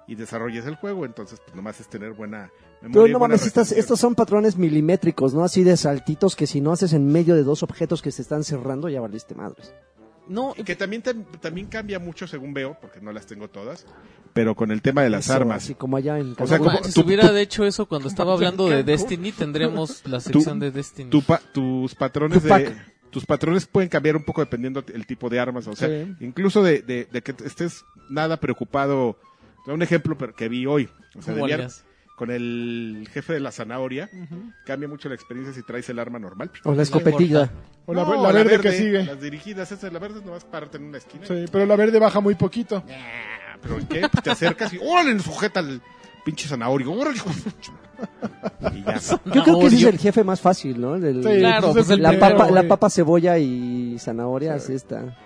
y desarrolles el juego. Entonces, pues nomás es tener buena memoria.
Pero
y
no
buena
mames, estas-
retención.
estos son patrones milimétricos, ¿no? Así de saltitos que si no haces en medio de dos objetos que se están cerrando, ya valiste madres.
No,
Que también, tam- también cambia mucho según veo, porque no las tengo todas, pero con el tema de las
Eso,
armas.
Así como allá en
O sea,
no
Cancún.
como-
manches,
tú-
si hubiera
tú-
hecho eso cuando estaba hablando de
Cancún.
Destiny, tendríamos la sección de Destiny.
Tu pa- tus patrones
Tupac.
de- tus patrones pueden cambiar un poco dependiendo el tipo de armas, o sea,
Sí.
incluso de, de- de que estés nada preocupado. Te doy Un ejemplo pero que vi hoy, o sea, de
¿Cómo
mi ar-
harías?
con el jefe de la zanahoria, cambia mucho la experiencia si traes el arma normal.
O la escopetilla.
O la,
No,
la verde, que sigue.
Las dirigidas, esas, la verde nomás pararte en una esquina.
Sí, pero la verde baja muy poquito.
Ah, Pero ¿qué? Pues te acercas y órale, sujeta al pinche zanahoria. Órale, hijo de su ch- Y ya.
Yo creo que ese es
Zanahoria.
el jefe más fácil, ¿no? El- el-
Sí,
Claro,
pues es
pues el
la,
primero,
papa,
güey.
la papa, cebolla y zanahoria, así está.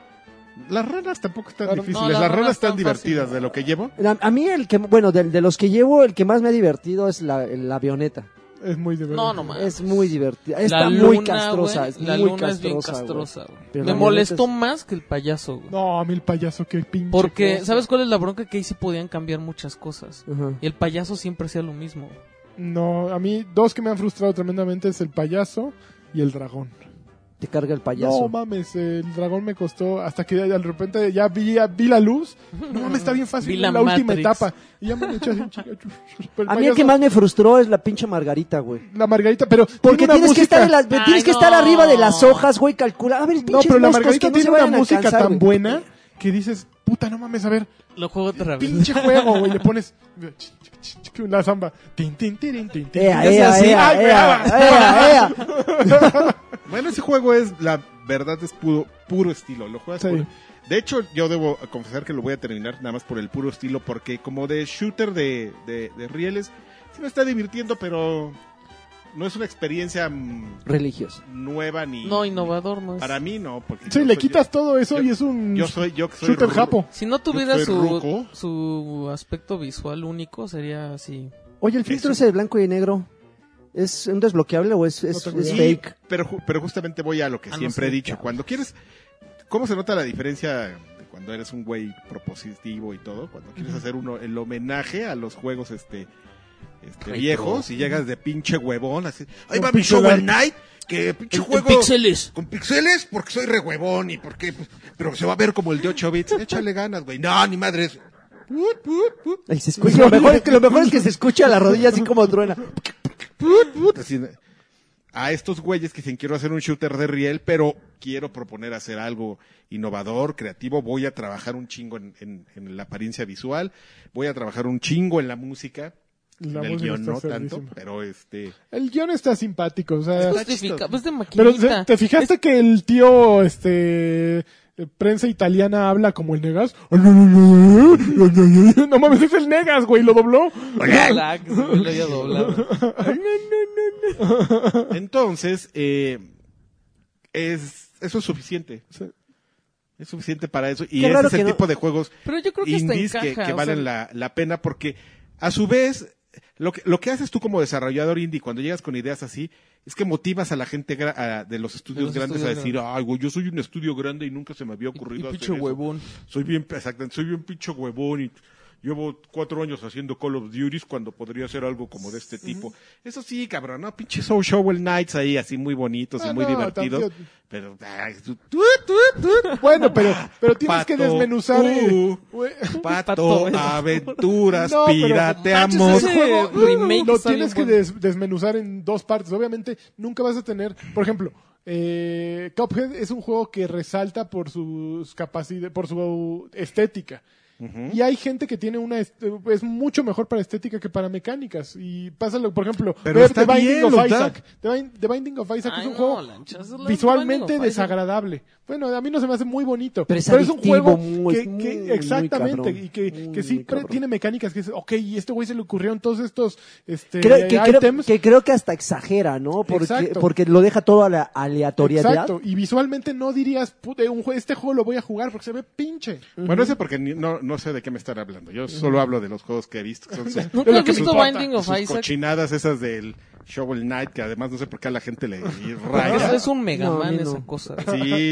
Las ranas tampoco están
Claro.
difíciles,
No,
las,
las
ranas
ranas
están
están
divertidas
fáciles.
de lo que llevo.
A, a mí el que, bueno, de, de los que llevo, el que más me ha divertido es la, la avioneta.
Es muy divertido.
No, no mames.
Es muy divertida. Está
la
muy
luna,
castrosa.
güey,
es
la
muy
luna es bien
castrosa. güey.
castrosa. güey.
Pero
Me
la
molestó
neta
más que el payaso, güey.
No, a mí el payaso, qué pinche.
Porque,
cosa.
¿sabes cuál es la bronca? Que ahí sí podían cambiar muchas cosas.
Ajá.
Y el payaso siempre hacía lo mismo.
No, a mí dos que me han frustrado tremendamente es el payaso y el dragón.
Te carga el
No
payaso.
mames, el dragón me costó hasta que de repente ya vi, ya vi la luz. No mames, está bien fácil,
Vi
la,
la
última
Matrix.
etapa. Y ya me han hecho así, chica, chu, chu, pero el
a mí el que
payaso-
más me frustró es la pinche Margarita, güey.
La margarita, pero
Porque
tiene una
tienes
música-
que, estar en las- tienes que
no.
estar arriba de las hojas, güey, calcula. A ver,
No,
pinches
pero la
moscos
margarita
que no se
tiene una
vayan a
música
alcanzar,
tan
güey.
buena que dices, puta, no mames, a ver,
Lo juego otra vez.
pinche juego, güey, le pones la zamba. Tin, tin, tirin, tin, tin.
Ea,
Ya sea
ea,
así.
ea,
Ay, güey,
ea,
ah.
ea, ea.
Bueno, ese juego es, la verdad, es puro, puro estilo. Lo juegas
Sí.
por- De hecho, yo debo confesar que lo voy a terminar nada más por el puro estilo, porque como de shooter de, de, de rieles, sí me está divirtiendo, pero no es una experiencia mm,
Religioso.
nueva ni...
No, innovador no es.
Para mí no, porque...
Sí,
yo
le
soy-
quitas todo eso
yo-
y es un
Yo soy... Yo soy
shooter
ru-
japo.
Si no tuviera
Yo soy
su,
ruco.
su aspecto visual único, sería así.
Oye, el filtro
Eso.
ese de blanco y negro, ¿es un desbloqueable o es, es-
tengo
es
Y-
idea.
fake?
Pero, ju- pero justamente voy a lo que
Ah, no
siempre
sé,
he dicho.
cabrón.
Cuando quieres... ¿Cómo se nota la diferencia de cuando eres un güey propositivo y todo? Cuando quieres hacer uno, el homenaje a los juegos este, este
Retro.
viejos y llegas de pinche huevón. Así, ahí
Un
va mi
pinche
show
lar-
al night, que pinche juego...
píxeles.
Con pixeles porque soy re huevón y porque... pues, pero se va a ver como el de 8 bits. Échale ganas, güey. No, ni madres. Put, put, put.
Ay, se escucha- lo, mejor es que, lo mejor es que se escucha a la rodilla así como truena.
put, put, así, a estos güeyes que dicen quiero hacer un shooter de riel, pero quiero proponer hacer algo innovador, creativo, voy a trabajar un chingo en, en- en la apariencia visual, voy a trabajar un chingo en la música,
La
en el
música
guión
está
no tanto,
cerradísima.
pero este...
El guión está simpático, o
Ah,
sea,
Justifica, pues de
pero
maquinita.
¿se- ¿te fijaste que el tío este eh, prensa italiana habla como el Negas? No mames, es el Negas, güey, lo dobló.
Ojalá que se me Pues, lo haya doblado.
Entonces, eh, es, eso es suficiente.
Sí.
Es suficiente para eso. Y
Qué
ese
raro
es el
que no-
tipo de juegos
Pero yo creo que hasta
indies
encaja.
que, que
o
valen
sea,
la, la pena porque a su vez lo que, lo que haces tú como desarrollador indie cuando llegas con ideas así es que motivas a la gente gra- a- de los estudios
los
grandes
estudios
a decir, ay, güey, yo soy un estudio grande y nunca se me había
Y, y
ocurrido hacer
pinche
eso.
huevón.
Soy bien, exactamente, soy bien pinche huevón y llevo cuatro años haciendo Call of Duty cuando podría hacer algo como de este tipo. Eso sí, cabrón, ¿no? Pinche Show Shovel Knights ahí, así muy bonitos
Ah,
y muy
no,
divertidos.
también-
Pero, ay, tú- tú- tú- tú.
Bueno, pero pero tienes que
Pato,
desmenuzar eh,
uh.
güey.
Pato,
Pato,
aventuras,
No, pero
pirateamos.
manches, ese-
juego,
remake
lo
está
tienes que
bien bueno.
des- desmenuzar en dos partes. Obviamente, nunca vas a tener, por ejemplo, eh, Cuphead es un juego que resalta por sus capacidades, por su estética. Y hay gente que tiene una est- es mucho mejor para estética que para mecánicas y pásalo por ejemplo
Pero está
The Binding
bien,
of
los da.
Isaac The, Bind- The Binding of Isaac
Ay,
es un
no,
juego
lanchas, es la- Binding
visualmente
of Isaac.
desagradable bueno a mí no se me hace muy bonito
Pero es
un
adictivo,
juego
muy-
que,
muy,
que-
muy
exactamente
cabrón.
y que,
Muy,
que
muy
siempre
cabrón.
tiene mecánicas que es, ok, y este güey se le ocurrieron todos estos este,
Creo, que,
eh,
creo,
items.
que creo que hasta exagera, ¿no? Porque,
Exacto.
porque lo deja todo a la aleatoriedad.
Exacto, y visualmente no dirías, "Puta, un jue- este juego lo voy a jugar porque se ve pinche.
Bueno, ese porque ni- no, no sé de qué me están hablando. Yo solo hablo de los juegos que he visto. que son sus-
¿Nunca
lo
has
que me
visto
importa,
Binding of
sus
Isaac?
cochinadas esas del Shovel Knight, que además no sé por qué a la gente le y
Es,
raya.
es un
No, a
Megaman
mí no.
esa cosa.
¿eh?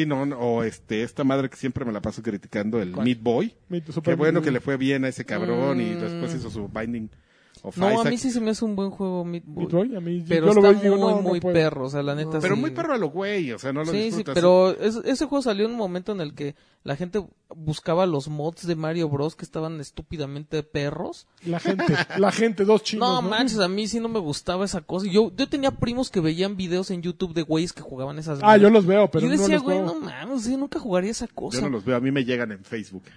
Sí, no, no, o este, esta madre que siempre me la paso criticando, el Meat Boy.
Mi-
Qué
Super-
bueno que le fue bien a ese cabrón y después hizo su Binding O
Mm. No, a
Isaac.
mí sí se me hace un buen juego Meat Boy.
Meat Boy, a mí, yo-
Pero
yo lo
está
veo y digo,
muy,
no, no
muy
puedo.
perro, o sea, la neta
Pero
sí.
muy perro a lo güey, o sea, no lo
Sí, sí,
disfrutas. ¿eh?
pero es- ese juego salió en un momento en el que la gente buscaba los mods de Mario Bros. que estaban estúpidamente perros.
La gente, la gente, dos chinos.
No manches, a mí sí no me gustaba esa cosa. Yo, yo tenía primos que veían videos en YouTube de güeyes que jugaban esas
Ah,
madres.
yo los veo, pero
yo decía,
no los
güey,
juego.
no mames, yo nunca jugaría esa cosa.
Yo no los veo, a mí me llegan en Facebook.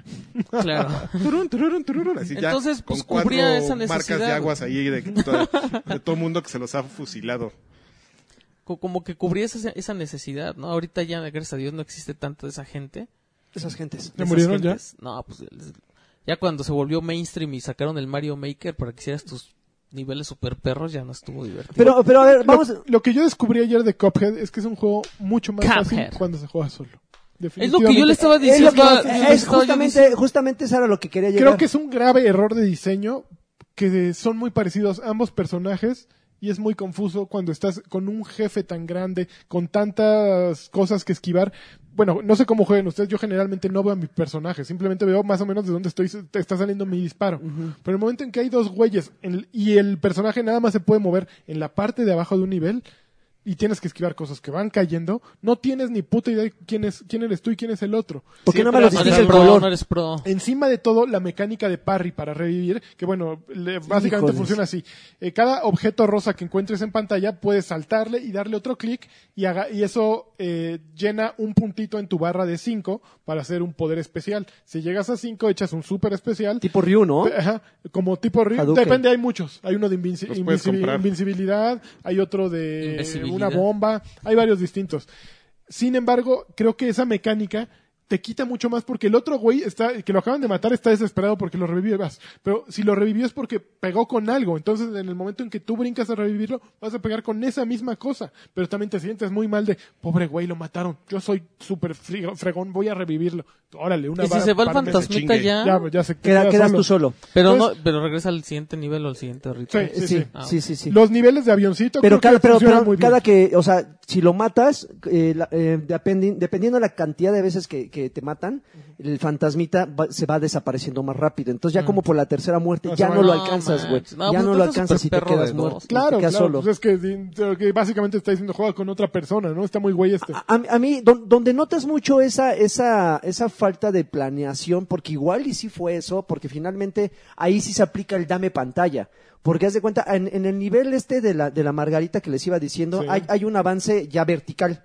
Claro.
Turun, turun, turun, así ya,
Entonces, pues,
con cuatro
cubría esa
marcas
necesidad.
de aguas ahí de, que todo- de todo mundo que se los ha fusilado.
Co- Como que cubría esa, esa necesidad, ¿no? Ahorita ya, gracias a Dios, no existe tanto de esa gente.
Esas gentes.
¿Ya
esas
murieron ya?
gentes. No, pues les- ya cuando se volvió mainstream y sacaron el Mario Maker para que hicieras tus niveles super perros, ya no estuvo divertido.
Pero, pero a ver, vamos.
Lo, lo que yo descubrí ayer de Cuphead es que es un juego mucho más
Cuphead.
fácil cuando se juega solo.
es lo que yo
Definitivamente.
le estaba
Es,
diciendo.
lo que-
a-
es
estaba yo
justamente, justamente eso era lo que quería llegar.
Creo que es un grave error de diseño que son muy parecidos ambos personajes y es muy confuso cuando estás con un jefe tan grande, con tantas cosas que esquivar. Bueno, no sé cómo juegan ustedes, yo generalmente no veo a mi personaje, simplemente veo más o menos de dónde estoy, te está saliendo mi disparo. Pero el momento en que hay dos güeyes en- y el personaje nada más se puede mover en la parte de abajo de un nivel y tienes que esquivar cosas que van cayendo, no tienes ni puta idea de quién, es, quién eres tú y quién es el otro.
¿Por qué no me
No
los
eres
dices el
pro,
color?
no eres pro.
Encima de todo, la mecánica de parry para revivir, que bueno, le- básicamente
Híjoles.
funciona así. Eh, cada objeto rosa que encuentres en pantalla puedes saltarle y darle otro clic y, haga- y eso eh, llena un puntito en tu barra de 5 para hacer un poder especial. Si llegas a 5, echas un super especial.
Tipo Ryu, ¿no?
Ajá, como tipo Ryu.
Hadouken.
Depende, hay muchos. Hay uno de invinci-
Los puedes
invinci-
comprar.
invincibilidad, hay otro de
Invisibilidad.
una bomba, hay varios distintos. Sin embargo, creo que esa mecánica te quita mucho más porque el otro güey está, que lo acaban de matar está desesperado porque lo revivas. Pero si lo revivió es porque pegó con algo. Entonces, en el momento en que tú brincas a revivirlo, vas a pegar con esa misma cosa. Pero también te sientes muy mal de, pobre güey, lo mataron. Yo soy súper frigo- fregón, voy a revivirlo. Órale, una
Y si
vara-
se va el
para-
fantasmita
chingue.
ya.
Ya, pues, ya se
Queda-
queda
quedas
solo.
tú solo. Eh,
Pero,
Entonces-
no, pero regresa al siguiente nivel o al siguiente ritmo.
Sí,
Pues Sí,
sí.
sí,
Ah,
sí, sí, sí.
Los niveles de avioncito.
Pero,
creo
cada,
que
pero,
funcionan
pero
muy bien.
cada que, o sea, si lo matas, eh, la- eh, dependi- dependiendo de la cantidad de veces que, que te matan, el fantasmita va- se va desapareciendo más rápido. Entonces ya como por la tercera muerte,
No,
ya
se
no
va-
lo
No,
alcanzas, güey.
manches. Mm. No,
ya
pues
no
tú
lo
estás
alcanzas y te
superperro
quedas
de
muerto.
dos.
te
Claro,
quedas
claro,
solo.
pues es que, di- que básicamente está diciendo juega con otra persona, ¿no? Está muy güey este.
A, a- a mí, don- donde notas mucho esa, esa, esa falta de planeación, porque igual y sí fue eso, porque finalmente ahí sí se aplica el dame pantalla. Porque haz de cuenta, en, en el nivel este de la, de la margarita que les iba diciendo,
Sí.
hay, hay un avance ya vertical.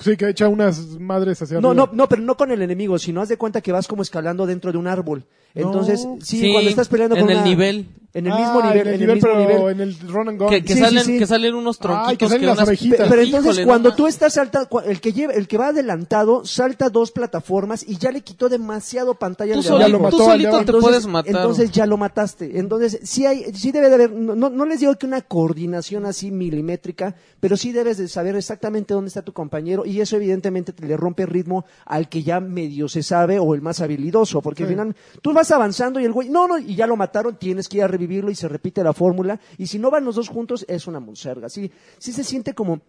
Sí, que echa unas madres hacia
No, no,
arriba.
no, pero no con el enemigo, sino haz de cuenta que vas como escalando dentro de un árbol. Entonces,
No.
sí,
Sí,
cuando estás peleando
en
con
el
una-
nivel.
En el
Ah,
mismo nivel,
en el, nivel,
mismo
pero
nivel.
en el run and gun.
Que, que
Sí,
salen,
sí, sí.
que salen unos tronquitos.
Ay, que salen las
van-
abejitas.
Pe- Pero entonces
Híjole, no
cuando
mames.
tú estás salta, cua- el que lleva, el que va adelantado salta dos plataformas y ya le quitó demasiado pantalla.
Tú
al de abajo.
Ya lo
solito, tú
mató,
solito
ya
te
lo-
puedes matar.
Entonces ya lo mataste. Entonces sí hay, sí debe de haber, no, no- no les digo que una coordinación así milimétrica, pero sí debes de saber exactamente dónde está tu compañero y eso evidentemente te le rompe el ritmo al que ya medio se sabe o el más habilidoso, porque al
Sí.
final tú vas avanzando y el güey, no, no, y ya lo mataron, tienes que ir a revivirlo y se repite la fórmula y si no van los dos juntos es una monserga. Sí, sí se siente como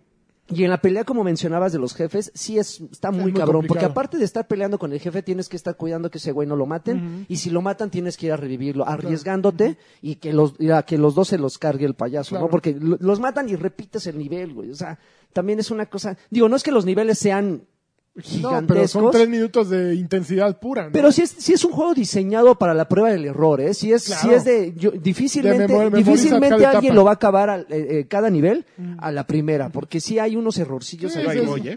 y en la pelea, como mencionabas de los jefes, sí es, está
muy
muy, cabrón,
complicado.
porque aparte de estar peleando con el jefe, tienes que estar cuidando que ese güey no lo maten, y si lo matan, tienes que ir a revivirlo, arriesgándote y que los, y a que los dos se los cargue el payaso,
Claro.
¿no? Porque lo- los matan y repites el nivel, güey. O sea, también es una cosa, digo, no es que los niveles sean
No, pero son
gigantescos,
tres minutos de intensidad pura, ¿no?
pero sí es, sí es un juego diseñado para la prueba del error, ¿eh? Sí es,
Claro.
sí es de... yo- difícilmente
De memor- memorizar
difícilmente
cada
alguien
etapa.
lo va a acabar al- eh, eh, cada nivel a la primera, porque sí hay unos errorcillos.
Sí,
ahí.
Pero ahí
sí,
voy,
sí.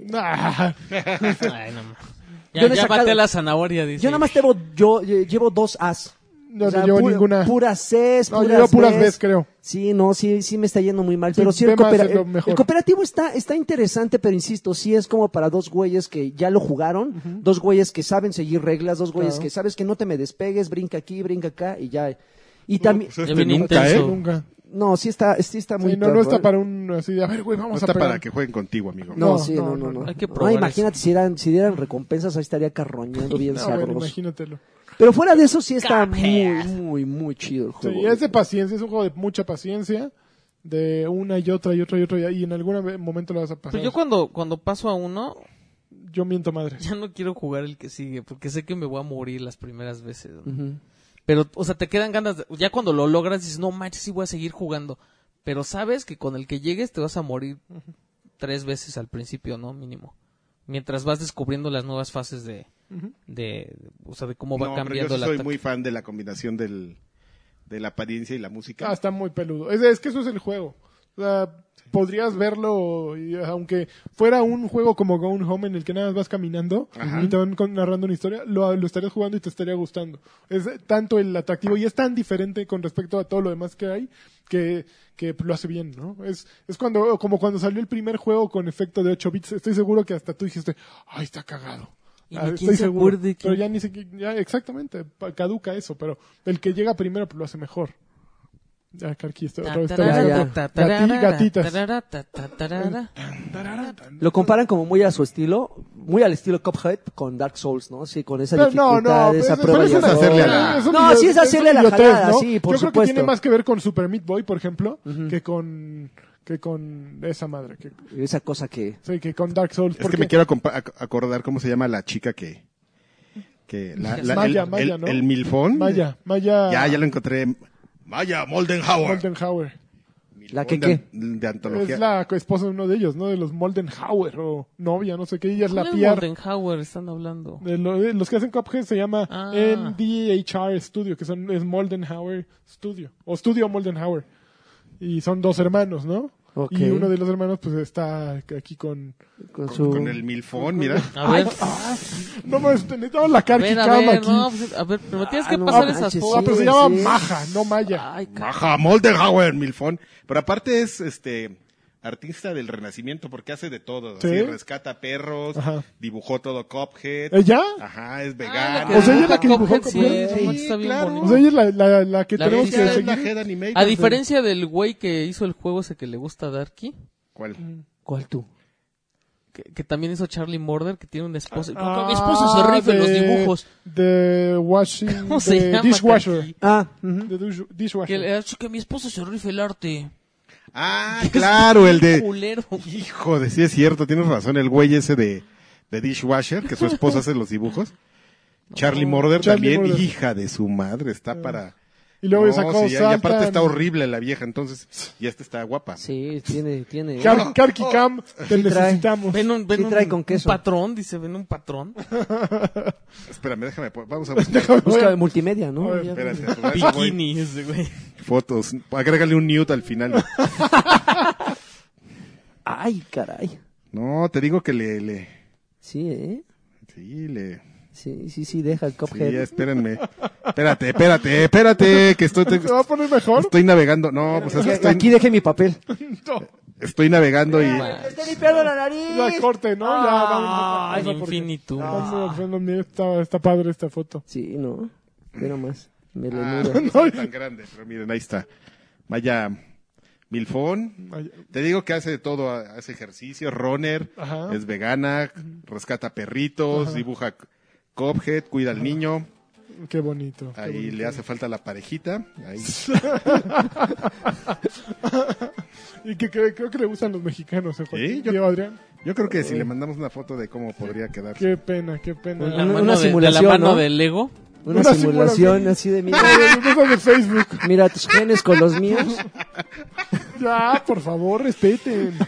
¿eh?
Ah,
Ay, no mames. Ya,
Yo pues, no he
ya
sacado-
bate la zanahoria, dice.
Yo nada más llevo, yo, eh, llevo dos As.
No, no llevo ninguna.
Puras Cs,
No, yo
puras
llevo puras
Bs.
Bs, creo.
Sí, no, sí, sí me está yendo muy mal.
Sí,
pero sí, el,
B más
coopera-
es lo
el-
mejor.
el cooperativo está, está interesante, pero insisto, sí es como para dos güeyes que ya lo jugaron, dos güeyes que saben seguir reglas, dos güeyes
Claro.
que sabes que no te me despegues, brinca aquí, brinca acá y ya. Y también,
Pues este
Ya viene
nunca,
intenso.
¿eh?
Nunca.
no, sí está, sí está muy
Sí, no,
perro,
no está
¿eh?
para un así de, a ver, güey,
No
vamos a
está
pegar.
para que jueguen contigo, amigo.
No,
No,
sí,
no,
no, no,
no,
no.
Hay que
No,
probar
imagínate si eran, si dieran recompensas, ahí estaría carroñando bien
No, bueno,
sabroso.
imagínatelo.
Pero fuera de eso sí está muy, muy, muy chido el
Sí,
juego.
es de paciencia, es un juego de mucha paciencia, de una y otra y otra y otra, y en algún momento lo vas a pasar.
Pero Pues yo cuando, cuando paso a uno,
Yo miento madre.
ya no quiero jugar el que sigue, porque sé que me voy a morir las primeras veces. ¿no?
Ujú.
Pero, o sea, te quedan ganas. de- ya cuando lo logras, dices, no manches, sí voy a seguir jugando. Pero sabes que con el que llegues te vas a morir tres veces al principio, ¿no? Mínimo. Mientras vas descubriendo las nuevas fases de. de o sea, de cómo va
No, pero
cambiando
yo sí
la.
soy muy fan de la combinación del, de la apariencia y la música.
Ah, está muy peludo. Es, es que eso es el juego. O sea, podrías verlo, y, aunque fuera un juego como Gone Home en el que nada más vas caminando
Ajá.
y te van con- narrando una historia, lo, lo estarías jugando y te estaría gustando. Es tanto el atractivo y es tan diferente con respecto a todo lo demás que hay que, que lo hace bien, ¿no? Es, es cuando, como cuando salió el primer juego con efecto de 8 bits. Estoy seguro que hasta tú dijiste, ay, está cagado.
Y
Ah,
ni quién
estoy
se
seguro.
acuerde que-
Pero ya ni siquiera, ya, exactamente, pa- caduca eso, pero el que llega primero pues, lo hace mejor. Ya, Carqui, está- otra vez está
Ya, ya.
usando gati- gatitas.
Gatitas.
Lo comparan como muy a su estilo, muy al estilo Cuphead con Dark Souls, ¿no? Sí, con esa
Pero
dificultad, esa
Pues pero
prueba
pero
y
eso es
error.
hacerle a la-
es un
No,
video-
sí es hacerle
un
a la
idiotez,
jalada,
Yo
sí, por
creo que
supuesto.
tiene más que ver con Super Meat Boy, por ejemplo, que con que con esa madre, que,
Esa cosa que...
sí, que con Dark Souls.
Es que me quiero compa- ac- acordar cómo se llama la chica que. que la, la-
Maya,
el,
Maya,
el-
¿no?
el Milfón.
Maya, Maya
Ya, ya lo encontré. Maya Moldenhauer.
Moldenhauer.
Milfón
¿La que
de-
qué?
De, antología.
Es la esposa de uno de ellos, ¿no? De los Moldenhauer o novia, no sé qué. Ella es la PR.
Moldenhauer están hablando.
De lo- de los que hacen Cuphead se llama
Ah.
NDHR Studio, que son, es Moldenhauer Studio, o Studio Moldenhauer. Y son dos hermanos, ¿no?
Ok.
Y uno de los hermanos pues está aquí con...
Con
Con,
su...
con el Milfón, mira.
A ver,
No, mames, te necesitamos la
a
carqui
ver, a
cam
ver,
aquí.
no, pues, a ver, pero me tienes que
Ah, no
pasar
manches,
esas
sí.
Ah,
fotos. Ah.
pero se llama
sí.
Maja, no Maya.
Ay, ca-
Maja Moldenhauer, Milfón. Pero aparte es este artista del renacimiento porque hace de todo.
Sí.
Así, rescata perros,
Ajá.
dibujó todo Cophead.
¿Ella?
Ajá, es
Ah,
vegana.
la
O sea, ella es la que
Cuphead,
dibujó
sí,
Cuphead.
sí, está bien
claro.
bonito.
O sea, ella es la, la, la que
La
tenemos
bestia
que
es
de
la
seguir.
head animator.
A diferencia del güey que hizo el juego ese que le gusta a Darky,
¿Cuál?
¿Cuál tú?
que, que también hizo Charlie Morder, que tiene una esposa.
Ah,
Con esposos horribles los
de-
dibujos.
De washing...
¿Cómo se
de
llama?
Dishwasher.
Ah, ujú.
De dish-
Que,
dishwasher.
le- "Ah, que mi esposo se rife el arte.
Ah, claro, el de...
Culero.
Hijo de sí es cierto, tienes razón, el güey ese de, de Dishwasher, que su esposa hace los dibujos. Charlie Morder
Charlie
también,
Murder.
hija de su madre, está para...
Y luego
No,
sacó
sí, ya- y aparte
Saltan.
está horrible la vieja, entonces, y esta está guapa.
Sí, tiene... tiene...
Car Carqui
oh.
Cam, te
trae.
necesitamos.
Ven un, ven
Sí
un-
trae con
un
queso.
patrón, dice, ven un patrón.
Espérame, déjame, po- vamos a buscar
Busca de multimedia, ¿no?
Oye,
Ya-
espérate, a ese güey,
Bikini ese güey.
fotos, agrégale un newt al final.
Ay, caray.
No, te digo que le... le
Sí, ¿eh?
sí, le...
Sí, sí, sí, deja el
Sí,
Cuphead.
ya, espérenme. Espérate, espérate, espérate, que estoy,
¿Se va a poner mejor?
estoy navegando. No, pues es que
Aquí- Aquí
estoy,
dejé mi papel.
No,
estoy navegando y...
Ah.
Estoy limpiando la nariz.
la corte, ¿no? Ya
Ah,
vamos.
Ay, infinitum.
Ah, Está, está padre esta foto.
Sí, no. Pero más. Me lo
Ah,
nudo.
no soy tan grande, pero miren, ahí está. Vaya Milfón.
Ay,
Te digo que hace de todo, hace ejercicio, runner,
Ajá.
es vegana, rescata perritos, dibuja Cophead, cuida al niño,
qué bonito. qué
ahí
bonito.
le hace falta la parejita, ahí.
Y que, que- creo que le gustan los mexicanos, ¿eh, Joaquín?
Sí, yo-
Tío Adrián?
Yo creo que si le mandamos una foto de cómo podría quedar.
Qué pena, qué
Pues
pena.
La
Una-
mano
una
de-
simulación,
de la mano
¿no?
del ego.
Una,
Una
simulación
simulación.
así de mira,
Ay, eso de Facebook.
mira tus genes con los míos.
Ya, por favor, respeten.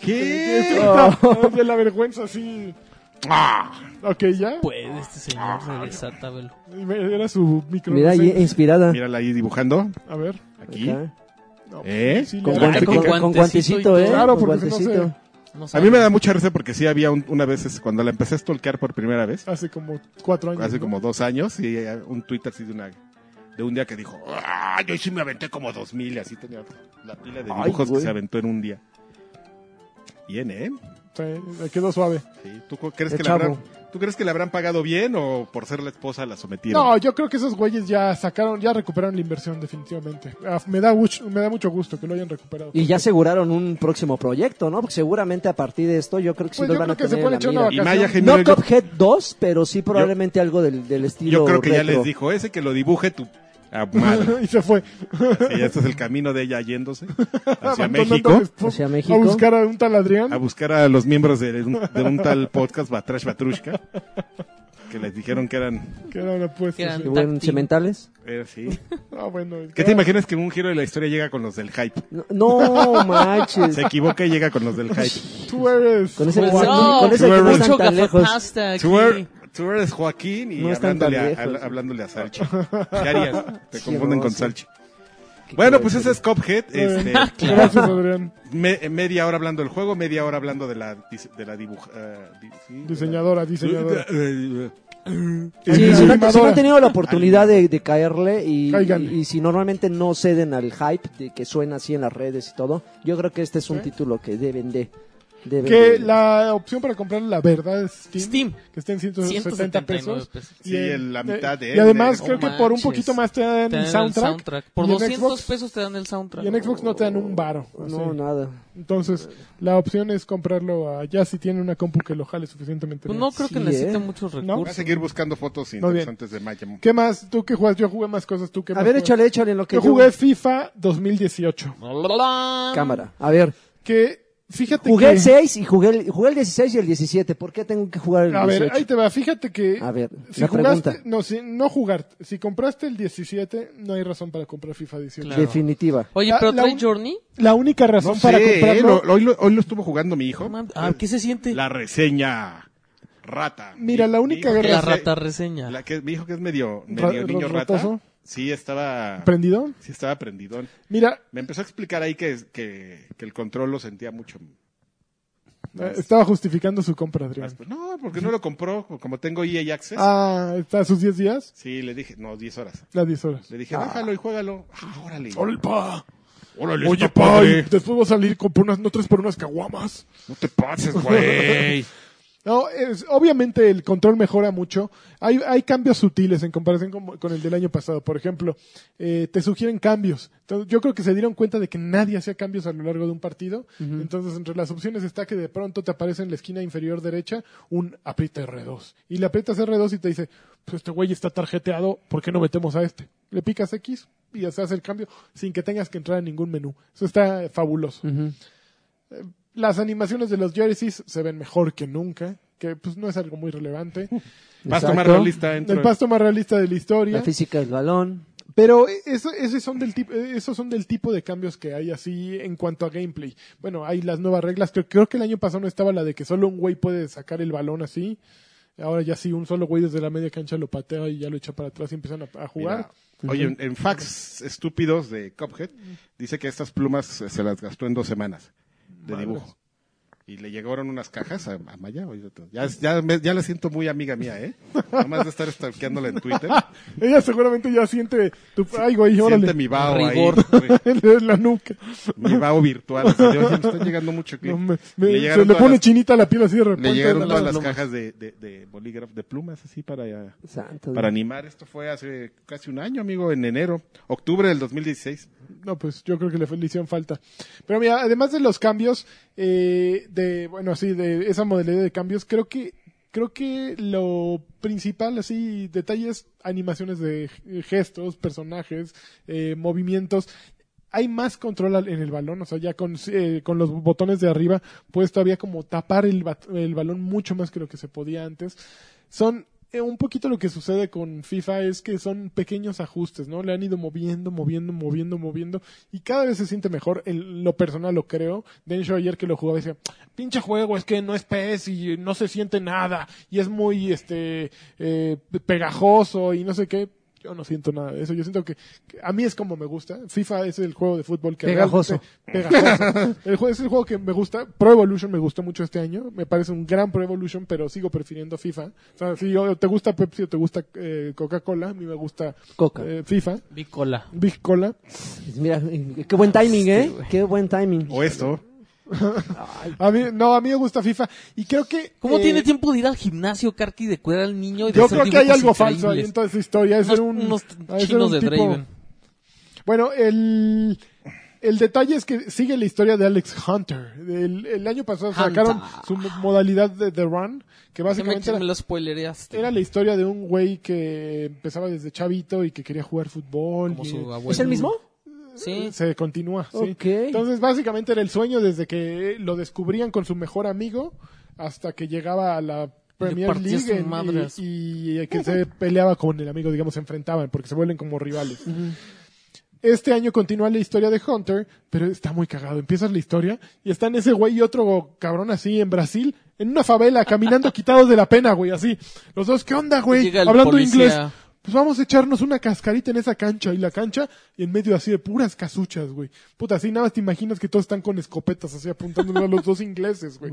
¿Qué?
Ay, De la vergüenza, sí.
Ah.
Ok, ya.
Pues este señor se desata, velo.
Era su micro.
Mira, ahí inspirada.
Mírala ahí dibujando,
A ver.
aquí.
Acá.
No,
¿Eh?
sí,
Con,
le-
guante-
Ay,
con,
con
con
guantecito y
guantecito, ¿eh?
todo.
Claro,
con
porque si no se-
guantecito.
No
A
sabe.
mí me da mucha risa porque sí había un- una vez, es- cuando la empecé a stalkear por primera vez,
Hace como cuatro años.
hace
¿no?
como dos años y eh, un Twitter así de una de un día que dijo "Ah, yo sí me aventé como dos mil y así tenía la pila de
Ay,
dibujos que
güey.
se aventó en un día bien eh
Sí, le quedó suave.
Sí, ¿Tú, co- crees
El
que le habrán,
Eh, chavo.
tú crees que le habrán pagado bien o por ser la esposa la sometieron
No, yo creo que esos güeyes ya sacaron, ya recuperaron la inversión definitivamente. Ah, Me da mucho, me da mucho gusto que lo hayan recuperado.
Y ya aseguraron un próximo proyecto, ¿no? Porque seguramente a partir de esto yo creo que sí
Pues
los
yo
van a
creo que se
tener en
pueden
la
echar
mira.
una
y Maya
vacación.
Gemino,
No
yo,
Cuphead 2, pero sí probablemente algo del, del estilo
yo creo que ya
retro.
les dijo ese que lo dibuje tu ah, madre
y se fue
Sí, este es el camino de ella yéndose hacia
Abandonando
México Ah,
el spot
Hacia México.
a buscar a un tal Adrián.
a buscar a los miembros de un, de un tal podcast Batrash Batrushka que les dijeron que eran.
Que eran apuestas.
Eran-
sí.
¿Qué buen
Táctil.
cementales?
era sí.
Ah, bueno.
¿Qué te imaginas que en un giro de la historia llega con los del hype?
No, no manches.
Se equivoca y llega con los del hype.
Tú eres.
Con ese-
Juan.
Pues no. con ese que no están
mucho
tan lejos.
gafapasta aquí.
Tour, tour es Joaquín y
No están tan
hablándole, a,
lejos.
a- hablándole a Salchi. ¿Qué harías? Te
Qué
confunden con
hermoso.
Salchi. Bueno, pues ese es Cophead. Este,
Gracias, Adrián.
me- media hora hablando del juego, media hora hablando de la, dis- de la dibuj- eh, di- sí, de la-
Diseñadora, diseñadora.
Sí,
Y
si, no, si no
animadora.
han tenido la oportunidad de, de caerle y,
Cáiganle.
y si normalmente no ceden al hype de que suena así en las redes y todo, yo creo que este es un título que deben de... deben de-
¿Eh? Que la opción para comprar la verdad es Steam.
Steam.
Que está en 170
179
pesos.
pesos.
Sí, el- la mitad de
Y
él,
además
de-
creo
No
que por un
manches.
poquito más te dan,
Te dan el
soundtrack.
Por
y en
200
Xbox-
pesos te dan el soundtrack.
Y en Xbox no te dan un varo.
Ah,
así.
No, nada.
Entonces, la opción es comprarlo allá si tiene una compu que lo jale suficientemente
Pues
bien.
no creo que
Sí,
necesite
¿eh?
muchos
Voy a
recursos.
seguir buscando fotos
bien.
interesantes de Mayhem.
¿Qué más? ¿Tú qué juegas? Yo jugué más cosas. ¿Tú qué
A
más
ver,
juegas?
échale, échale en lo que
Yo jugué FIFA 2018.
Cámara. A ver,
Que, fíjate
jugué
que...
el 6 y jugué el, jugué el 16 y el 17. ¿Por qué tengo que jugar el
A
18?
ver, ahí te va. Fíjate que...
A ver,
si
la
jugaste...
pregunta.
No, si, no jugar. Si compraste el 17, no hay razón para comprar FIFA 18.
Claro.
Definitiva.
Oye,
La-
pero
la
trae
un-
Journey.
La única razón
No
para
sé, eh,
comprarlo...
lo- hoy, lo, hoy lo estuvo jugando mi hijo.
No mames. Ah, ¿Qué se siente?
La reseña rata.
Mira,
Mi-
la
mi
única
hijo que
La
hace-
rata reseña.
La que me dijo que es medio,
Ra-
medio niño
rotoso.
rata. Sí, estaba.
¿Prendido?
Sí, estaba prendidón.
Mira,
Me empezó a explicar ahí que, que, que el control lo sentía mucho
eh, estaba justificando su compra, Adrián.
más. Pues, no, porque no lo compró. Como tengo EA Access.
Ah, está a sus 10 días,
Sí, le dije, no, 10 horas.
las 10 horas.
Le dije, bájalo y juégalo. Ah, órale.
pa!
Órale,
Oye,
está
pa, y
padre.
después voy a salir con por unas, no tres por unas caguamas.
No te pases, güey.
No, es- obviamente el control mejora mucho. Hay, hay cambios sutiles en comparación con, con el del año pasado. Por ejemplo, eh, te sugieren cambios. Entonces, yo creo que se dieron cuenta de que nadie hacía cambios a lo largo de un partido. Entonces, entre las opciones está que de pronto te aparece en la esquina inferior derecha un aprieta R2. Y le aprietas R2 y te dice, pues este güey está tarjeteado, ¿por qué no metemos a este? Le picas X y ya se hace el cambio sin que tengas que entrar a ningún menú. Eso está fabuloso las animaciones de los jerseys se ven mejor que nunca, que pues no es algo muy relevante.
Vas a
Exacto.
tomar la lista. Entro.
El pasto más realista de la
La
historia.
física del balón.
Pero eso, esos, son del tipo, eh, esos son del tipo de cambios que hay así en cuanto a gameplay. Bueno, hay las nuevas reglas. Creo, creo que el año pasado no estaba la de que solo un güey puede sacar el balón así. Ahora ya sí, un solo güey desde la media cancha lo patea y ya lo echa para atrás y empiezan a, a jugar.
Mira, oye, en, en facts estúpidos de Cophead, dice que estas plumas se se las gastó en dos semanas de dibujo. Y le llegaron unas cajas a, a Maya. oye, Ya, ya, me- ya la siento muy amiga mía, ¿eh? Nomás de estar stalkeándola en Twitter.
Ella seguramente ya siente tu, ay güey,
Siente
órale,
mi vaho ahí.
Rigor.
en la nuca.
Mi vaho virtual. así de, "Oye, me están llegando mucho clip".
No, me- me-
le
se
llegaron
le
todas
pone
las-
chinita la piel así de repente.
le llegaron
de
todas
las-
las cajas de, de, de bolígrafo, de plumas así para,
Santo
para
Dios.
animar. Esto fue hace casi un año, amigo, en enero, octubre del 2016.
No, pues yo creo que le, fue- le hicieron falta. Pero mira, además de los cambios, eh, de, bueno, así, de esa modalidad de cambios, creo que, creo que lo principal, así, detalles, animaciones de eh, gestos, personajes, eh, movimientos. Hay más control al- en el balón, o sea, ya con, eh, con los botones de arriba puedes todavía como tapar el, bat- el balón mucho más que lo que se podía antes. son eh, un poquito lo que sucede con FIFA es que son pequeños ajustes, ¿no? Le han ido moviendo, moviendo, moviendo, moviendo y cada vez se siente mejor. En lo personal lo creo. De hecho ayer que lo jugaba decía, pinche juego, es que no es PES y no se siente nada y es muy este eh, pegajoso y no sé qué. Yo no siento nada de eso. Yo siento que, que a mí es como me gusta. FIFA es el juego de fútbol que
Pegajoso.
realmente- pegajoso. el juego es el juego que me gusta. Pro Evolution me gustó mucho este año. Me parece un gran Pro Evolution, pero sigo prefiriendo FIFA. O sea, si yo- te gusta Pepsi o te gusta eh, Coca-Cola, a mí me gusta
Coca.
eh, FIFA,
Bicola.
Big Cola.
Mira, qué buen timing, ¿eh? Qué buen timing.
O esto.
A mí no, a mí me gusta FIFA y creo que
¿Cómo
eh,
tiene tiempo de ir al gimnasio, Karki, de cuidar al niño? Y de
Yo
hacer
creo que hay
dibujos
algo falso ahí
increíbles?
en toda esa historia. Es
Unos,
un,
unos
ha de ser un
chinos de
tipo-
Draven.
Bueno, el, el detalle es que sigue la historia de Alex Hunter. El, el año pasado
Hunter.
sacaron su mo- modalidad de The Run, que
Ya Me,
básicamente
me
era,
lo spoilereaste.
Este, era la historia de un güey que empezaba desde chavito y que quería jugar fútbol.
Como
y-
su abuelo.
¿Es el mismo?
Sí.
se continúa. sí.
Ok.
Entonces, básicamente era el sueño desde que lo descubrían con su mejor amigo hasta que llegaba a la Premier
partió su
League en-
madre a su-
y, y que se peleaba con el amigo, digamos, se enfrentaban porque se vuelven como rivales. Este año continúa la historia de Hunter, pero está muy cagado. Empiezas la historia y están ese güey y otro cabrón así en Brasil, en una favela, caminando quitados de la pena, güey, así. Los dos, ¿qué onda, güey?
Llega el
Hablando
policía.
inglés. Pues vamos a echarnos una cascarita en esa cancha y la cancha y en medio así de puras casuchas, güey. Puta, así nada más te imaginas que todos están con escopetas así apuntándole a los dos ingleses, güey.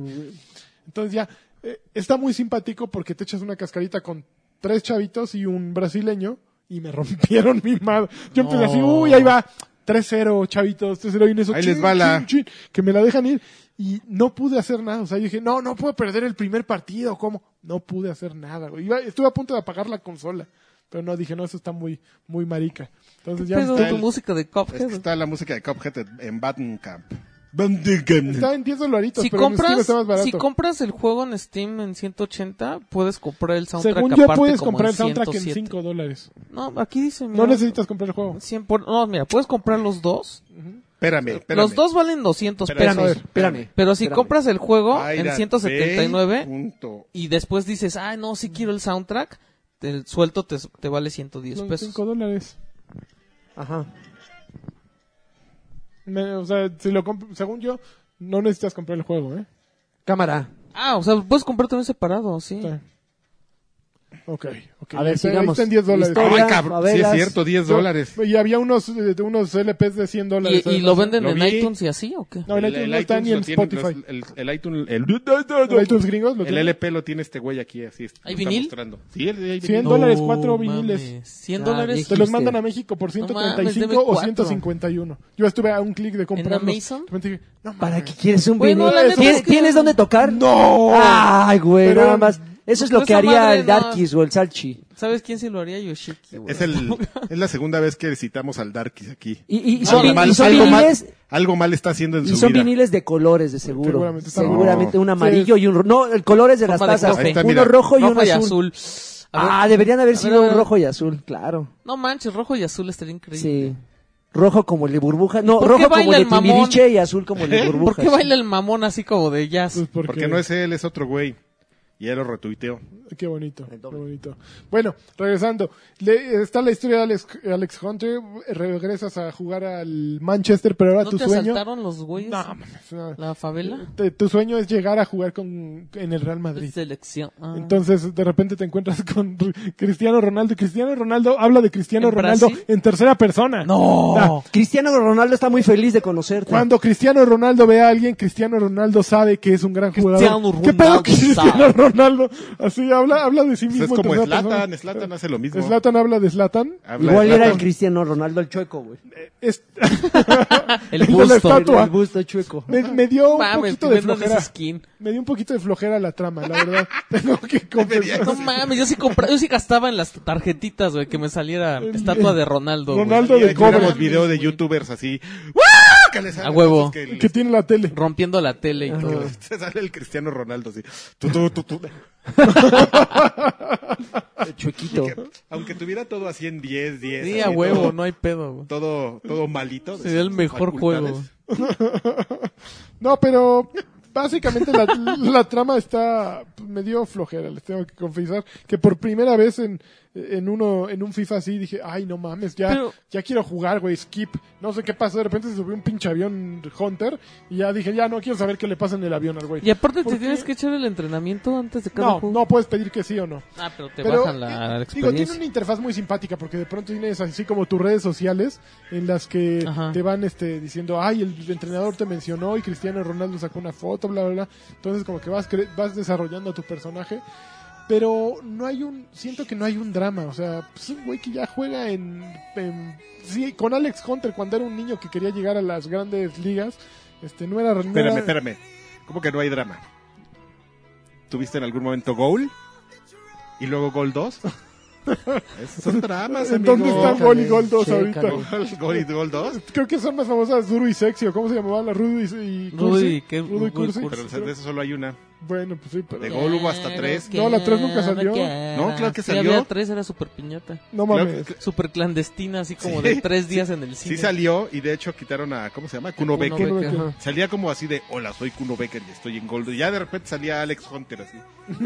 Entonces ya, eh, está muy simpático porque te echas una cascarita con tres chavitos y un brasileño y me rompieron mi madre. Yo empecé así,
No.
uy, ahí va, 3-0, chavitos, 3-0 y en eso,
Ahí les va la-
chin, que me la dejan ir y no pude hacer nada. O sea, yo dije, no, no puedo perder el primer partido, ¿cómo? No pude hacer nada, güey. Iba- estuve a punto de apagar la consola. Pero no, dije, no, eso está muy, muy marica. Entonces ya...
Pero
estoy-
tu música de
Es que
Cuphead.
está la música de Cuphead en Batten Camp.
Está en 10 dolaritos,
Si
pero en Steam
compras,
está más barato.
si compras el juego en Steam en 180, puedes comprar el soundtrack
Según yo,
aparte
puedes
como
comprar
en
el soundtrack en
107.
5 dólares.
No, aquí dice, mira,
No necesitas comprar el juego.
100 por- no, mira, puedes comprar los dos.
Espérame, espérame.
Los dos valen 200
Espérame,
a
pesos.
ver,
Espérame.
Pero si
espérame.
compras el juego en
Aira,
179
ve, punto.
y después dices, ah, no, sí quiero el soundtrack, el suelto te, te vale 110
Son
pesos.
cinco dólares.
Ajá.
Me- o sea, si lo comp- según yo, no necesitas comprar el juego, ¿eh?
Mm.
Cámara.
Ah, o sea, puedes comprar también separado, sí.
Está. Ok, ok.
A ver,
Ahí está- ahí
sigamos.
está en 10 dólares.
Listo.
Ay,
Hola,
cabrón. Sí, es
novelas.
cierto, 10
Yo-
dólares.
Y había unos, eh, de unos LPs de 100 dólares.
¿Y, y lo
además, ¿eh?
venden
Lo
en
vi.
iTunes y así o qué?
No, el, iTunes no está ni en
lo tiene-
Spotify.
los- el, el iTunes, el,
¿El iTunes gringos lo
el
tiene?
LP lo tiene este güey aquí, así. es-
¿Hay
lo está
vinil?
mostrando. Sí, el- hay
Sí,
vinil.
en dólares, cuatro viniles.
mames, 100
Ya,
dólares
Te
viejito.
los
Dijiste.
mandan a México por
No
135
mames, deme
o
cuatro.
151. Yo estuve a un clic de comprar.
Amazon?
no,
¿Para
mames.
qué quieres un
Güey, no,
vinil?
la neta
¿Tienes,
es que-
¿tienes dónde tocar?
¡No!
Ay, güey,
Pero-
nada más. Eso es lo
Pues
que
esa
haría
madre
el
no.
Darkies o el Salchi.
¿Sabes quién se lo haría? Yoshiki. güey.
Es, el, es la segunda vez que citamos al Darkies aquí.
Y, y- y son,
Algo,
vin-
mal,
y son
algo mal-
viniles,
algo mal está haciendo en
y
su
son
vida.
viniles de colores, de seguro.
Seguramente
Seguramente,
está-
un amarillo y un rojo. No, el colores de las
Forma de
tazas.
cofre. Ahí está,
uno
mira.
rojo y
rojo
uno
y
azul.
azul. A ver,
Ah, deberían haber
A
sido
ver, a ver.
un rojo y azul, claro.
No manches, rojo y azul estaría increíble.
Sí. Rojo como el de burbuja. No,
¿Por qué
rojo como
baila
el de
el mamón? ¿Eh?
Timbiriche y azul como el de burbuja.
¿Por qué baila el mamón así como de jazz?
Pues porque,
Porque no es él, es otro güey. Y él lo retuiteó.
Ah, Qué bonito, qué
El doble.
bonito. Bueno, regresando. Le- está la historia de Alex, Alex Hunter. Regresas a jugar al Manchester, pero ahora
¿No
tu
te
sueño.
asaltaron los güeyes?
No, mames, no.
¿La favela?
Te- tu sueño es llegar a jugar con, en el Real Madrid.
Selección. Ah.
Entonces, de repente te encuentras con R- Cristiano Ronaldo. y Cristiano Ronaldo habla de Cristiano
¿En
Ronaldo
Brasil?
en tercera persona.
¡No!
O sea,
Cristiano Ronaldo está muy feliz de conocerte.
Cuando Cristiano Ronaldo ve a alguien, Cristiano Ronaldo sabe que es un gran jugador.
Cristiano
¿Qué pedo
Ronaldo
que Cristiano
sabe?
Ronaldo? Así habla, habla de sí
Pues
mismo.
es como
en tercera
Slatan,
persona.
Slatan hace lo mismo.
Slatan habla de Slatan.
Habla
Igual
de
era el
Zlatan.
Cristiano Ronaldo el chueco, güey.
Es-
El
de la
busto.
estatua.
El busto chueco.
me, me dio un
Mames, que
poquito de
vendan
flojera.
esa skin.
Me dio un poquito de flojera la trama, la verdad. Tengo que confesar.
No mames, yo sí compra- yo sí gastaba en las tarjetitas, güey, que me saliera estatua de Ronaldo. güey.
Ronaldo
Y
de
ahí tuviéramos
cobre
video de youtubers así. ¡guau! Que les sale-
A huevo.
Que, les-
que tiene la tele.
Rompiendo la tele y todo.
se sale el Cristiano Ronaldo así. Tu, tu, tu, tu.
El chuequito.
Que- aunque tuviera todo así en 10, 10.
Sí,
así,
a
todo-
huevo, no hay pedo, güey.
Todo, todo malito. de
Sería el
sus
mejor
facultades.
juego.
No, pero básicamente la, la trama está me dio flojera, les tengo que confesar que por primera vez en, en uno en un FIFA así dije, "Ay, no mames, ya
Pero-
ya quiero jugar, güey, skip." No sé qué pasó, de repente se subió un pinche avión Hunter y ya dije, "Ya no quiero saber qué le pasa en el avión al güey."
Y aparte
¿Por
te
qué?
tienes que echar el entrenamiento antes de cada
No,
juego.
no puedes pedir que sí o no.
Ah, pero te
Pero,
bajan la,
eh, digo, tiene
experiencia.
una interfaz muy simpática porque de pronto tienes así como tus redes sociales en las que
Ajá.
te van este diciendo, ay, el entrenador te mencionó y Cristiano Ronaldo sacó una foto, bla, bla, bla. Entonces como que vas, cre- vas desarrollando a tu personaje. Pero no hay un, siento que no hay un drama, o sea, pues un güey que ya juega en, en- sí, con Alex Hunter cuando era un niño que quería llegar a las grandes ligas, este, no era... no
Espérame,
era-
espérame. ¿Cómo que no hay drama? ¿Tuviste en algún momento Goal? ¿Y luego Goal 2? Esos son dramas,
¿En
amigo.
dónde están
Chécale,
Gol y Gol 2
chécale.
ahorita?
Goal, Goal y Goal 2?
Creo que son más famosas Duro y Sexy, o cómo se llamaba la Rudy y
Rudy,
Cursi.
¿qué?
Rudy y
Rudy y
Cursi.
Cursi.
Pero de eso solo hay una.
Bueno, pues sí, pero.
De gol hubo hasta tres.
No, la tres nunca salió.
No, claro que
Si
salió.
había tres, era super piñata.
No
Claro
mames.
que-
Super clandestina, así como de
Sí,
tres días en el cine.
Sí salió y de hecho quitaron a, ¿cómo se llama? Kuno
Uno
Becker.
Becker,
Becker.
ajá.
Salía como así de, hola, soy Kuno Becker y estoy en Gold. Y ya de repente salía Alex Hunter así.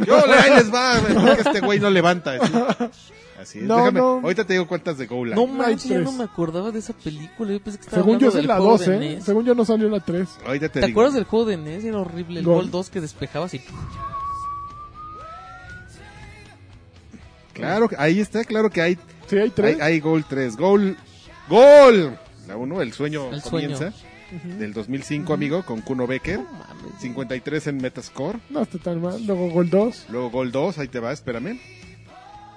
Yo, ahí les va, güey, que este güey no levanta. Así, Así es.
No,
Déjame,
no.
ahorita te digo cuántas de Goal.
No
Line.
manches, ya
tres.
no me acordaba de esa película. Yo pensé que estaba
Según yo es
hablando
en
del
la
juego
2,
de
¿eh?
NES.
Según yo no salió en la 3.
Ahorita te,
¿Te,
digo.
acuerdas del juego de NES? Era horrible. El
Gol.
gol 2 que despejabas y.
Claro, que- ahí está, claro que hay,
Sí, hay
hay,
3.
hay Goal 3. Goal, Goal. La 1, el sueño
El sueño.
comienza. Del 2005, amigo, con Kuno Becker.
No mames.
53 en Metascore.
No está tan mal. Luego Gol 2.
Luego Gol 2, ahí te va, espérame.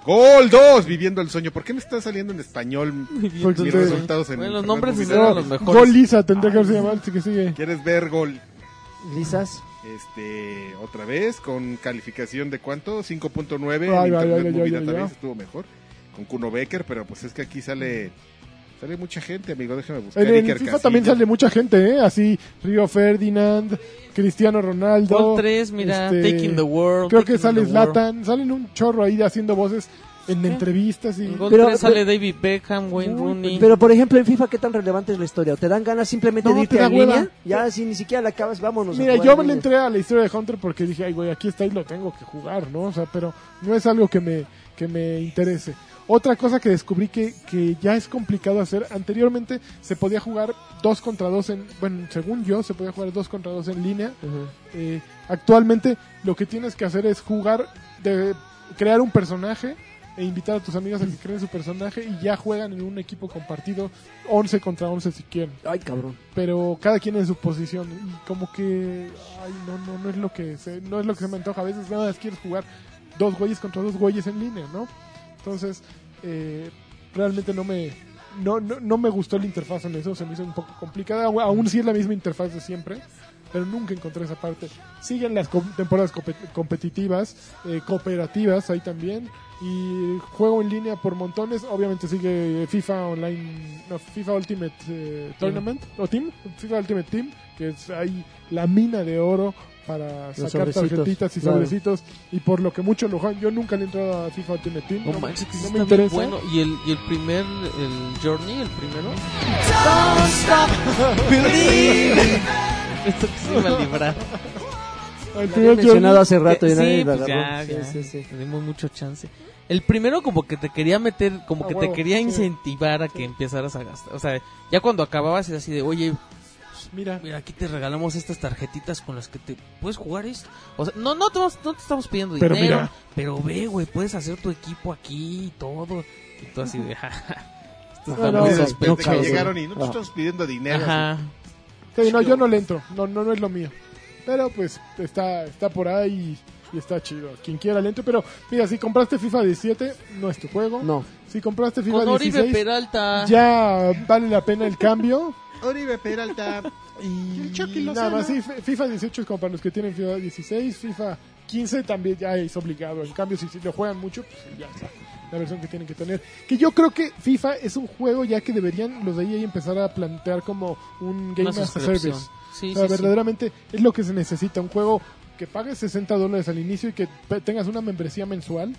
Gol 2, viviendo el sueño. ¿Por qué me está saliendo en español?
Viviendo
Pues,
el
sí.
sueño.
Resultados en
Bueno, los
Fernando
nombres
Vidal.
eran
No,
los mejores.
Gol Lisa tendría que haberse llamado. Así que sigue.
¿Quieres ver Gol
¿Lisas?
este otra vez con calificación de cuánto? 5.9 en
Ay, ay,
Internet
ay, ay,
Movie
ay,
Database,
ay.
estuvo mejor con Kuno Becker, pero pues es que aquí sale sale mucha gente, amigo, déjame buscar
En el
Iker
FIFA
Casillas.
también sale mucha gente, ¿eh? Así, Río Ferdinand, Cristiano Ronaldo.
Gol 3, mira.
este,
Taking the World.
Creo que
Taking
sale
the World.
Zlatan. Salen un chorro ahí de haciendo voces en entrevistas. y
En Gol
Pero-
3 sale David Beckham, Wayne Rooney.
Pero, por ejemplo, en FIFA, ¿qué tan relevante es la historia? ¿O te dan ganas simplemente
No,
de
te
irte
da
a
hueva.
línea? Ya, si ni siquiera la acabas, vámonos. a
Mira,
jugar
yo
en
me le
línea.
entré a la historia de Hunter porque dije, ay, güey, aquí está y lo tengo que jugar, ¿no? O sea, pero no es algo que me, que me interese. Otra cosa que descubrí que, que ya es complicado hacer, anteriormente se podía jugar dos contra dos en, bueno, según yo, se podía jugar dos contra dos en línea. Eh, actualmente lo que tienes que hacer es jugar, de crear un personaje e invitar a tus amigos a que creen su personaje y ya juegan en un equipo compartido 11 contra 11 si quieren
Ay, cabrón.
pero cada quien en su posición y como que ay no no no es lo que se, no es lo que se me antoja a veces nada más quieres jugar dos güeyes contra dos güeyes en línea no entonces eh, realmente no me no, no, no me gustó la interfaz en eso se me hizo un poco complicada aún- aún sí es la misma interfaz de siempre pero nunca encontré esa parte siguen las com- temporadas compet- competitivas eh, cooperativas ahí también y juego en línea por montones. Obviamente sigue FIFA Online, no, FIFA Ultimate eh, Tournament o Team, FIFA Ultimate Team, que es ahí la mina de oro para sacar
sobrecitos,
tarjetitas y
claro.
sobrecitos. Y por lo que mucho lo juegan, yo nunca le he entrado a FIFA Ultimate Team.
No manches, que sí
no me
está bien
interesa.
bueno. ¿Y el, y el primer, el Journey, el primero. Esto que se iba a librar.
Ah, El
Lo
primer
había mencionado
Journey-
hace rato y
sí,
nadie lo
pues ya,
agarró.
ya.
Sí, sí, sí.
Le dimos mucho chance. El primero como que te quería meter, como
A
que
huevo,
te quería
sí.
incentivar a que empezaras a gastar. O sea, ya cuando acababas era así de, oye,
Mira,
mira, aquí te regalamos estas tarjetitas con las que te puedes jugar esto. O sea, no, no te, vamos- no te estamos pidiendo
Pero
dinero,
mira.
pero ve, güey, puedes hacer tu equipo aquí y todo. Y tú así de, "Ja, ja, esto
No,
está
no,
muy
Y de
no,
repente
no,
que
cabrón.
llegaron y no te
Ah.
estamos pidiendo dinero.
Ajá.
sí, no, yo no le entro. No, no, no es lo mío. Pero pues está, está por ahí y está chido. Quien quiera le entre. Pero mira, si compraste FIFA 17, no es tu juego.
No.
Si compraste FIFA
Con Oribe
16,
Peralta.
ya vale la pena el cambio.
así. Oribe Peralta.
Y
El Chucky Lozano.
nada más, sí, F- FIFA 18 es como para los que tienen FIFA 16, FIFA 15 también ya es obligado. En cambio, si, si lo juegan mucho, pues ya está la versión que tienen que tener. Que yo creo que FIFA es un juego ya que deberían los de ahí empezar a plantear como un Game
Una
as a
suscripción.
Service.
Sí,
O sea,
sí, sí.
verdaderamente es lo que se necesita, un juego que pagues 60 dólares al inicio y que pe- tengas una membresía mensual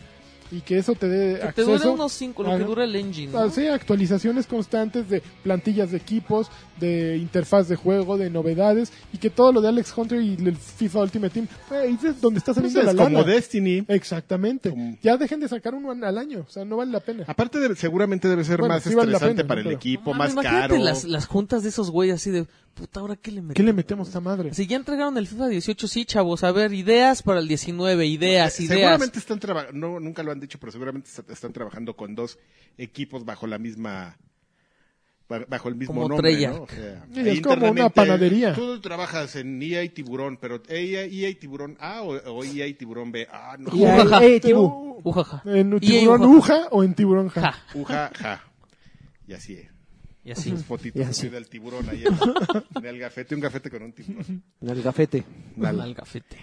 y que eso te dé
Que te
acceso.
dure unos 5, lo que
Ajá.
dura el engine. ¿no?
Ah, sí, actualizaciones constantes de plantillas de equipos, de interfaz de juego, de novedades y que todo lo de Alex Hunter y el FIFA Ultimate Team, pues, ahí es donde está
Pues
saliendo
es
la lana.
como Destiny.
Exactamente.
Como-
Ya dejen de sacar uno al año, o sea, no vale la pena.
Ah,
Aparte, de- seguramente debe ser
Bueno,
más
sí vale la
estresante
pena,
para el
pero-
equipo,
No
más
mames, imagínate
caro.
Las, las juntas de esos güeyes así de, puta, ¿ahora qué le
¿Qué
metemos?
le metemos a esta madre?
Si ya entregaron el FIFA 18, sí, chavos, a ver, ideas para el 19, ideas, ideas.
Eh, Seguramente están trabajando, no, nunca lo han dicho, pero seguramente est- están trabajando con dos equipos bajo la misma, ba- bajo el mismo
Como
nombre,
Treyarch.
¿no? O sea,
Sí, es
ahí
como una
internamente,
panadería.
Tú trabajas en EA y Tiburón, pero EA, y Tiburón A o, o EA y Tiburón B. Ah, no.
E
Y ahí-
Ujaja.
ey, Tibu.
Ujaja.
¿En
Y ahí
tiburón
ujaja.
uja o en tiburón ja?
Ja.
Uja, ja. Y así es.
Y así.
Los fotitos
Y así.
así del tiburón ahí en- en el gafete, un gafete con un tiburón.
En el gafete.
Al algafete.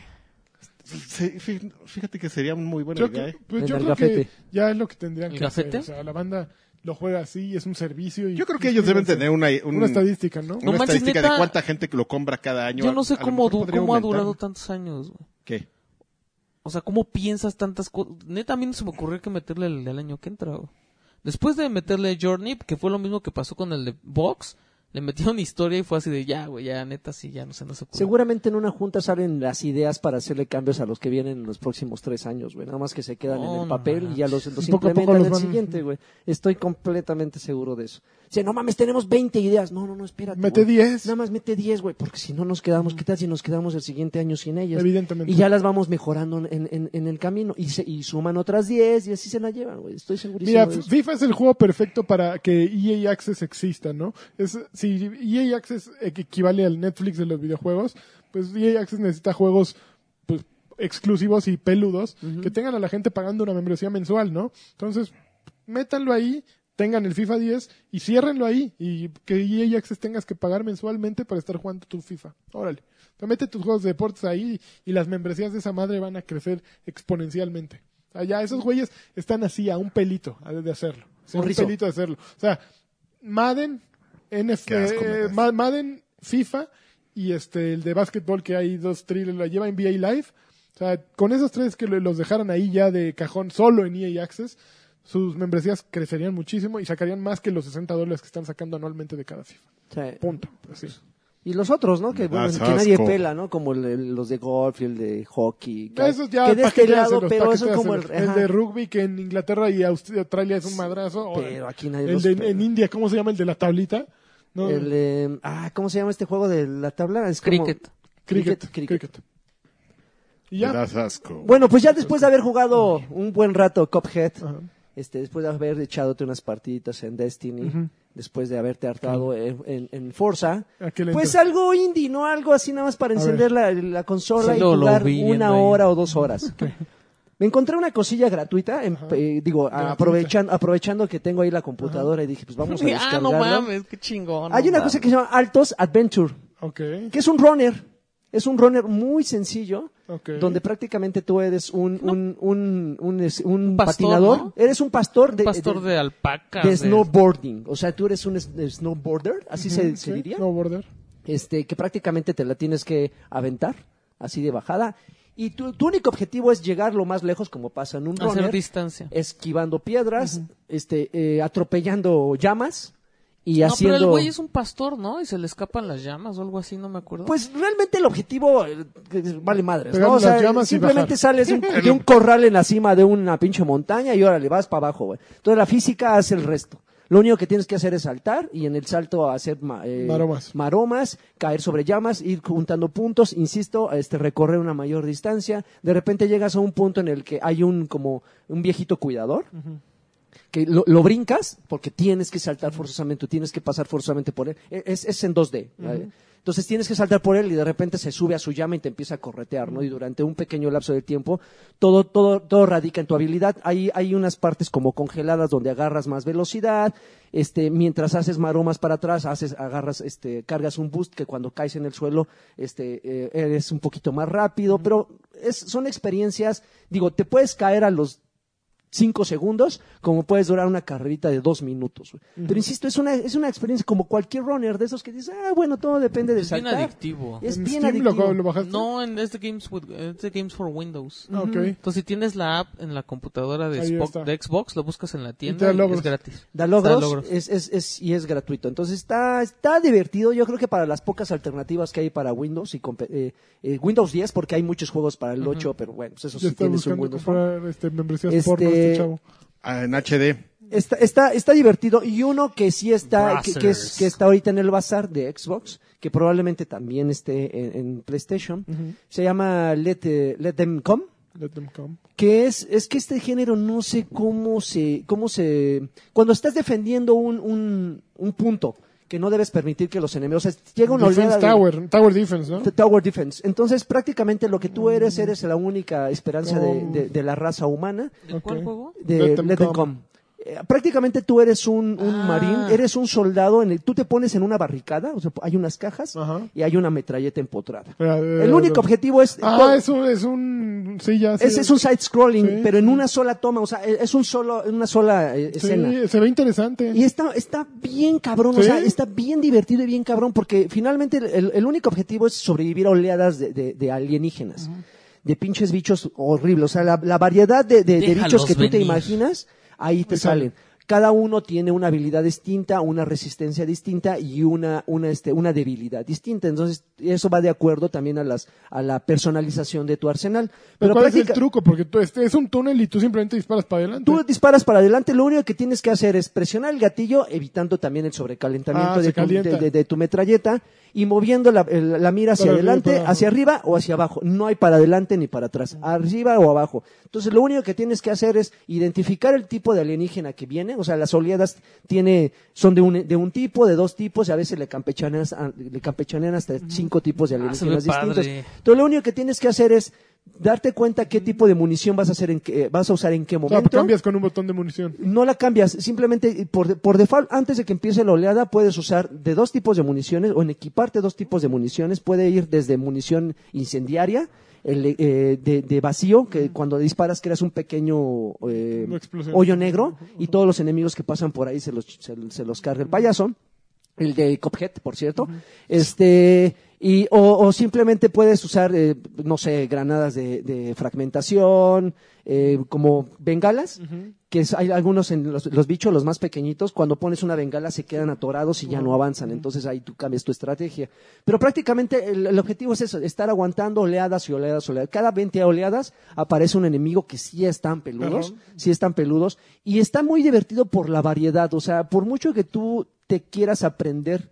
Sí, fí- Fíjate que sería muy buena
Yo,
idea,
que-
¿eh?
pues,
En
yo
el
creo que
gafete.
ya es lo que tendrían
¿El
que hacer.
gafete?
O sea, la banda lo juega así, es un servicio. Y
Yo creo que ellos deben tener una, un-
una estadística, ¿no?
una
manches,
estadística
neta.
de cuánta gente que lo compra cada año.
Yo no sé
A lo
cómo,
mejor
du-
podría
cómo ha
aumentar.
durado tantos años. güey.
¿Qué?
O sea, ¿cómo piensas tantas cosas? Neta, a mí no se me ocurrió que meterle el del año que entra. güey. Después de meterle Journey, que fue lo mismo que pasó con el de Vox, le metieron historia y fue así de ya, güey, ya, neta, sí, ya no se nos ocurrió.
Seguramente en una junta salen las ideas para hacerle cambios a los que vienen en los próximos tres años, güey. Nada más que se quedan en
No,
el
no
papel y ya los, los
Poco a poco
implementan en
los
el
van-
siguiente, güey. Estoy completamente seguro de eso. Dice, no mames, tenemos 20 ideas. No, no, no, espérate.
Mete
güey.
10.
Nada más mete 10, güey, porque si no nos quedamos, ¿qué tal si nos quedamos el siguiente año sin ellas?
Evidentemente.
Y ya las vamos mejorando en, en- en el camino. Y, se- y suman otras 10 y así se la llevan, güey. Estoy segurísimo.
Mira, pues,
de eso.
FIFA es el juego perfecto para que EA Access exista, ¿no? Es, si EA Access equ- equivale al Netflix de los videojuegos, pues EA Access necesita juegos pues, exclusivos y peludos que tengan a la gente pagando una membresía mensual, ¿no? Entonces, métanlo ahí, tengan el FIFA 10 y ciérrenlo ahí y que EA Access tengas que pagar mensualmente para estar jugando tu FIFA. Órale. Te mete tus juegos de deportes ahí y las membresías de esa madre van a crecer exponencialmente. Allá esos güeyes están así a un pelito a- de hacerlo. O sea,
Un
un
rizo.
pelito de hacerlo. O sea, Madden, NFL,
Qué asco me
eh,
das.
Ma- Madden, FIFA y este el de básquetbol que hay dos thrillers, la lleva NBA Live. O sea, con esos tres que lo- los dejaran ahí ya de cajón solo en EA Access, sus membresías crecerían muchísimo y sacarían más que los 60 dólares que están sacando anualmente de cada FIFA.
O sea,
Punto.
Pues,
Así.
Y los otros, ¿no? Que,
Me
bueno,
das
que nadie
asco.
pela, ¿no? Como el- el- los de golf y el de hockey. Que,
Esos ya
que de este
paqueteas
lado,
en los
pero eso es
paqueteas
como
en
el...
los-
ajá.
de rugby que en Inglaterra y Aust- Australia es un madrazo. o-
pero aquí nadie
el
los
de,
pela.
en India, ¿cómo se llama el de la tablita? No,
El, eh, ah, ¿cómo se llama este juego de la tabla? Es como-
Cricket.
cricket,
cricket,
cricket,
cricket.
Y
Me
ya.
das asco.
Bueno, pues ya después de haber jugado un buen rato Cuphead,
Ajá.
este, después de haber echado unas partiditas en Destiny,
Ujú.
después de haberte hartado en, en- en Forza,
¿A qué le
pues
entras?
algo indie, ¿no? Algo así nada más para
A
encender la, la consola
Sí,
y
lo- lo
jugar
vi
una
viendo ahí.
hora o dos horas. Me encontré una cosilla gratuita, en- eh, digo,
Gratuita.
aprovechando, aprovechando que tengo ahí la computadora y dije, pues vamos a
ah, no
descargarlo.
mames, qué chingón.
Hay
no
una
mames.
cosa que se llama Altos Adventure
Ok.
que es un runner. Es un runner muy sencillo,
Ok.
donde prácticamente tú eres un, un, un, un, es- un
Pastor,
patinador.
¿no?
Eres un pastor de,
pastor de, alpaca.
de snowboarding. O sea, tú eres un es- snowboarder, así se,
Sí,
se diría.
No border.
Este, que prácticamente te la tienes que aventar, así de bajada. Y tu, tu único objetivo es llegar lo más lejos, como pasa en un
hacer
runner,
distancia.
esquivando piedras, este, eh, atropellando llamas y
No,
haciendo...
pero el güey es un pastor, ¿no? Y se le escapan las llamas o algo así, no me acuerdo.
Pues realmente el objetivo eh, que vale madres,
Pegar
¿no? O
las
sea,
llamas y
simplemente
bajar.
sales de un, de un corral en la cima de una pinche montaña y ahora le vas para abajo, güey. Entonces la física hace el resto. Lo único que tienes que hacer es saltar y en el salto hacer ma- eh,
Maromas.
maromas, caer sobre llamas, ir juntando puntos, insisto, este recorrer una mayor distancia. De repente llegas a un punto en el que hay un como un viejito cuidador que lo, lo brincas porque tienes que saltar forzosamente, tú tienes que pasar forzosamente por él. E- Es, es en 2D. ¿vale? Entonces tienes que saltar por él y de repente se sube a su llama y te empieza a corretear, ¿no? Y durante un pequeño lapso de tiempo todo todo todo radica en tu habilidad. Hay hay unas partes como congeladas donde agarras más velocidad, este mientras haces maromas para atrás, haces agarras este cargas un boost que cuando caes en el suelo este eh, eres un poquito más rápido, pero es, son experiencias, digo, te puedes caer a los cinco segundos, como puedes durar una carrerita de dos minutos. güey. Pero insisto, es una, es una experiencia como cualquier runner de esos que dices, ah, bueno, todo depende de
es bien
saltar.
adictivo.
Es
¿En
bien
Steam lo-
adictivo.
Lo, bajaste?
No, en este games, with- este games for Windows.
Ah, Ok.
Entonces, si tienes la app en la computadora de,
Ahí
Spock-
está.
de Xbox, lo buscas en
te
la
da
tienda y,
logros.
es gratis.
Da logros,
Da logros.
Es, es, es- y es gratuito. Entonces está, está divertido, yo creo que para las pocas alternativas que hay para Windows y compe- eh, eh, Windows 10, porque hay muchos juegos para el 8, pero bueno, pues eso
Ya
sí
está
tienes un
buscando
Windows Phone.
comprar este, membresías
Este-
porno este chavo.
Ah, en HD.
Está, está, está divertido. Y uno que sí está, que, que es-
Brazzers.
que está ahorita en el bazar de Xbox, que probablemente también esté en, en PlayStation, se llama Let, eh, Let Them Come.
Let them come.
Que es, es que este género no sé cómo se, cómo se, cuando estás defendiendo un, un, un punto que no debes permitir que los enemigos, o sea, llega una
Defense
oleada de-
Tower. Tower Defense, ¿no?
de Tower Defense. Entonces, prácticamente lo que tú eres, eres la única esperanza de-
No.
de- de la raza humana
¿De
Ok.
cuál juego?
de
Let them
Let them
come.
come. Eh, Prácticamente tú eres un, un
Ah.
marín, eres un soldado, en el, tú te pones en una barricada, o sea, hay unas cajas
Ajá.
y hay una metralleta empotrada.
Ah, eh,
el único
eh,
objetivo es...
Ah,
todo-
es un, es un... Sí, ya. sí,
es,
ya.
es un side-scrolling,
Sí.
pero en una sola toma, o sea, e- es un solo, una sola eh,
Sí,
escena.
se ve interesante.
Y está, está bien cabrón, o
Sí.
sea, está bien divertido y bien cabrón, porque finalmente el, el único objetivo es sobrevivir a oleadas de, de- de alienígenas. de pinches bichos horribles. O sea, la, la variedad de, de- de
Déjalos
bichos que tú te
venir.
imaginas, ahí te salen. Cada uno tiene una habilidad distinta, una resistencia distinta y una, una, este, una debilidad distinta. Entonces, eso va de acuerdo también a las, a la personalización de tu arsenal.
Pero ¿cuál es
práctica-
el truco? Porque tú, este, es un túnel y tú simplemente disparas para adelante.
Tú disparas para adelante, lo único que tienes que hacer es presionar el gatillo, evitando también el sobrecalentamiento
Ah, se
de, tu,
calienta.
de- de- de tu metralleta y moviendo la, el- la mira hacia
Para arriba,
adelante,
para abajo. Ah.
hacia arriba o hacia abajo. No hay para adelante ni para atrás, arriba o abajo. Entonces, lo único que tienes que hacer es identificar el tipo de alienígena que viene. O sea, las oleadas tiene, son de un, de un tipo, de dos tipos, y a veces le campechanean, hasta- le campechanean hasta cinco tipos de
Ah, se
alienígenas
ve
distintos.
padre.
Entonces, lo único que tienes que hacer es darte cuenta qué tipo de munición vas a hacer en qué- vas a usar en qué
O sea,
momento
cambias con un botón de munición.
no la cambias, simplemente eh, por, por default, antes de que empiece la oleada, puedes usar de dos tipos de municiones o en equiparte dos tipos de municiones. Puede ir desde munición incendiaria, el, eh, de, de vacío, que cuando disparas creas un pequeño eh,
Una explosión.
hoyo negro y todos los enemigos que pasan por ahí se los, se, se los carga el payaso. El de Cophead, por cierto. Este. Y, o, o simplemente puedes usar, eh, no sé, granadas de, de fragmentación, eh, como bengalas, que es- hay algunos en los, los bichos, los más pequeñitos, cuando pones una bengala se quedan atorados y ya no avanzan. Entonces ahí tú cambias tu estrategia. Pero prácticamente el, el objetivo es eso, estar aguantando oleadas y oleadas, oleadas. Cada 20 oleadas aparece un enemigo que sí están peludos, sí están peludos. Y está muy divertido por la variedad. O sea, por mucho que tú te quieras aprender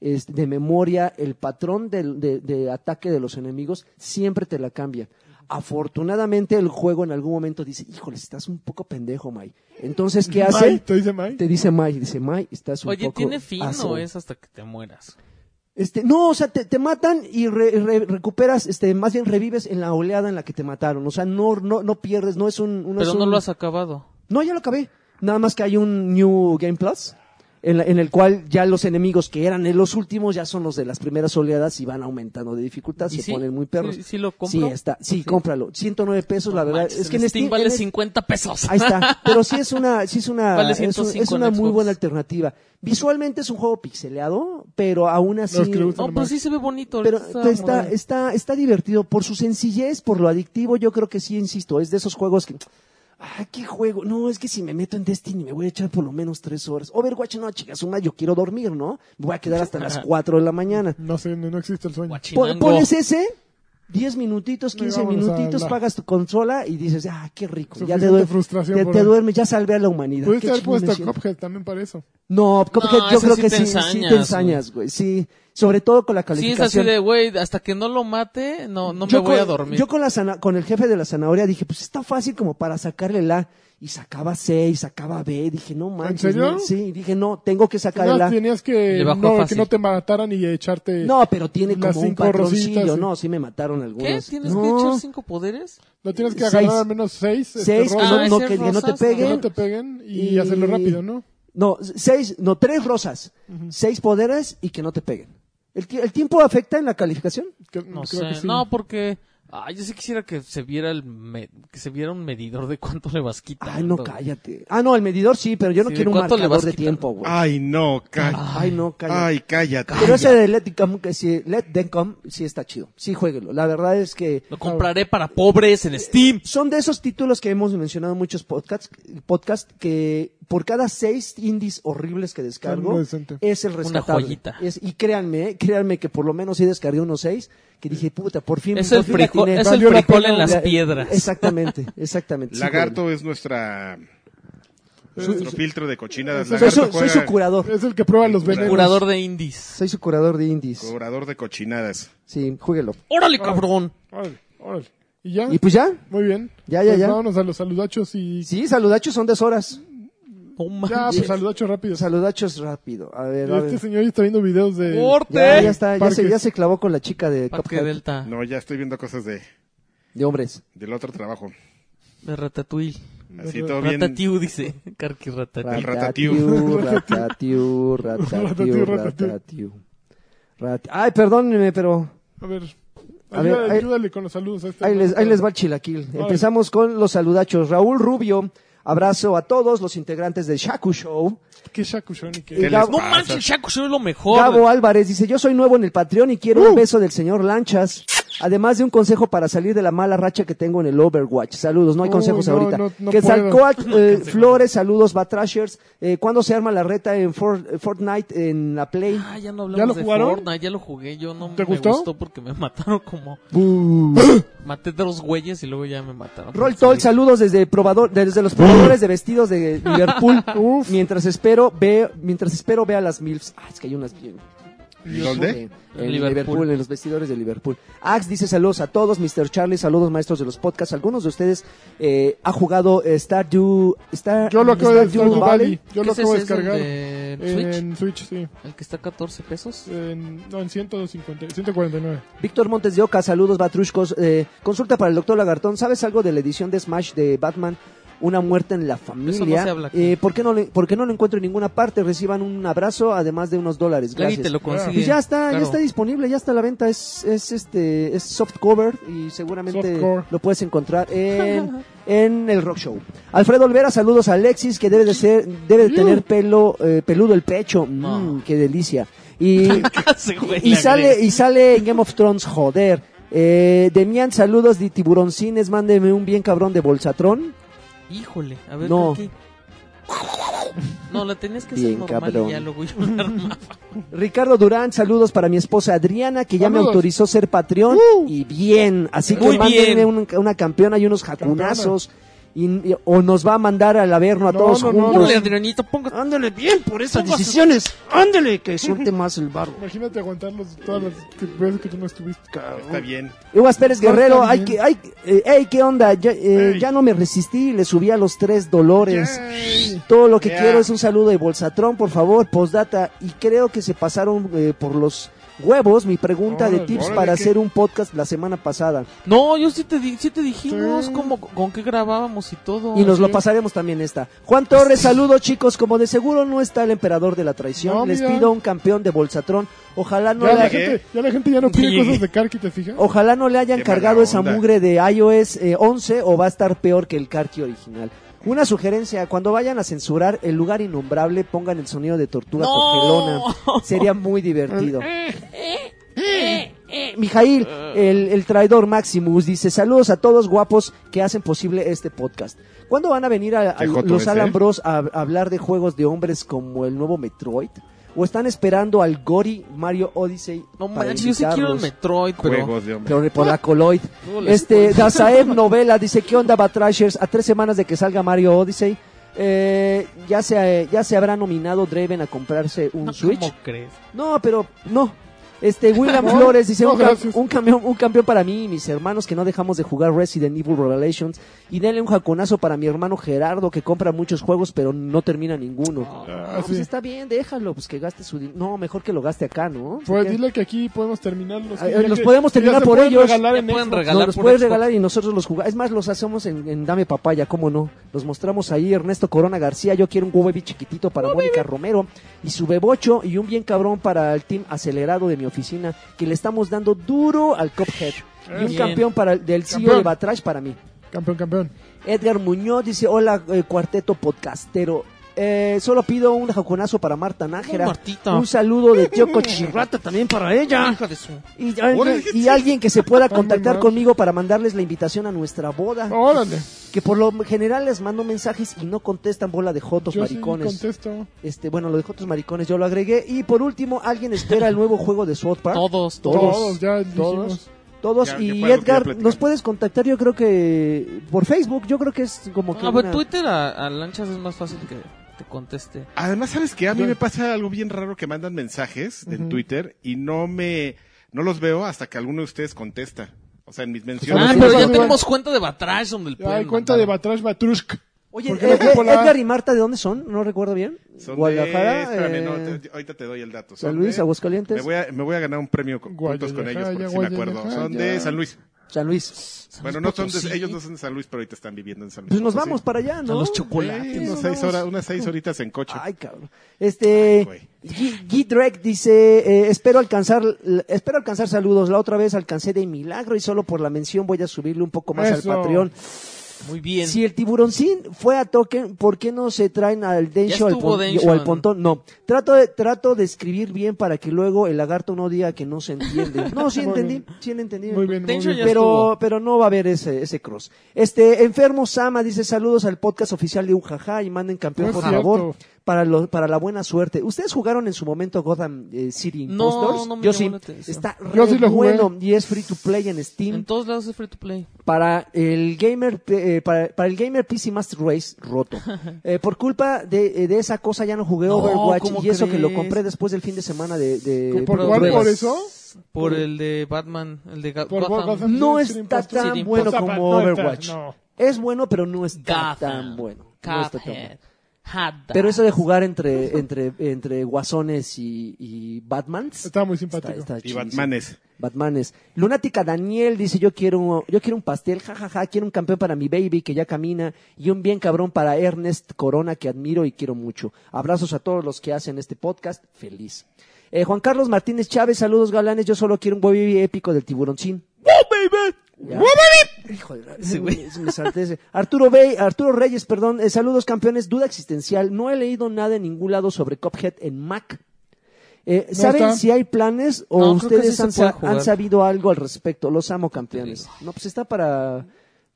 este, de memoria el patrón del- de, de ataque de los enemigos, siempre te la cambia. Afortunadamente el juego en algún momento dice, híjole, estás un poco pendejo, Mai. Entonces, ¿qué
Ay,
hace?
te dice Mike.
Te dice Mai, dice Mai, estás un
Oye,
poco...
¿tiene fin
asno".
o es hasta que te mueras?
Este, no, o sea, te, te matan y re- re- recuperas, este, más bien revives en la oleada en la que te mataron. O sea, no, no, no pierdes, no es un...
Pero
es
no
un-
lo has acabado.
no, ya lo acabé. Nada más que hay un New Game Plus. En, la- en el cual ya los enemigos que eran en los últimos ya son los de las primeras oleadas y van aumentando de dificultad,
¿Y
se
sí?
ponen muy perros.
¿Sí- sí lo compro?
Sí, está, sí, cómpralo. 109 pesos, la verdad.
Manches,
es que
el
en
Steam
Steam-
vale
en este-
50 pesos.
Ahí está. Pero sí es una, sí es una,
Vale
es un- es
105 en
una muy
Xbox.
buena alternativa. Visualmente es un juego pixeleado, pero aún así.
Los que le gustan
No, pero sí se ve bonito.
Pero
ahorita
está, está,
morado.
está divertido por su sencillez, por lo adictivo. Yo creo que sí, insisto, es de esos juegos que. Ay, qué juego. No, es que si me meto en Destiny me voy a echar por lo menos tres horas. Overwatch, no, chicas, una, yo quiero dormir, ¿no? Me voy a quedar hasta las cuatro de la mañana.
No sé, no, no existe el sueño.
Pon-
Guachinango.
Pones ese, 10 minutitos, 15
vámonos a
minutitos,
la-
pagas tu consola y dices, ah, qué rico. Ya te,
Suficiente
duer-
frustración
te,
por
te
hoy.
duermes, ya salvé a la humanidad.
Pudiste
Qué
haber
chingón me
puesto
siento.
Cophead también para eso.
No, Cuphead,
No,
yo
ese
creo
sí
que
te
sí, sí
ensañas,
te ensañas, güey. Sí, sobre todo con la
Sí,
calificación.
es así de, güey, hasta que no lo mate, no, no me voy
con,
a dormir.
Yo con, la zana- con el jefe de la zanahoria dije, pues está fácil como para sacarle la. Y sacaba C y sacaba B. Dije, no manches.
serio?
no. Sí, dije, no, tengo que sacarle
No,
la.
tenías que
Le bajó
no, que
fácil.
no te mataran y echarte.
No, pero tiene
Las
como un
cinco
patroncillo.
rositas, sí.
No, sí me mataron
¿Qué?
algunos.
¿Tienes
no,
que echar cinco poderes?
No tienes que
Seis.
agarrar al menos seis. este,
Seis,
rosas,
no,
Ah,
no,
ese
que, que no te
rosas, ¿no?
que
peguen.
no te peguen y, hacerlo rápido, ¿no?
No, seis, no, tres rosas. Seis poderes y que no te peguen. ¿El, ti- el tiempo afecta en la calificación?
Que-
No
creo
sé.
que sí.
No, porque. Ah, yo sí quisiera que se viera el me- que se viera un medidor de cuánto le vas quitando.
Ay, no, cállate. Ah, no, el medidor sí, pero yo no
Sí,
quiero un
¿cuánto le
marcador
vas
de
quitando?
tiempo, güey.
Ah,
Ay, no, cállate.
Ay, no, Ah, cállate.
Ay, cállate.
Pero ese de Let It Come, que sí, Let Them Come, sí está chido. Sí, jueguenlo. La verdad es que
Lo compraré para pobres en Steam.
son de esos títulos que hemos mencionado en muchos podcasts, podcast que por cada seis indies horribles que
Algo
descargo,
decente.
es el rescatable.
joyita.
Es- y créanme, eh, créanme que por lo menos sí descargué unos seis, que dije, puta, por fin.
Es
por
el
fin la
frijol-
tiene.
es
Valió
el
la
frijol
pena.
en las
La-
piedras.
Exactamente, exactamente. sí,
Lagarto es nuestra nuestro filtro de cochina.
jueguenlo. Soy
Lagarto
su, soy su
juega-
curador.
Es el que prueba los venenos.
Curador de indies.
Soy su curador de indies.
Cobrador de cochinadas.
Sí, jueguelo.
¡Órale, cabrón!
Órale, órale. Y ya.
Y pues ya.
Muy bien.
Ya, ya,
Pues
ya.
Vámonos a los saludachos y.
Sí, saludachos son 10 horas.
Ya,
No
pues
manches.
saludachos rápidos.
Saludachos rápido. A ver, a
Este
ver.
señor está viendo videos de.
¡Corte!
Ya, ya está, ya
¿Eh? Parques.
se, ya se clavó con la chica de
Parque
Cuphead,
Delta
No, ya estoy viendo cosas de
de hombres.
del otro trabajo.
de Ratatouille.
Así todo bien.
Ratatouille dice. Carqui Ratatouille.
Ah.
El ratatiu.
Ratatiu, ratatiu,
Ratatiu, ratatiu.
ratatiu. Rat- Ay, perdónenme, pero
A ver.
A ver,
ayúdale,
ahí-
ayúdale con los saludos a este.
ahí les,
hermano.
ahí les va el chilaquil. Empezamos con los saludachos. Raúl Rubio, abrazo a todos los integrantes del Shaku Show.
Qué shakushon y qué-
¿Qué
Eh,
les
Gabo-
No
pasa?
manches, Shaco, soy lo mejor.
Uh.
Gabo Álvarez dice, yo soy nuevo en el Patreon y quiero un beso del señor Lanchas. Además de un consejo para salir de la mala racha que tengo en el Overwatch. Saludos, no hay
Uy,
consejos
no,
ahorita.
no, no
que
puedo.
Salcoat, eh, Flores, saludos, Batrashers. Eh, ¿Cuándo se arma la reta en For- eh, Fortnite en la Play?
Ah, ya no hablamos
¿Ya lo
de
jugaron?
Fortnite, ya lo jugué, yo no
¿Te
me
gustó?
gustó porque me mataron como maté dos güeyes y luego ya me mataron.
Roll Toll, saludos desde probador, desde los probadores de vestidos de Liverpool. mientras espero, ve, mientras espero vea las MILFs. Ah, es que hay unas bien.
¿Y dónde?
Eh, En Liverpool.
Liverpool.
en los vestidores de Liverpool. Ax dice saludos a todos, Mr. Charlie, saludos maestros de los podcasts. Algunos de ustedes eh, ha jugado eh, Stardew, Star,
Yo lo acabo de
Stardew
descargar. Valley. Yo
¿Qué
lo
es
acabo de
ese? ¿Es el
descargar.
Eh,
de Switch?
En Switch, sí.
El que está a 14 pesos.
En, no, en 150, 149.
Víctor Montes de Oca, saludos Batrushcos. Eh, consulta para el doctor Lagartón, ¿sabes algo de la edición de Smash de Batman? Una muerte en la familia.
se habla aquí.
Eh, ¿por, qué no le- ¿Por qué no lo encuentro en ninguna parte? Reciban un abrazo, además de unos dólares.
Lagui
Gracias.
te lo consigue.
Pues ya está,
claro.
ya está disponible, ya está a la venta. Es, es este, es soft cover y seguramente
Softcore.
lo puedes encontrar en, en el Rock Show. Alfredo Olvera, saludos a Alexis, que debe de ser, debe de tener pelo, eh, peludo el pecho. Mm,
No.
qué delicia. Y,
Ese güey
y
le
sale,
agrega.
y sale en Game of Thrones, joder. Eh, Demian, saludos de tiburoncines, mándeme un bien cabrón de Bolsatrón.
Híjole, a ver,
No.
no. No, la tenías que hacer
Bien,
normal
cabrón.
y ya luego yo la armaba.
Ricardo Durán, saludos para mi esposa Adriana, que ya me
Saludos. Uh.
autorizó ser Patreon. Y bien, así que
Muy
mándenme
bien.
un- una, campeona y unos jacunazos. Y, y- o nos va a mandar al averno a
No,
todos
no, no,
juntos.
Órale, Adrianito, ponga.
Ándale bien por esas
Póngase-
decisiones. Ándale, que suelte más el barro.
Imagínate aguantarlos todas las que- veces que tú no estuviste.
Está bien.
Uvas Pérez
No,
Guerrero,
está
hay que,
bien.
hay, eh, ey, ¿qué onda? Ya, eh,
Ey.
ya no me resistí, le subí a los tres dolores.
Yay.
Todo lo que
Ya.
quiero es un saludo de Bolsatrón, por favor, postdata. Y creo que se pasaron eh, por los huevos mi pregunta de
Órale,
tips
órale,
para
¿qué?
hacer un podcast la semana pasada.
No, yo sí te, di- sí te dijimos
Sí.
cómo, con qué grabábamos y todo.
Y nos lo
Oh, sí.
pasaremos también esta. Juan Torres, saludos chicos. Como de seguro no está el emperador de la traición,
No,
les
mira.
pido un campeón de Bolsatrón. Ojalá no
Ya
le
la,
llegué.
gente, ya la gente ya no pide
Sí.
cosas de Karki, ¿te fijas?
Ojalá no le hayan
Qué
cargado
mala
esa
onda.
mugre de iOS eh, 11 o va a estar peor que el Karki original. Una sugerencia, cuando vayan a censurar el lugar innombrable, pongan el sonido de tortuga
No.
congelona. Sería muy divertido. Mijail, el, el traidor Maximus, dice saludos a todos guapos que hacen posible este podcast. ¿Cuándo van a venir a, a
Qué joto
los
ese, ¿eh?
Alambros a, a hablar de juegos de hombres como el nuevo Metroid? ¿O están esperando al Gori Mario Odyssey?
No
para
manches, yo sí quiero el
invitarlos?
Metroid, pero.
Juegos de hombre.
Pero por la coloid.
Luego les
Este,
cuento.
Dazaev Novela dice, ¿qué onda, Batrashers? A tres semanas de que salga Mario Odyssey, eh, ya, se, eh, ya se habrá nominado Draven a comprarse un
No,
Switch.
¿Cómo crees?
No, pero no. Este, William Flores dice,
No,
un, cam-
gracias.
un campeón, un campeón para mí y mis hermanos que no dejamos de jugar Resident Evil Revelations. Y denle un jaconazo para mi hermano Gerardo que compra muchos juegos pero no termina ninguno.
Ah,
Ah, pues
sí.
está bien, déjalo, pues que gaste su dinero. No, mejor que lo gaste acá, ¿no?
Pues
Que-
dile que aquí podemos terminarlos.
Ah,
que
eh,
ya
los
que-
podemos
que ya
terminar
se
por
pueden
ellos.
regalar
Ya
en
pueden
Xbox.
regalar
nos
por
puedes
Xbox.
regalar y nosotros los jugamos. Es más, los hacemos en, en Dame Papaya, ¿cómo no? Los mostramos ahí. Ernesto Corona García, yo quiero un huevi chiquitito para Mónica Romero y su bebocho y un bien cabrón para el team acelerado de mi oficina que le estamos dando duro al Cophead. Y un
Bien.
campeón para el- del CEO
Campeón.
de Batrash para mí.
Campeón, campeón.
Edgar Muñoz dice, hola eh, cuarteto podcastero. Eh, solo pido un jaconazo para Marta Nájera.
Martita.
Un saludo de tío Cochirrata también para ella.
Hija de su.
Y, alguien-
Órale,
y alguien que se pueda
Está muy
contactar
mal.
conmigo para mandarles la invitación a nuestra boda.
Oh.
Órale.
Que por lo general les mando mensajes y no contestan bola de jotos
Yo
maricones.
sí contesto.
este, bueno, lo de jotos maricones yo lo agregué. Y por último, alguien espera el nuevo juego de South Park.
Todos,
Todos.
Todos, ya
Todos.
dijimos.
Todos.
Ya, que
y
fue algo que ya
Edgar,
platicamos.
nos puedes contactar yo creo que por Facebook. Yo creo que es como que...
Ah,
pues
pero
una-
Twitter a, a lanchas es más fácil que te conteste.
Además, ¿sabes qué? A mí
Ya.
me pasa algo bien raro que mandan mensajes en Twitter y no me, no los veo hasta que alguno de ustedes contesta. O sea, en
Pues,
mis menciones.
Ah,
sí,
pero
sí,
ya
sí,
tenemos cuenta de Batrash donde el
Ya hay cuenta de Batrash Batrushk.
Oye,
¿Por qué no
eh,
ocupo
eh,
la-
Edgar y Marta, ¿de dónde son? No recuerdo bien.
Son de-
Guadalajara.
espérame,
eh,
no, te- ahorita te doy el dato.
San
Son
Luis,
de-
Aguascalientes.
Me voy, a, me voy a ganar un premio con, juntos con ellos, porque
Guadalajara,
sí me acuerdo.
Guadalajara,
Son
ya.
de San Luis.
San Luis.
Bueno, no son de-
Potosí.
ellos no son de San Luis, pero ahorita están viviendo en San Luis.
Pues nos
Potosí.
vamos para allá, ¿no?
A los
Sí,
chocolates.
unos
nos
seis
vamos.
horas, unas seis horitas en coche.
Ay, cabrón. Este,
Ay, güey.
G- G. Drake dice, eh, espero alcanzar, l- espero alcanzar saludos. La otra vez alcancé de milagro y solo por la mención voy a subirle un poco más
Eso.
al Patreon.
Muy bien.
Si el tiburoncín fue a token, ¿por qué no se traen al Densho al
estuvo
pon-
Densho.
o al Pontón? No, trato de, trato de escribir bien para que luego el lagarto no diga que no se entiende. No, sí
Muy
entendí,
bien.
sí entendí.
Muy bien, muy
Tension
bien.
ya-
pero,
estuvo.
pero no va a haber ese, ese cross. Este, enfermo Sama dice saludos al podcast oficial de Ujaja y manden campeón,
No es
por
cierto.
favor, para, lo- para la buena suerte. ¿Ustedes jugaron en su momento Gotham eh, City
No,
Impostors?
no me
Yo
llamó
sí,
la atención.
está
Yo
re
sí lo jugué.
bueno y es free to play en Steam.
En todos lados es free to play.
Para el gamer, eh, para, para el gamer PC Master Race roto. Eh, por culpa de, eh, de esa cosa ya no jugué
No,
Overwatch y
¿cómo
eso que lo
crees?
compré después del fin de semana de, de-
¿Por
de
cuál?
pruebas.
¿Por eso?
pues, Por el de Batman, el de Ga-
Por
Gotham.
Gotham.
No
Sí, sí,
está
impostor.
Sí,
tan bueno
Pues,
como
no está,
Overwatch.
no.
Es bueno, pero no está
Gotham.
tan bueno. No está tan bueno.
Cuphead. Hot Dog.
Pero eso de jugar entre, entre, entre guasones y, y Batmans.
Está muy simpático.
Y
chidísimo.
Batmanes.
Batmanes. Lunática Daniel dice, yo quiero, yo quiero un pastel, jajaja, quiero un campeón para mi baby que ya camina y un bien cabrón para Ernest Corona que admiro y quiero mucho. Abrazos a todos los que hacen este podcast, feliz. Eh, Juan Carlos Martínez Chávez, saludos galanes, yo solo quiero un baby épico del tiburoncín. Ya. Hijo de la-
Ese güey.
me- me salté ese. Arturo, Bey, Arturo Reyes, perdón. eh, saludos campeones. Duda existencial. No he leído nada en ningún lado sobre Cophead en Mac. Eh,
No
¿Saben
está.
si hay planes o
No, creo que
ustedes
sí se
han,
puede
sa-
jugar.
han sabido algo al respecto? Los amo campeones. No, pues está para...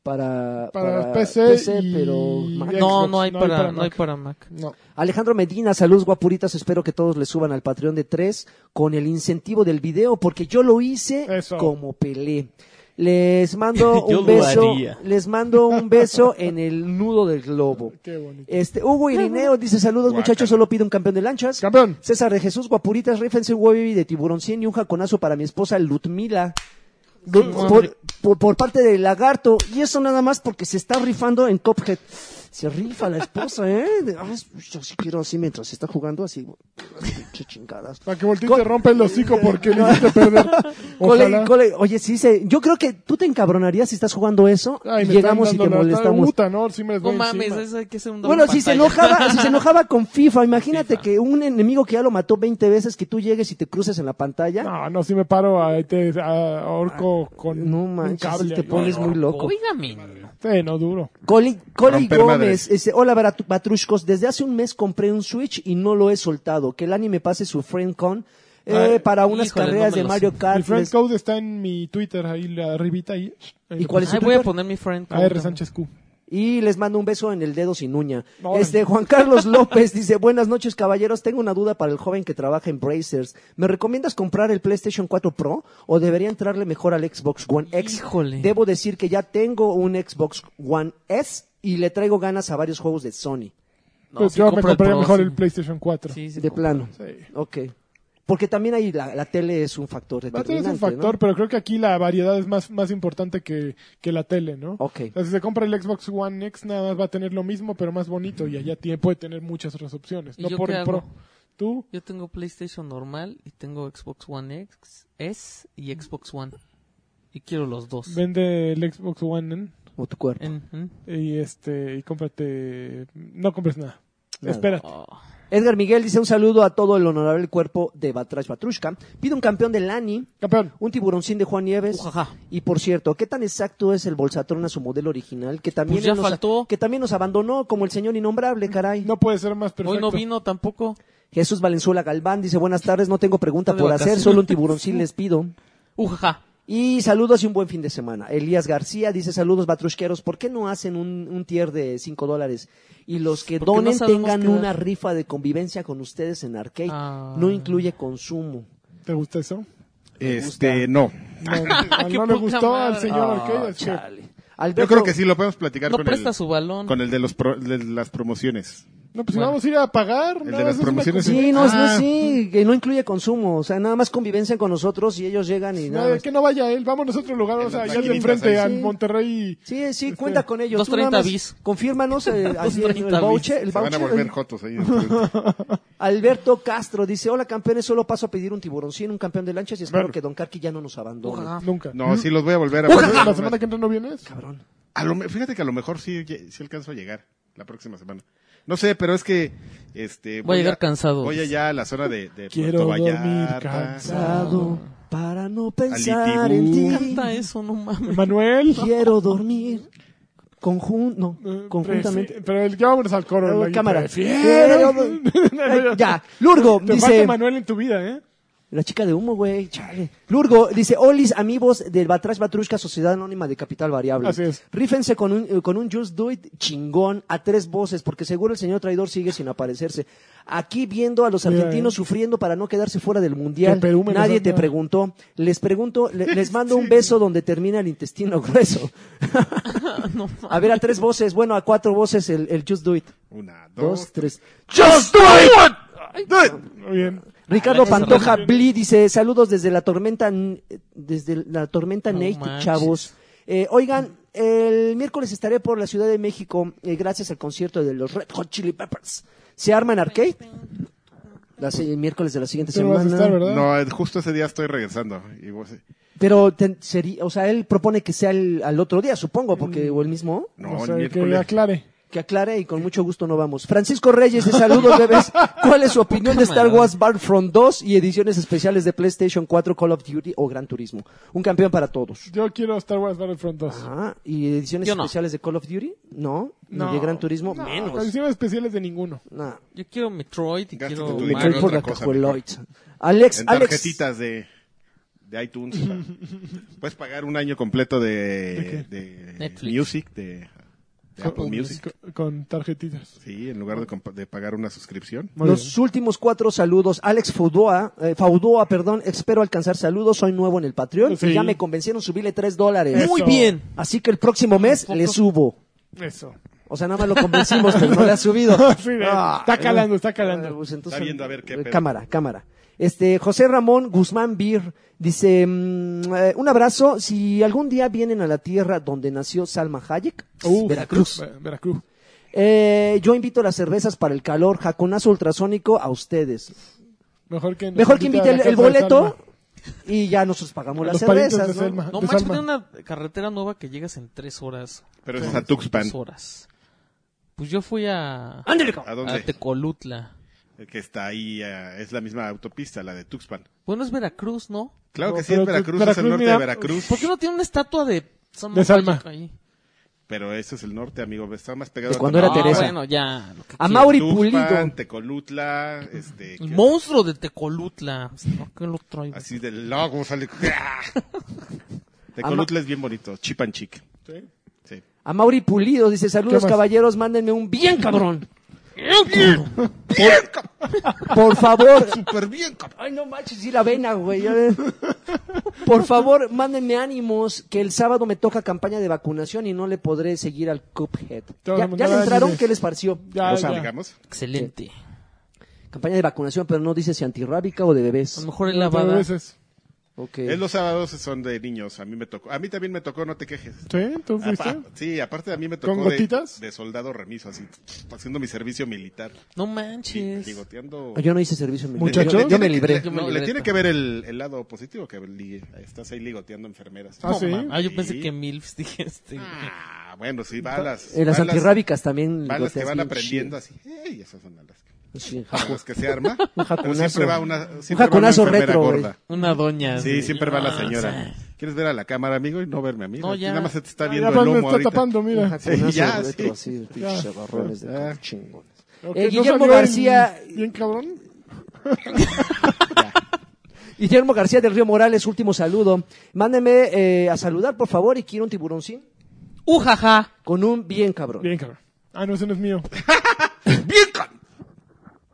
Para,
Para PC y-
pero... Mac.
y
No,
Xbox.
no hay
No hay
para,
para
no hay
Mac.
para Mac.
No.
Alejandro Medina, saludos guapuritas, espero que todos le suban al Patreon de 3 con el incentivo del video, porque yo lo hice
Eso.
como pelé. Les mando
Yo
un
lo
beso,
haría.
les mando un beso en el nudo del globo.
Qué bonito.
Este, Hugo Irineo dice saludos
Guácala.
muchachos, solo pido un campeón de lanchas.
Campeón.
César de Jesús, guapuritas, rifense un huevo de tiburoncín y un jaconazo para mi esposa Lutmila. De- por, por- por parte del lagarto. Y eso nada más porque se está rifando en Cophead. Se rifa la esposa, ¿eh? De- ah, yo sí quiero así mientras se está jugando así. Qué chingadas.
Para que voltee y
Con-
te rompa el hocico porque le hiciste perder.
Cole-
Ojalá.
cole- oye, sí, se, yo creo que tú te encabronarías si estás jugando eso.
Ay,
y
me
llegamos y
están
te
dando la-
molestamos.
Puta, no, sí me les
No
voy
mames,
encima.
eso hay que ser un doble
Bueno, si se,
pantalla.
enojaba, si se enojaba con FIFA, imagínate que un enemigo que ya lo mató 20 veces, que tú llegues y te cruces en la pantalla.
No, no, sí me paro a, te, a orco con
Ah, No
un
manches,
cable.
te
ahí.
pones muy loco.
Óigame.
Sí, no, duro.
Coli, Coli
Romper
Gómez,
madres.
dice, hola Barat- Batrushkos, desde hace un mes compré un Switch y no lo he soltado. Que el anime pase su friend con eh,
Ay,
para unas
híjole,
carreras
no me
de
lo
Mario
sé.
Mi
Kart.
friend
les-
code está en mi Twitter, ahí la arribita. Ahí,
¿Y cuál es su
Ay, voy a
Twitter?
poner mi friend. code
AR
también.
Sánchez Q.
Y les mando un beso en el dedo sin uña.
Órale.
Este, Juan Carlos López dice, buenas noches caballeros, tengo una duda para el joven que trabaja en Brazers. ¿Me recomiendas comprar el PlayStation 4 Pro o debería entrarle mejor al Xbox One X?
Híjole.
Debo decir que ya tengo un Xbox One S y le traigo ganas a varios juegos de Sony.
No,
Pues
sí
yo me
compro el
compraría
Pro,
mejor
sí.
el PlayStation 4.
Sí, sí,
de
compro.
plano.
Sí.
Ok. Porque también ahí la, la tele es un factor
La
determinante.
tele es un factor, pero creo que aquí la variedad es más, más importante que, que la tele, ¿no?
Ok.
O sea, si se compra el Xbox One X, nada más va a tener lo mismo, pero más bonito, y allá tiene, puede tener muchas otras opciones.
¿Y
No
yo
por
qué
el
hago?
Pro. Tú,
Yo tengo PlayStation normal y tengo Xbox One X, S y Xbox One. Y quiero los dos.
vende el Xbox One N,
¿no? O tu cuerpo.
En- en-
y este, y cómprate, no compres nada.
Nada.
Espérate.
oh.
Edgar Miguel dice un saludo a todo el honorable cuerpo de Batrash Batrushka. Pide un campeón de Lani,
Campeón.
un tiburoncín de Juan Nieves.
Ujaja.
Y por cierto, ¿qué tan exacto es el Bolsatron a su modelo original? Que también,
Pues ya
nos,
faltó.
que también nos abandonó como el señor innombrable, caray.
No puede ser más perfecto.
Hoy no vino tampoco.
Jesús Valenzuela Galván dice buenas tardes, no tengo pregunta
Está de
por hacer,
vacaciones.
solo un tiburoncín les pido.
Ujaja.
Y saludos y un buen fin de semana. Elías García dice saludos batrusqueros. ¿Por qué no hacen un, un tier de 5 dólares? Y los que
Porque no
donen
sabemos
tengan
qué dar.
una rifa de convivencia con ustedes en arcade.
Ah.
No incluye consumo.
¿Te gusta eso?
Este, no.
No, no,
Ah, Qué
no le
poca
gustó al
madre.
señor
Ah,
Arcade. así que-
chale.
Yo
Alberto-
creo que sí lo podemos platicar
No
con,
presta
el,
su balón.
con el de, los pro- de las promociones.
No, pues si
Bueno.
vamos a ir a pagar.
El
no,
de las
eso es una
promociones.
cosa-
Sí, no, es- no,
Ah.
sí, que no incluye consumo. O sea, nada más convivencia con nosotros y ellos llegan y
No,
nada. más.
que no vaya él, vamos a otro lugar, o
En
sea,
las
allá de
maquinitas,
enfrente,
ahí.
a
Sí.
Monterrey.
Sí, sí, cuenta con ellos.
Dos
Tú nada
treinta
más
bis.
Confírmanos eh, así, el
230 bis.
voucher. El
Se van a
voucher,
volver
eh,
el-
jotos ahí. enfrente.
Alberto Castro dice, hola campeones, solo paso a pedir un tiburoncín, un campeón de lanchas y espero
Bueno.
que Don Carqui ya no nos abandone.
Ujaja.
Nunca.
No, sí los voy a volver a
La semana que entra no vienes.
Cabrón.
A lo me- fíjate que a lo mejor sí, lle- sí alcanzo a llegar la próxima semana. No sé, pero es que este
Voy a llegar cansado.
Voy allá a la zona de, de
Quiero
Puerto
dormir
Vallarta.
cansado.
Sado Para no pensar
Al
en
Itibú.
Me encanta
ti.
eso, no mames.
Manuel.
Quiero dormir Conjunto, no,
Eh,
conjuntamente.
prefi- Pero el- ya vámonos al coro.
Eh,
Layito.
cámara.
Prefiero-
Ay, ya. Lurgo
Te
dice-
falta Manuel en tu vida, ¿eh?
La chica de humo, güey, chale. Lurgo dice, olis, amigos del Batrash Batrushka, Sociedad Anónima de Capital Variable.
Así es.
Rífense con un, eh, con un Just Do It chingón a tres voces, porque seguro el señor traidor sigue sin aparecerse. Aquí viendo a los
Mira,
argentinos
eh.
sufriendo para no quedarse fuera del Mundial,
Que Perú me
nadie
los
te
anda.
preguntó. Les pregunto, le- les mando un beso donde termina el intestino grueso. a ver, a tres voces, bueno, a cuatro voces el, el Just Do It.
Una,
Dos,
dos,
tres.
¡Just do it! Do it.
Muy bien.
Ricardo
Ah, gracias,
Pantoja Bli dice, saludos desde la tormenta, n- desde la tormenta
No
Nate,
manches.
chavos. Eh, oigan, el miércoles estaré por la Ciudad de México eh, gracias al concierto de los Red Hot Chili Peppers. ¿Se arma en arcade? La se- el miércoles de la siguiente
Tú no vas a
semana.
estar, ¿verdad?
No, eh, justo ese día estoy regresando. Y vos- eh,
Pero, ten- sería, o sea, él propone que sea el- al otro día, supongo, porque,
Mm.
o el mismo,
no,
o
el
sea, que
miércoles.
aclare.
que aclare y con mucho gusto no vamos. Francisco Reyes, de saludos, bebés. ¿Cuál es su opinión de
¿eh?
Star Wars Battlefront 2 y ediciones especiales de PlayStation 4, Call of Duty o Gran Turismo? Un campeón para todos.
Yo quiero Star Wars Battlefront 2.
Ah,
Ajá. ¿Y ediciones
Yo no.
especiales de Call of Duty? No.
No.
¿Ni de Gran Turismo?
No,
pues.
Menos.
Ediciones especiales de
Ah,
ninguno.
No.
Yo quiero Metroid y
Gástate
quiero
tu
Me
dinero
Mario.
caí por
otra
la
cosa,
cajueloid. Alex,
En
Alex.
tarjetitas de, de iTunes. para- puedes pagar un año completo de, de
Netflix.
Music, de, de Apple pues, Music.
Con, con tarjetitas.
Sí, en lugar de, compa- de pagar una suscripción.
Muy
los
bien.
últimos cuatro saludos. Alex Faudoa, eh, Faudoa, perdón, espero alcanzar saludos. Soy nuevo en el Patreon
Sí.
y ya me convencieron subirle tres dólares.
Muy
Eso.
bien.
Así que el próximo mes le subo.
Eso.
O sea, nada más lo convencimos, pero no le ha subido.
Ah, Sí, de- está calando, está calando.
eh. Ah, pues entonces-
Está viendo a ver qué pedo.
Cámara, cámara. Este, José Ramón Guzmán Bir dice, mm, eh, un abrazo, si algún día vienen a la tierra donde nació Salma Hayek,
Uh,
Veracruz,
Ver- Veracruz.
eh, yo invito las cervezas para el calor, jaconazo ultrasónico a ustedes.
Mejor que, nos
Mejor que invite
a la
el, el
casa de Salma.
boleto y ya nosotros pagamos las
Los parientes
cervezas.
de
¿no?
Selma.
No
de
manches,
Salma.
tiene una carretera nueva que llegas en tres horas.
Pero es a Tuxpan.
Dos horas. Pues yo fui a,
Ándale, cabrón.
¿A
a
dónde?
Tecolutla.
El que está ahí, eh, es la misma autopista, la de Tuxpan.
Bueno, es Veracruz, ¿no?
Claro
No,
que sí, es
pero tú-
Veracruz, es
Veracruz,
el norte
mira,
de Veracruz.
¿Por qué no tiene una estatua de Salma?
De Salma.
Hayek ahí?
Pero ese es el norte, amigo. Está más pegado
De cuando era
Ah,
Teresa.
bueno, ya. lo que
A
quieras.
Mauri
Tuxpan,
Pulido.
Tecolutla, este...
El
¿qué?
monstruo de Tecolutla. ¿Por qué lo traigo?
Así del lago sale... Tecolutla es bien bonito, chipan chic.
Sí.
Sí.
A Mauri Pulido dice, saludos
más?
caballeros, mándenme un bien cabrón. Por, por favor.
Súper bien, cabrón.
Ay, no manches, sí la vena, güey. ya ves. Por favor, mándenme ánimos que el sábado me toca campaña de vacunación y no le podré seguir al Cuphead.
Todos
¿Ya,
los
ya le
mandados,
entraron?
dices.
¿Qué les pareció?
Ya,
O
ya.
sea, digamos.
Excelente.
Campaña de vacunación, pero no dice si antirrábica o de
A lo
bebés.
mejor el
Pero a
lavada.
veces.
Ok.
Es los sábados son de niños, a mí me tocó. A mí también me tocó, no te quejes.
Sí, tú fuiste. Ah,
Apa- sí, aparte a mí me tocó
¿Con
de-
gotitas?
De, soldado remiso, así, haciendo mi servicio militar.
No
Sí,
manches.
ligoteando.
Ah, Yo no hice servicio militar.
Muchachos.
Yo- yo,
tiene
me
que-
libré.
le-
Yo me
no,
libré.
le tiene que ver el, el lado positivo, que li- estás ahí ligoteando enfermeras.
Ah,
No,
sí.
mames. Ah, yo
Sí.
pensé que MILFs dije este.
Ah, bueno, sí, balas.
Eh, las
balas-
antirrábicas también.
Balas que
goteas
van
bien
aprendiendo así. ¡Ey! Esas son balas.
chido. Sí,
Para los que se arma.
Un
pero
jacunazo.
siempre va una, siempre va una
jacunazo
enfermera
retro, güey.
gorda.
Una doña.
Sí,
así.
siempre va la
Ah,
señora.
sí.
¿Quieres ver a la cámara, amigo? Y no verme a mí.
No,
Aquí
ya.
Nada más se te está
Ah,
viendo el
ya, me
lomo
está
ahorita.
tapando,
Un
mira.
jaconazo
Sí, ya,
de retro,
sí.
así, de pinches agarrones de
Ah.
coco chingones.
Ok,
Eh,
¿no
Guillermo
salió el-
García,
Bien cabrón.
Guillermo García del Río Morales, último saludo. Mándeme eh, a saludar, por favor, y quiero un tiburoncín
Uh, Ujaja.
con un bien cabrón.
Bien cabrón. Ah, no, ese no es mío.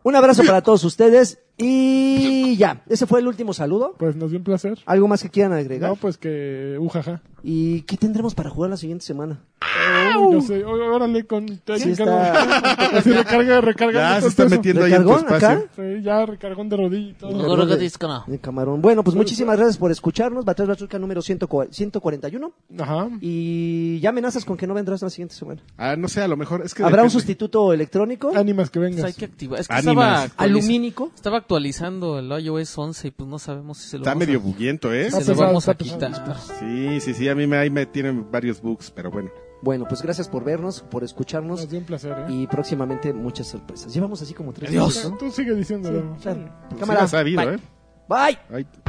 Un abrazo para todos ustedes y ya. Ese fue el último saludo.
Pues nos dio un placer.
¿Algo más que quieran agregar?
No, pues que ujaja.
¿Y qué tendremos para jugar la siguiente semana?
Uy, yo sé. Ó- Órale, con te
Sí
recarga. Así recarga, recarga.
Ya
todo
se está
eso.
metiendo ahí en tu
¿Recargón
espacio.
acá? Ah.
Sí, ya recargón de rodilla y todo.
Gorgo disco, no.
De camarón. Bueno, pues muchísimas gracias por escucharnos. Batrás Batrushka número 141.
Ajá.
Y ya amenazas con que no vendrás la siguiente semana.
Ah, no sé, a lo mejor es que
¿Habrá un
depende.
sustituto electrónico?
Ánimas que
Pues hay
vengas.
que activar. Es que
Ánimas.
estaba, actualiz-
¿Alumínico?
estaba actualizando el iOS 11 y pues no sabemos si se lo
Está
vamos a-
medio buguiento, ¿eh?
se
Está
lo vamos a
pesado, está
quitar.
Sí, sí, sí, a mí me, ahí me tienen varios bugs, pero bueno.
Bueno, pues gracias por vernos, por escucharnos.
Nos dio un placer, ¿eh?
y próximamente muchas sorpresas. Llevamos así como tres
Tú sigue diciéndolo.
Claro.
Pues sí
Cámara.
las ha habido,
Bye.
¿eh?
Bye.
Ay.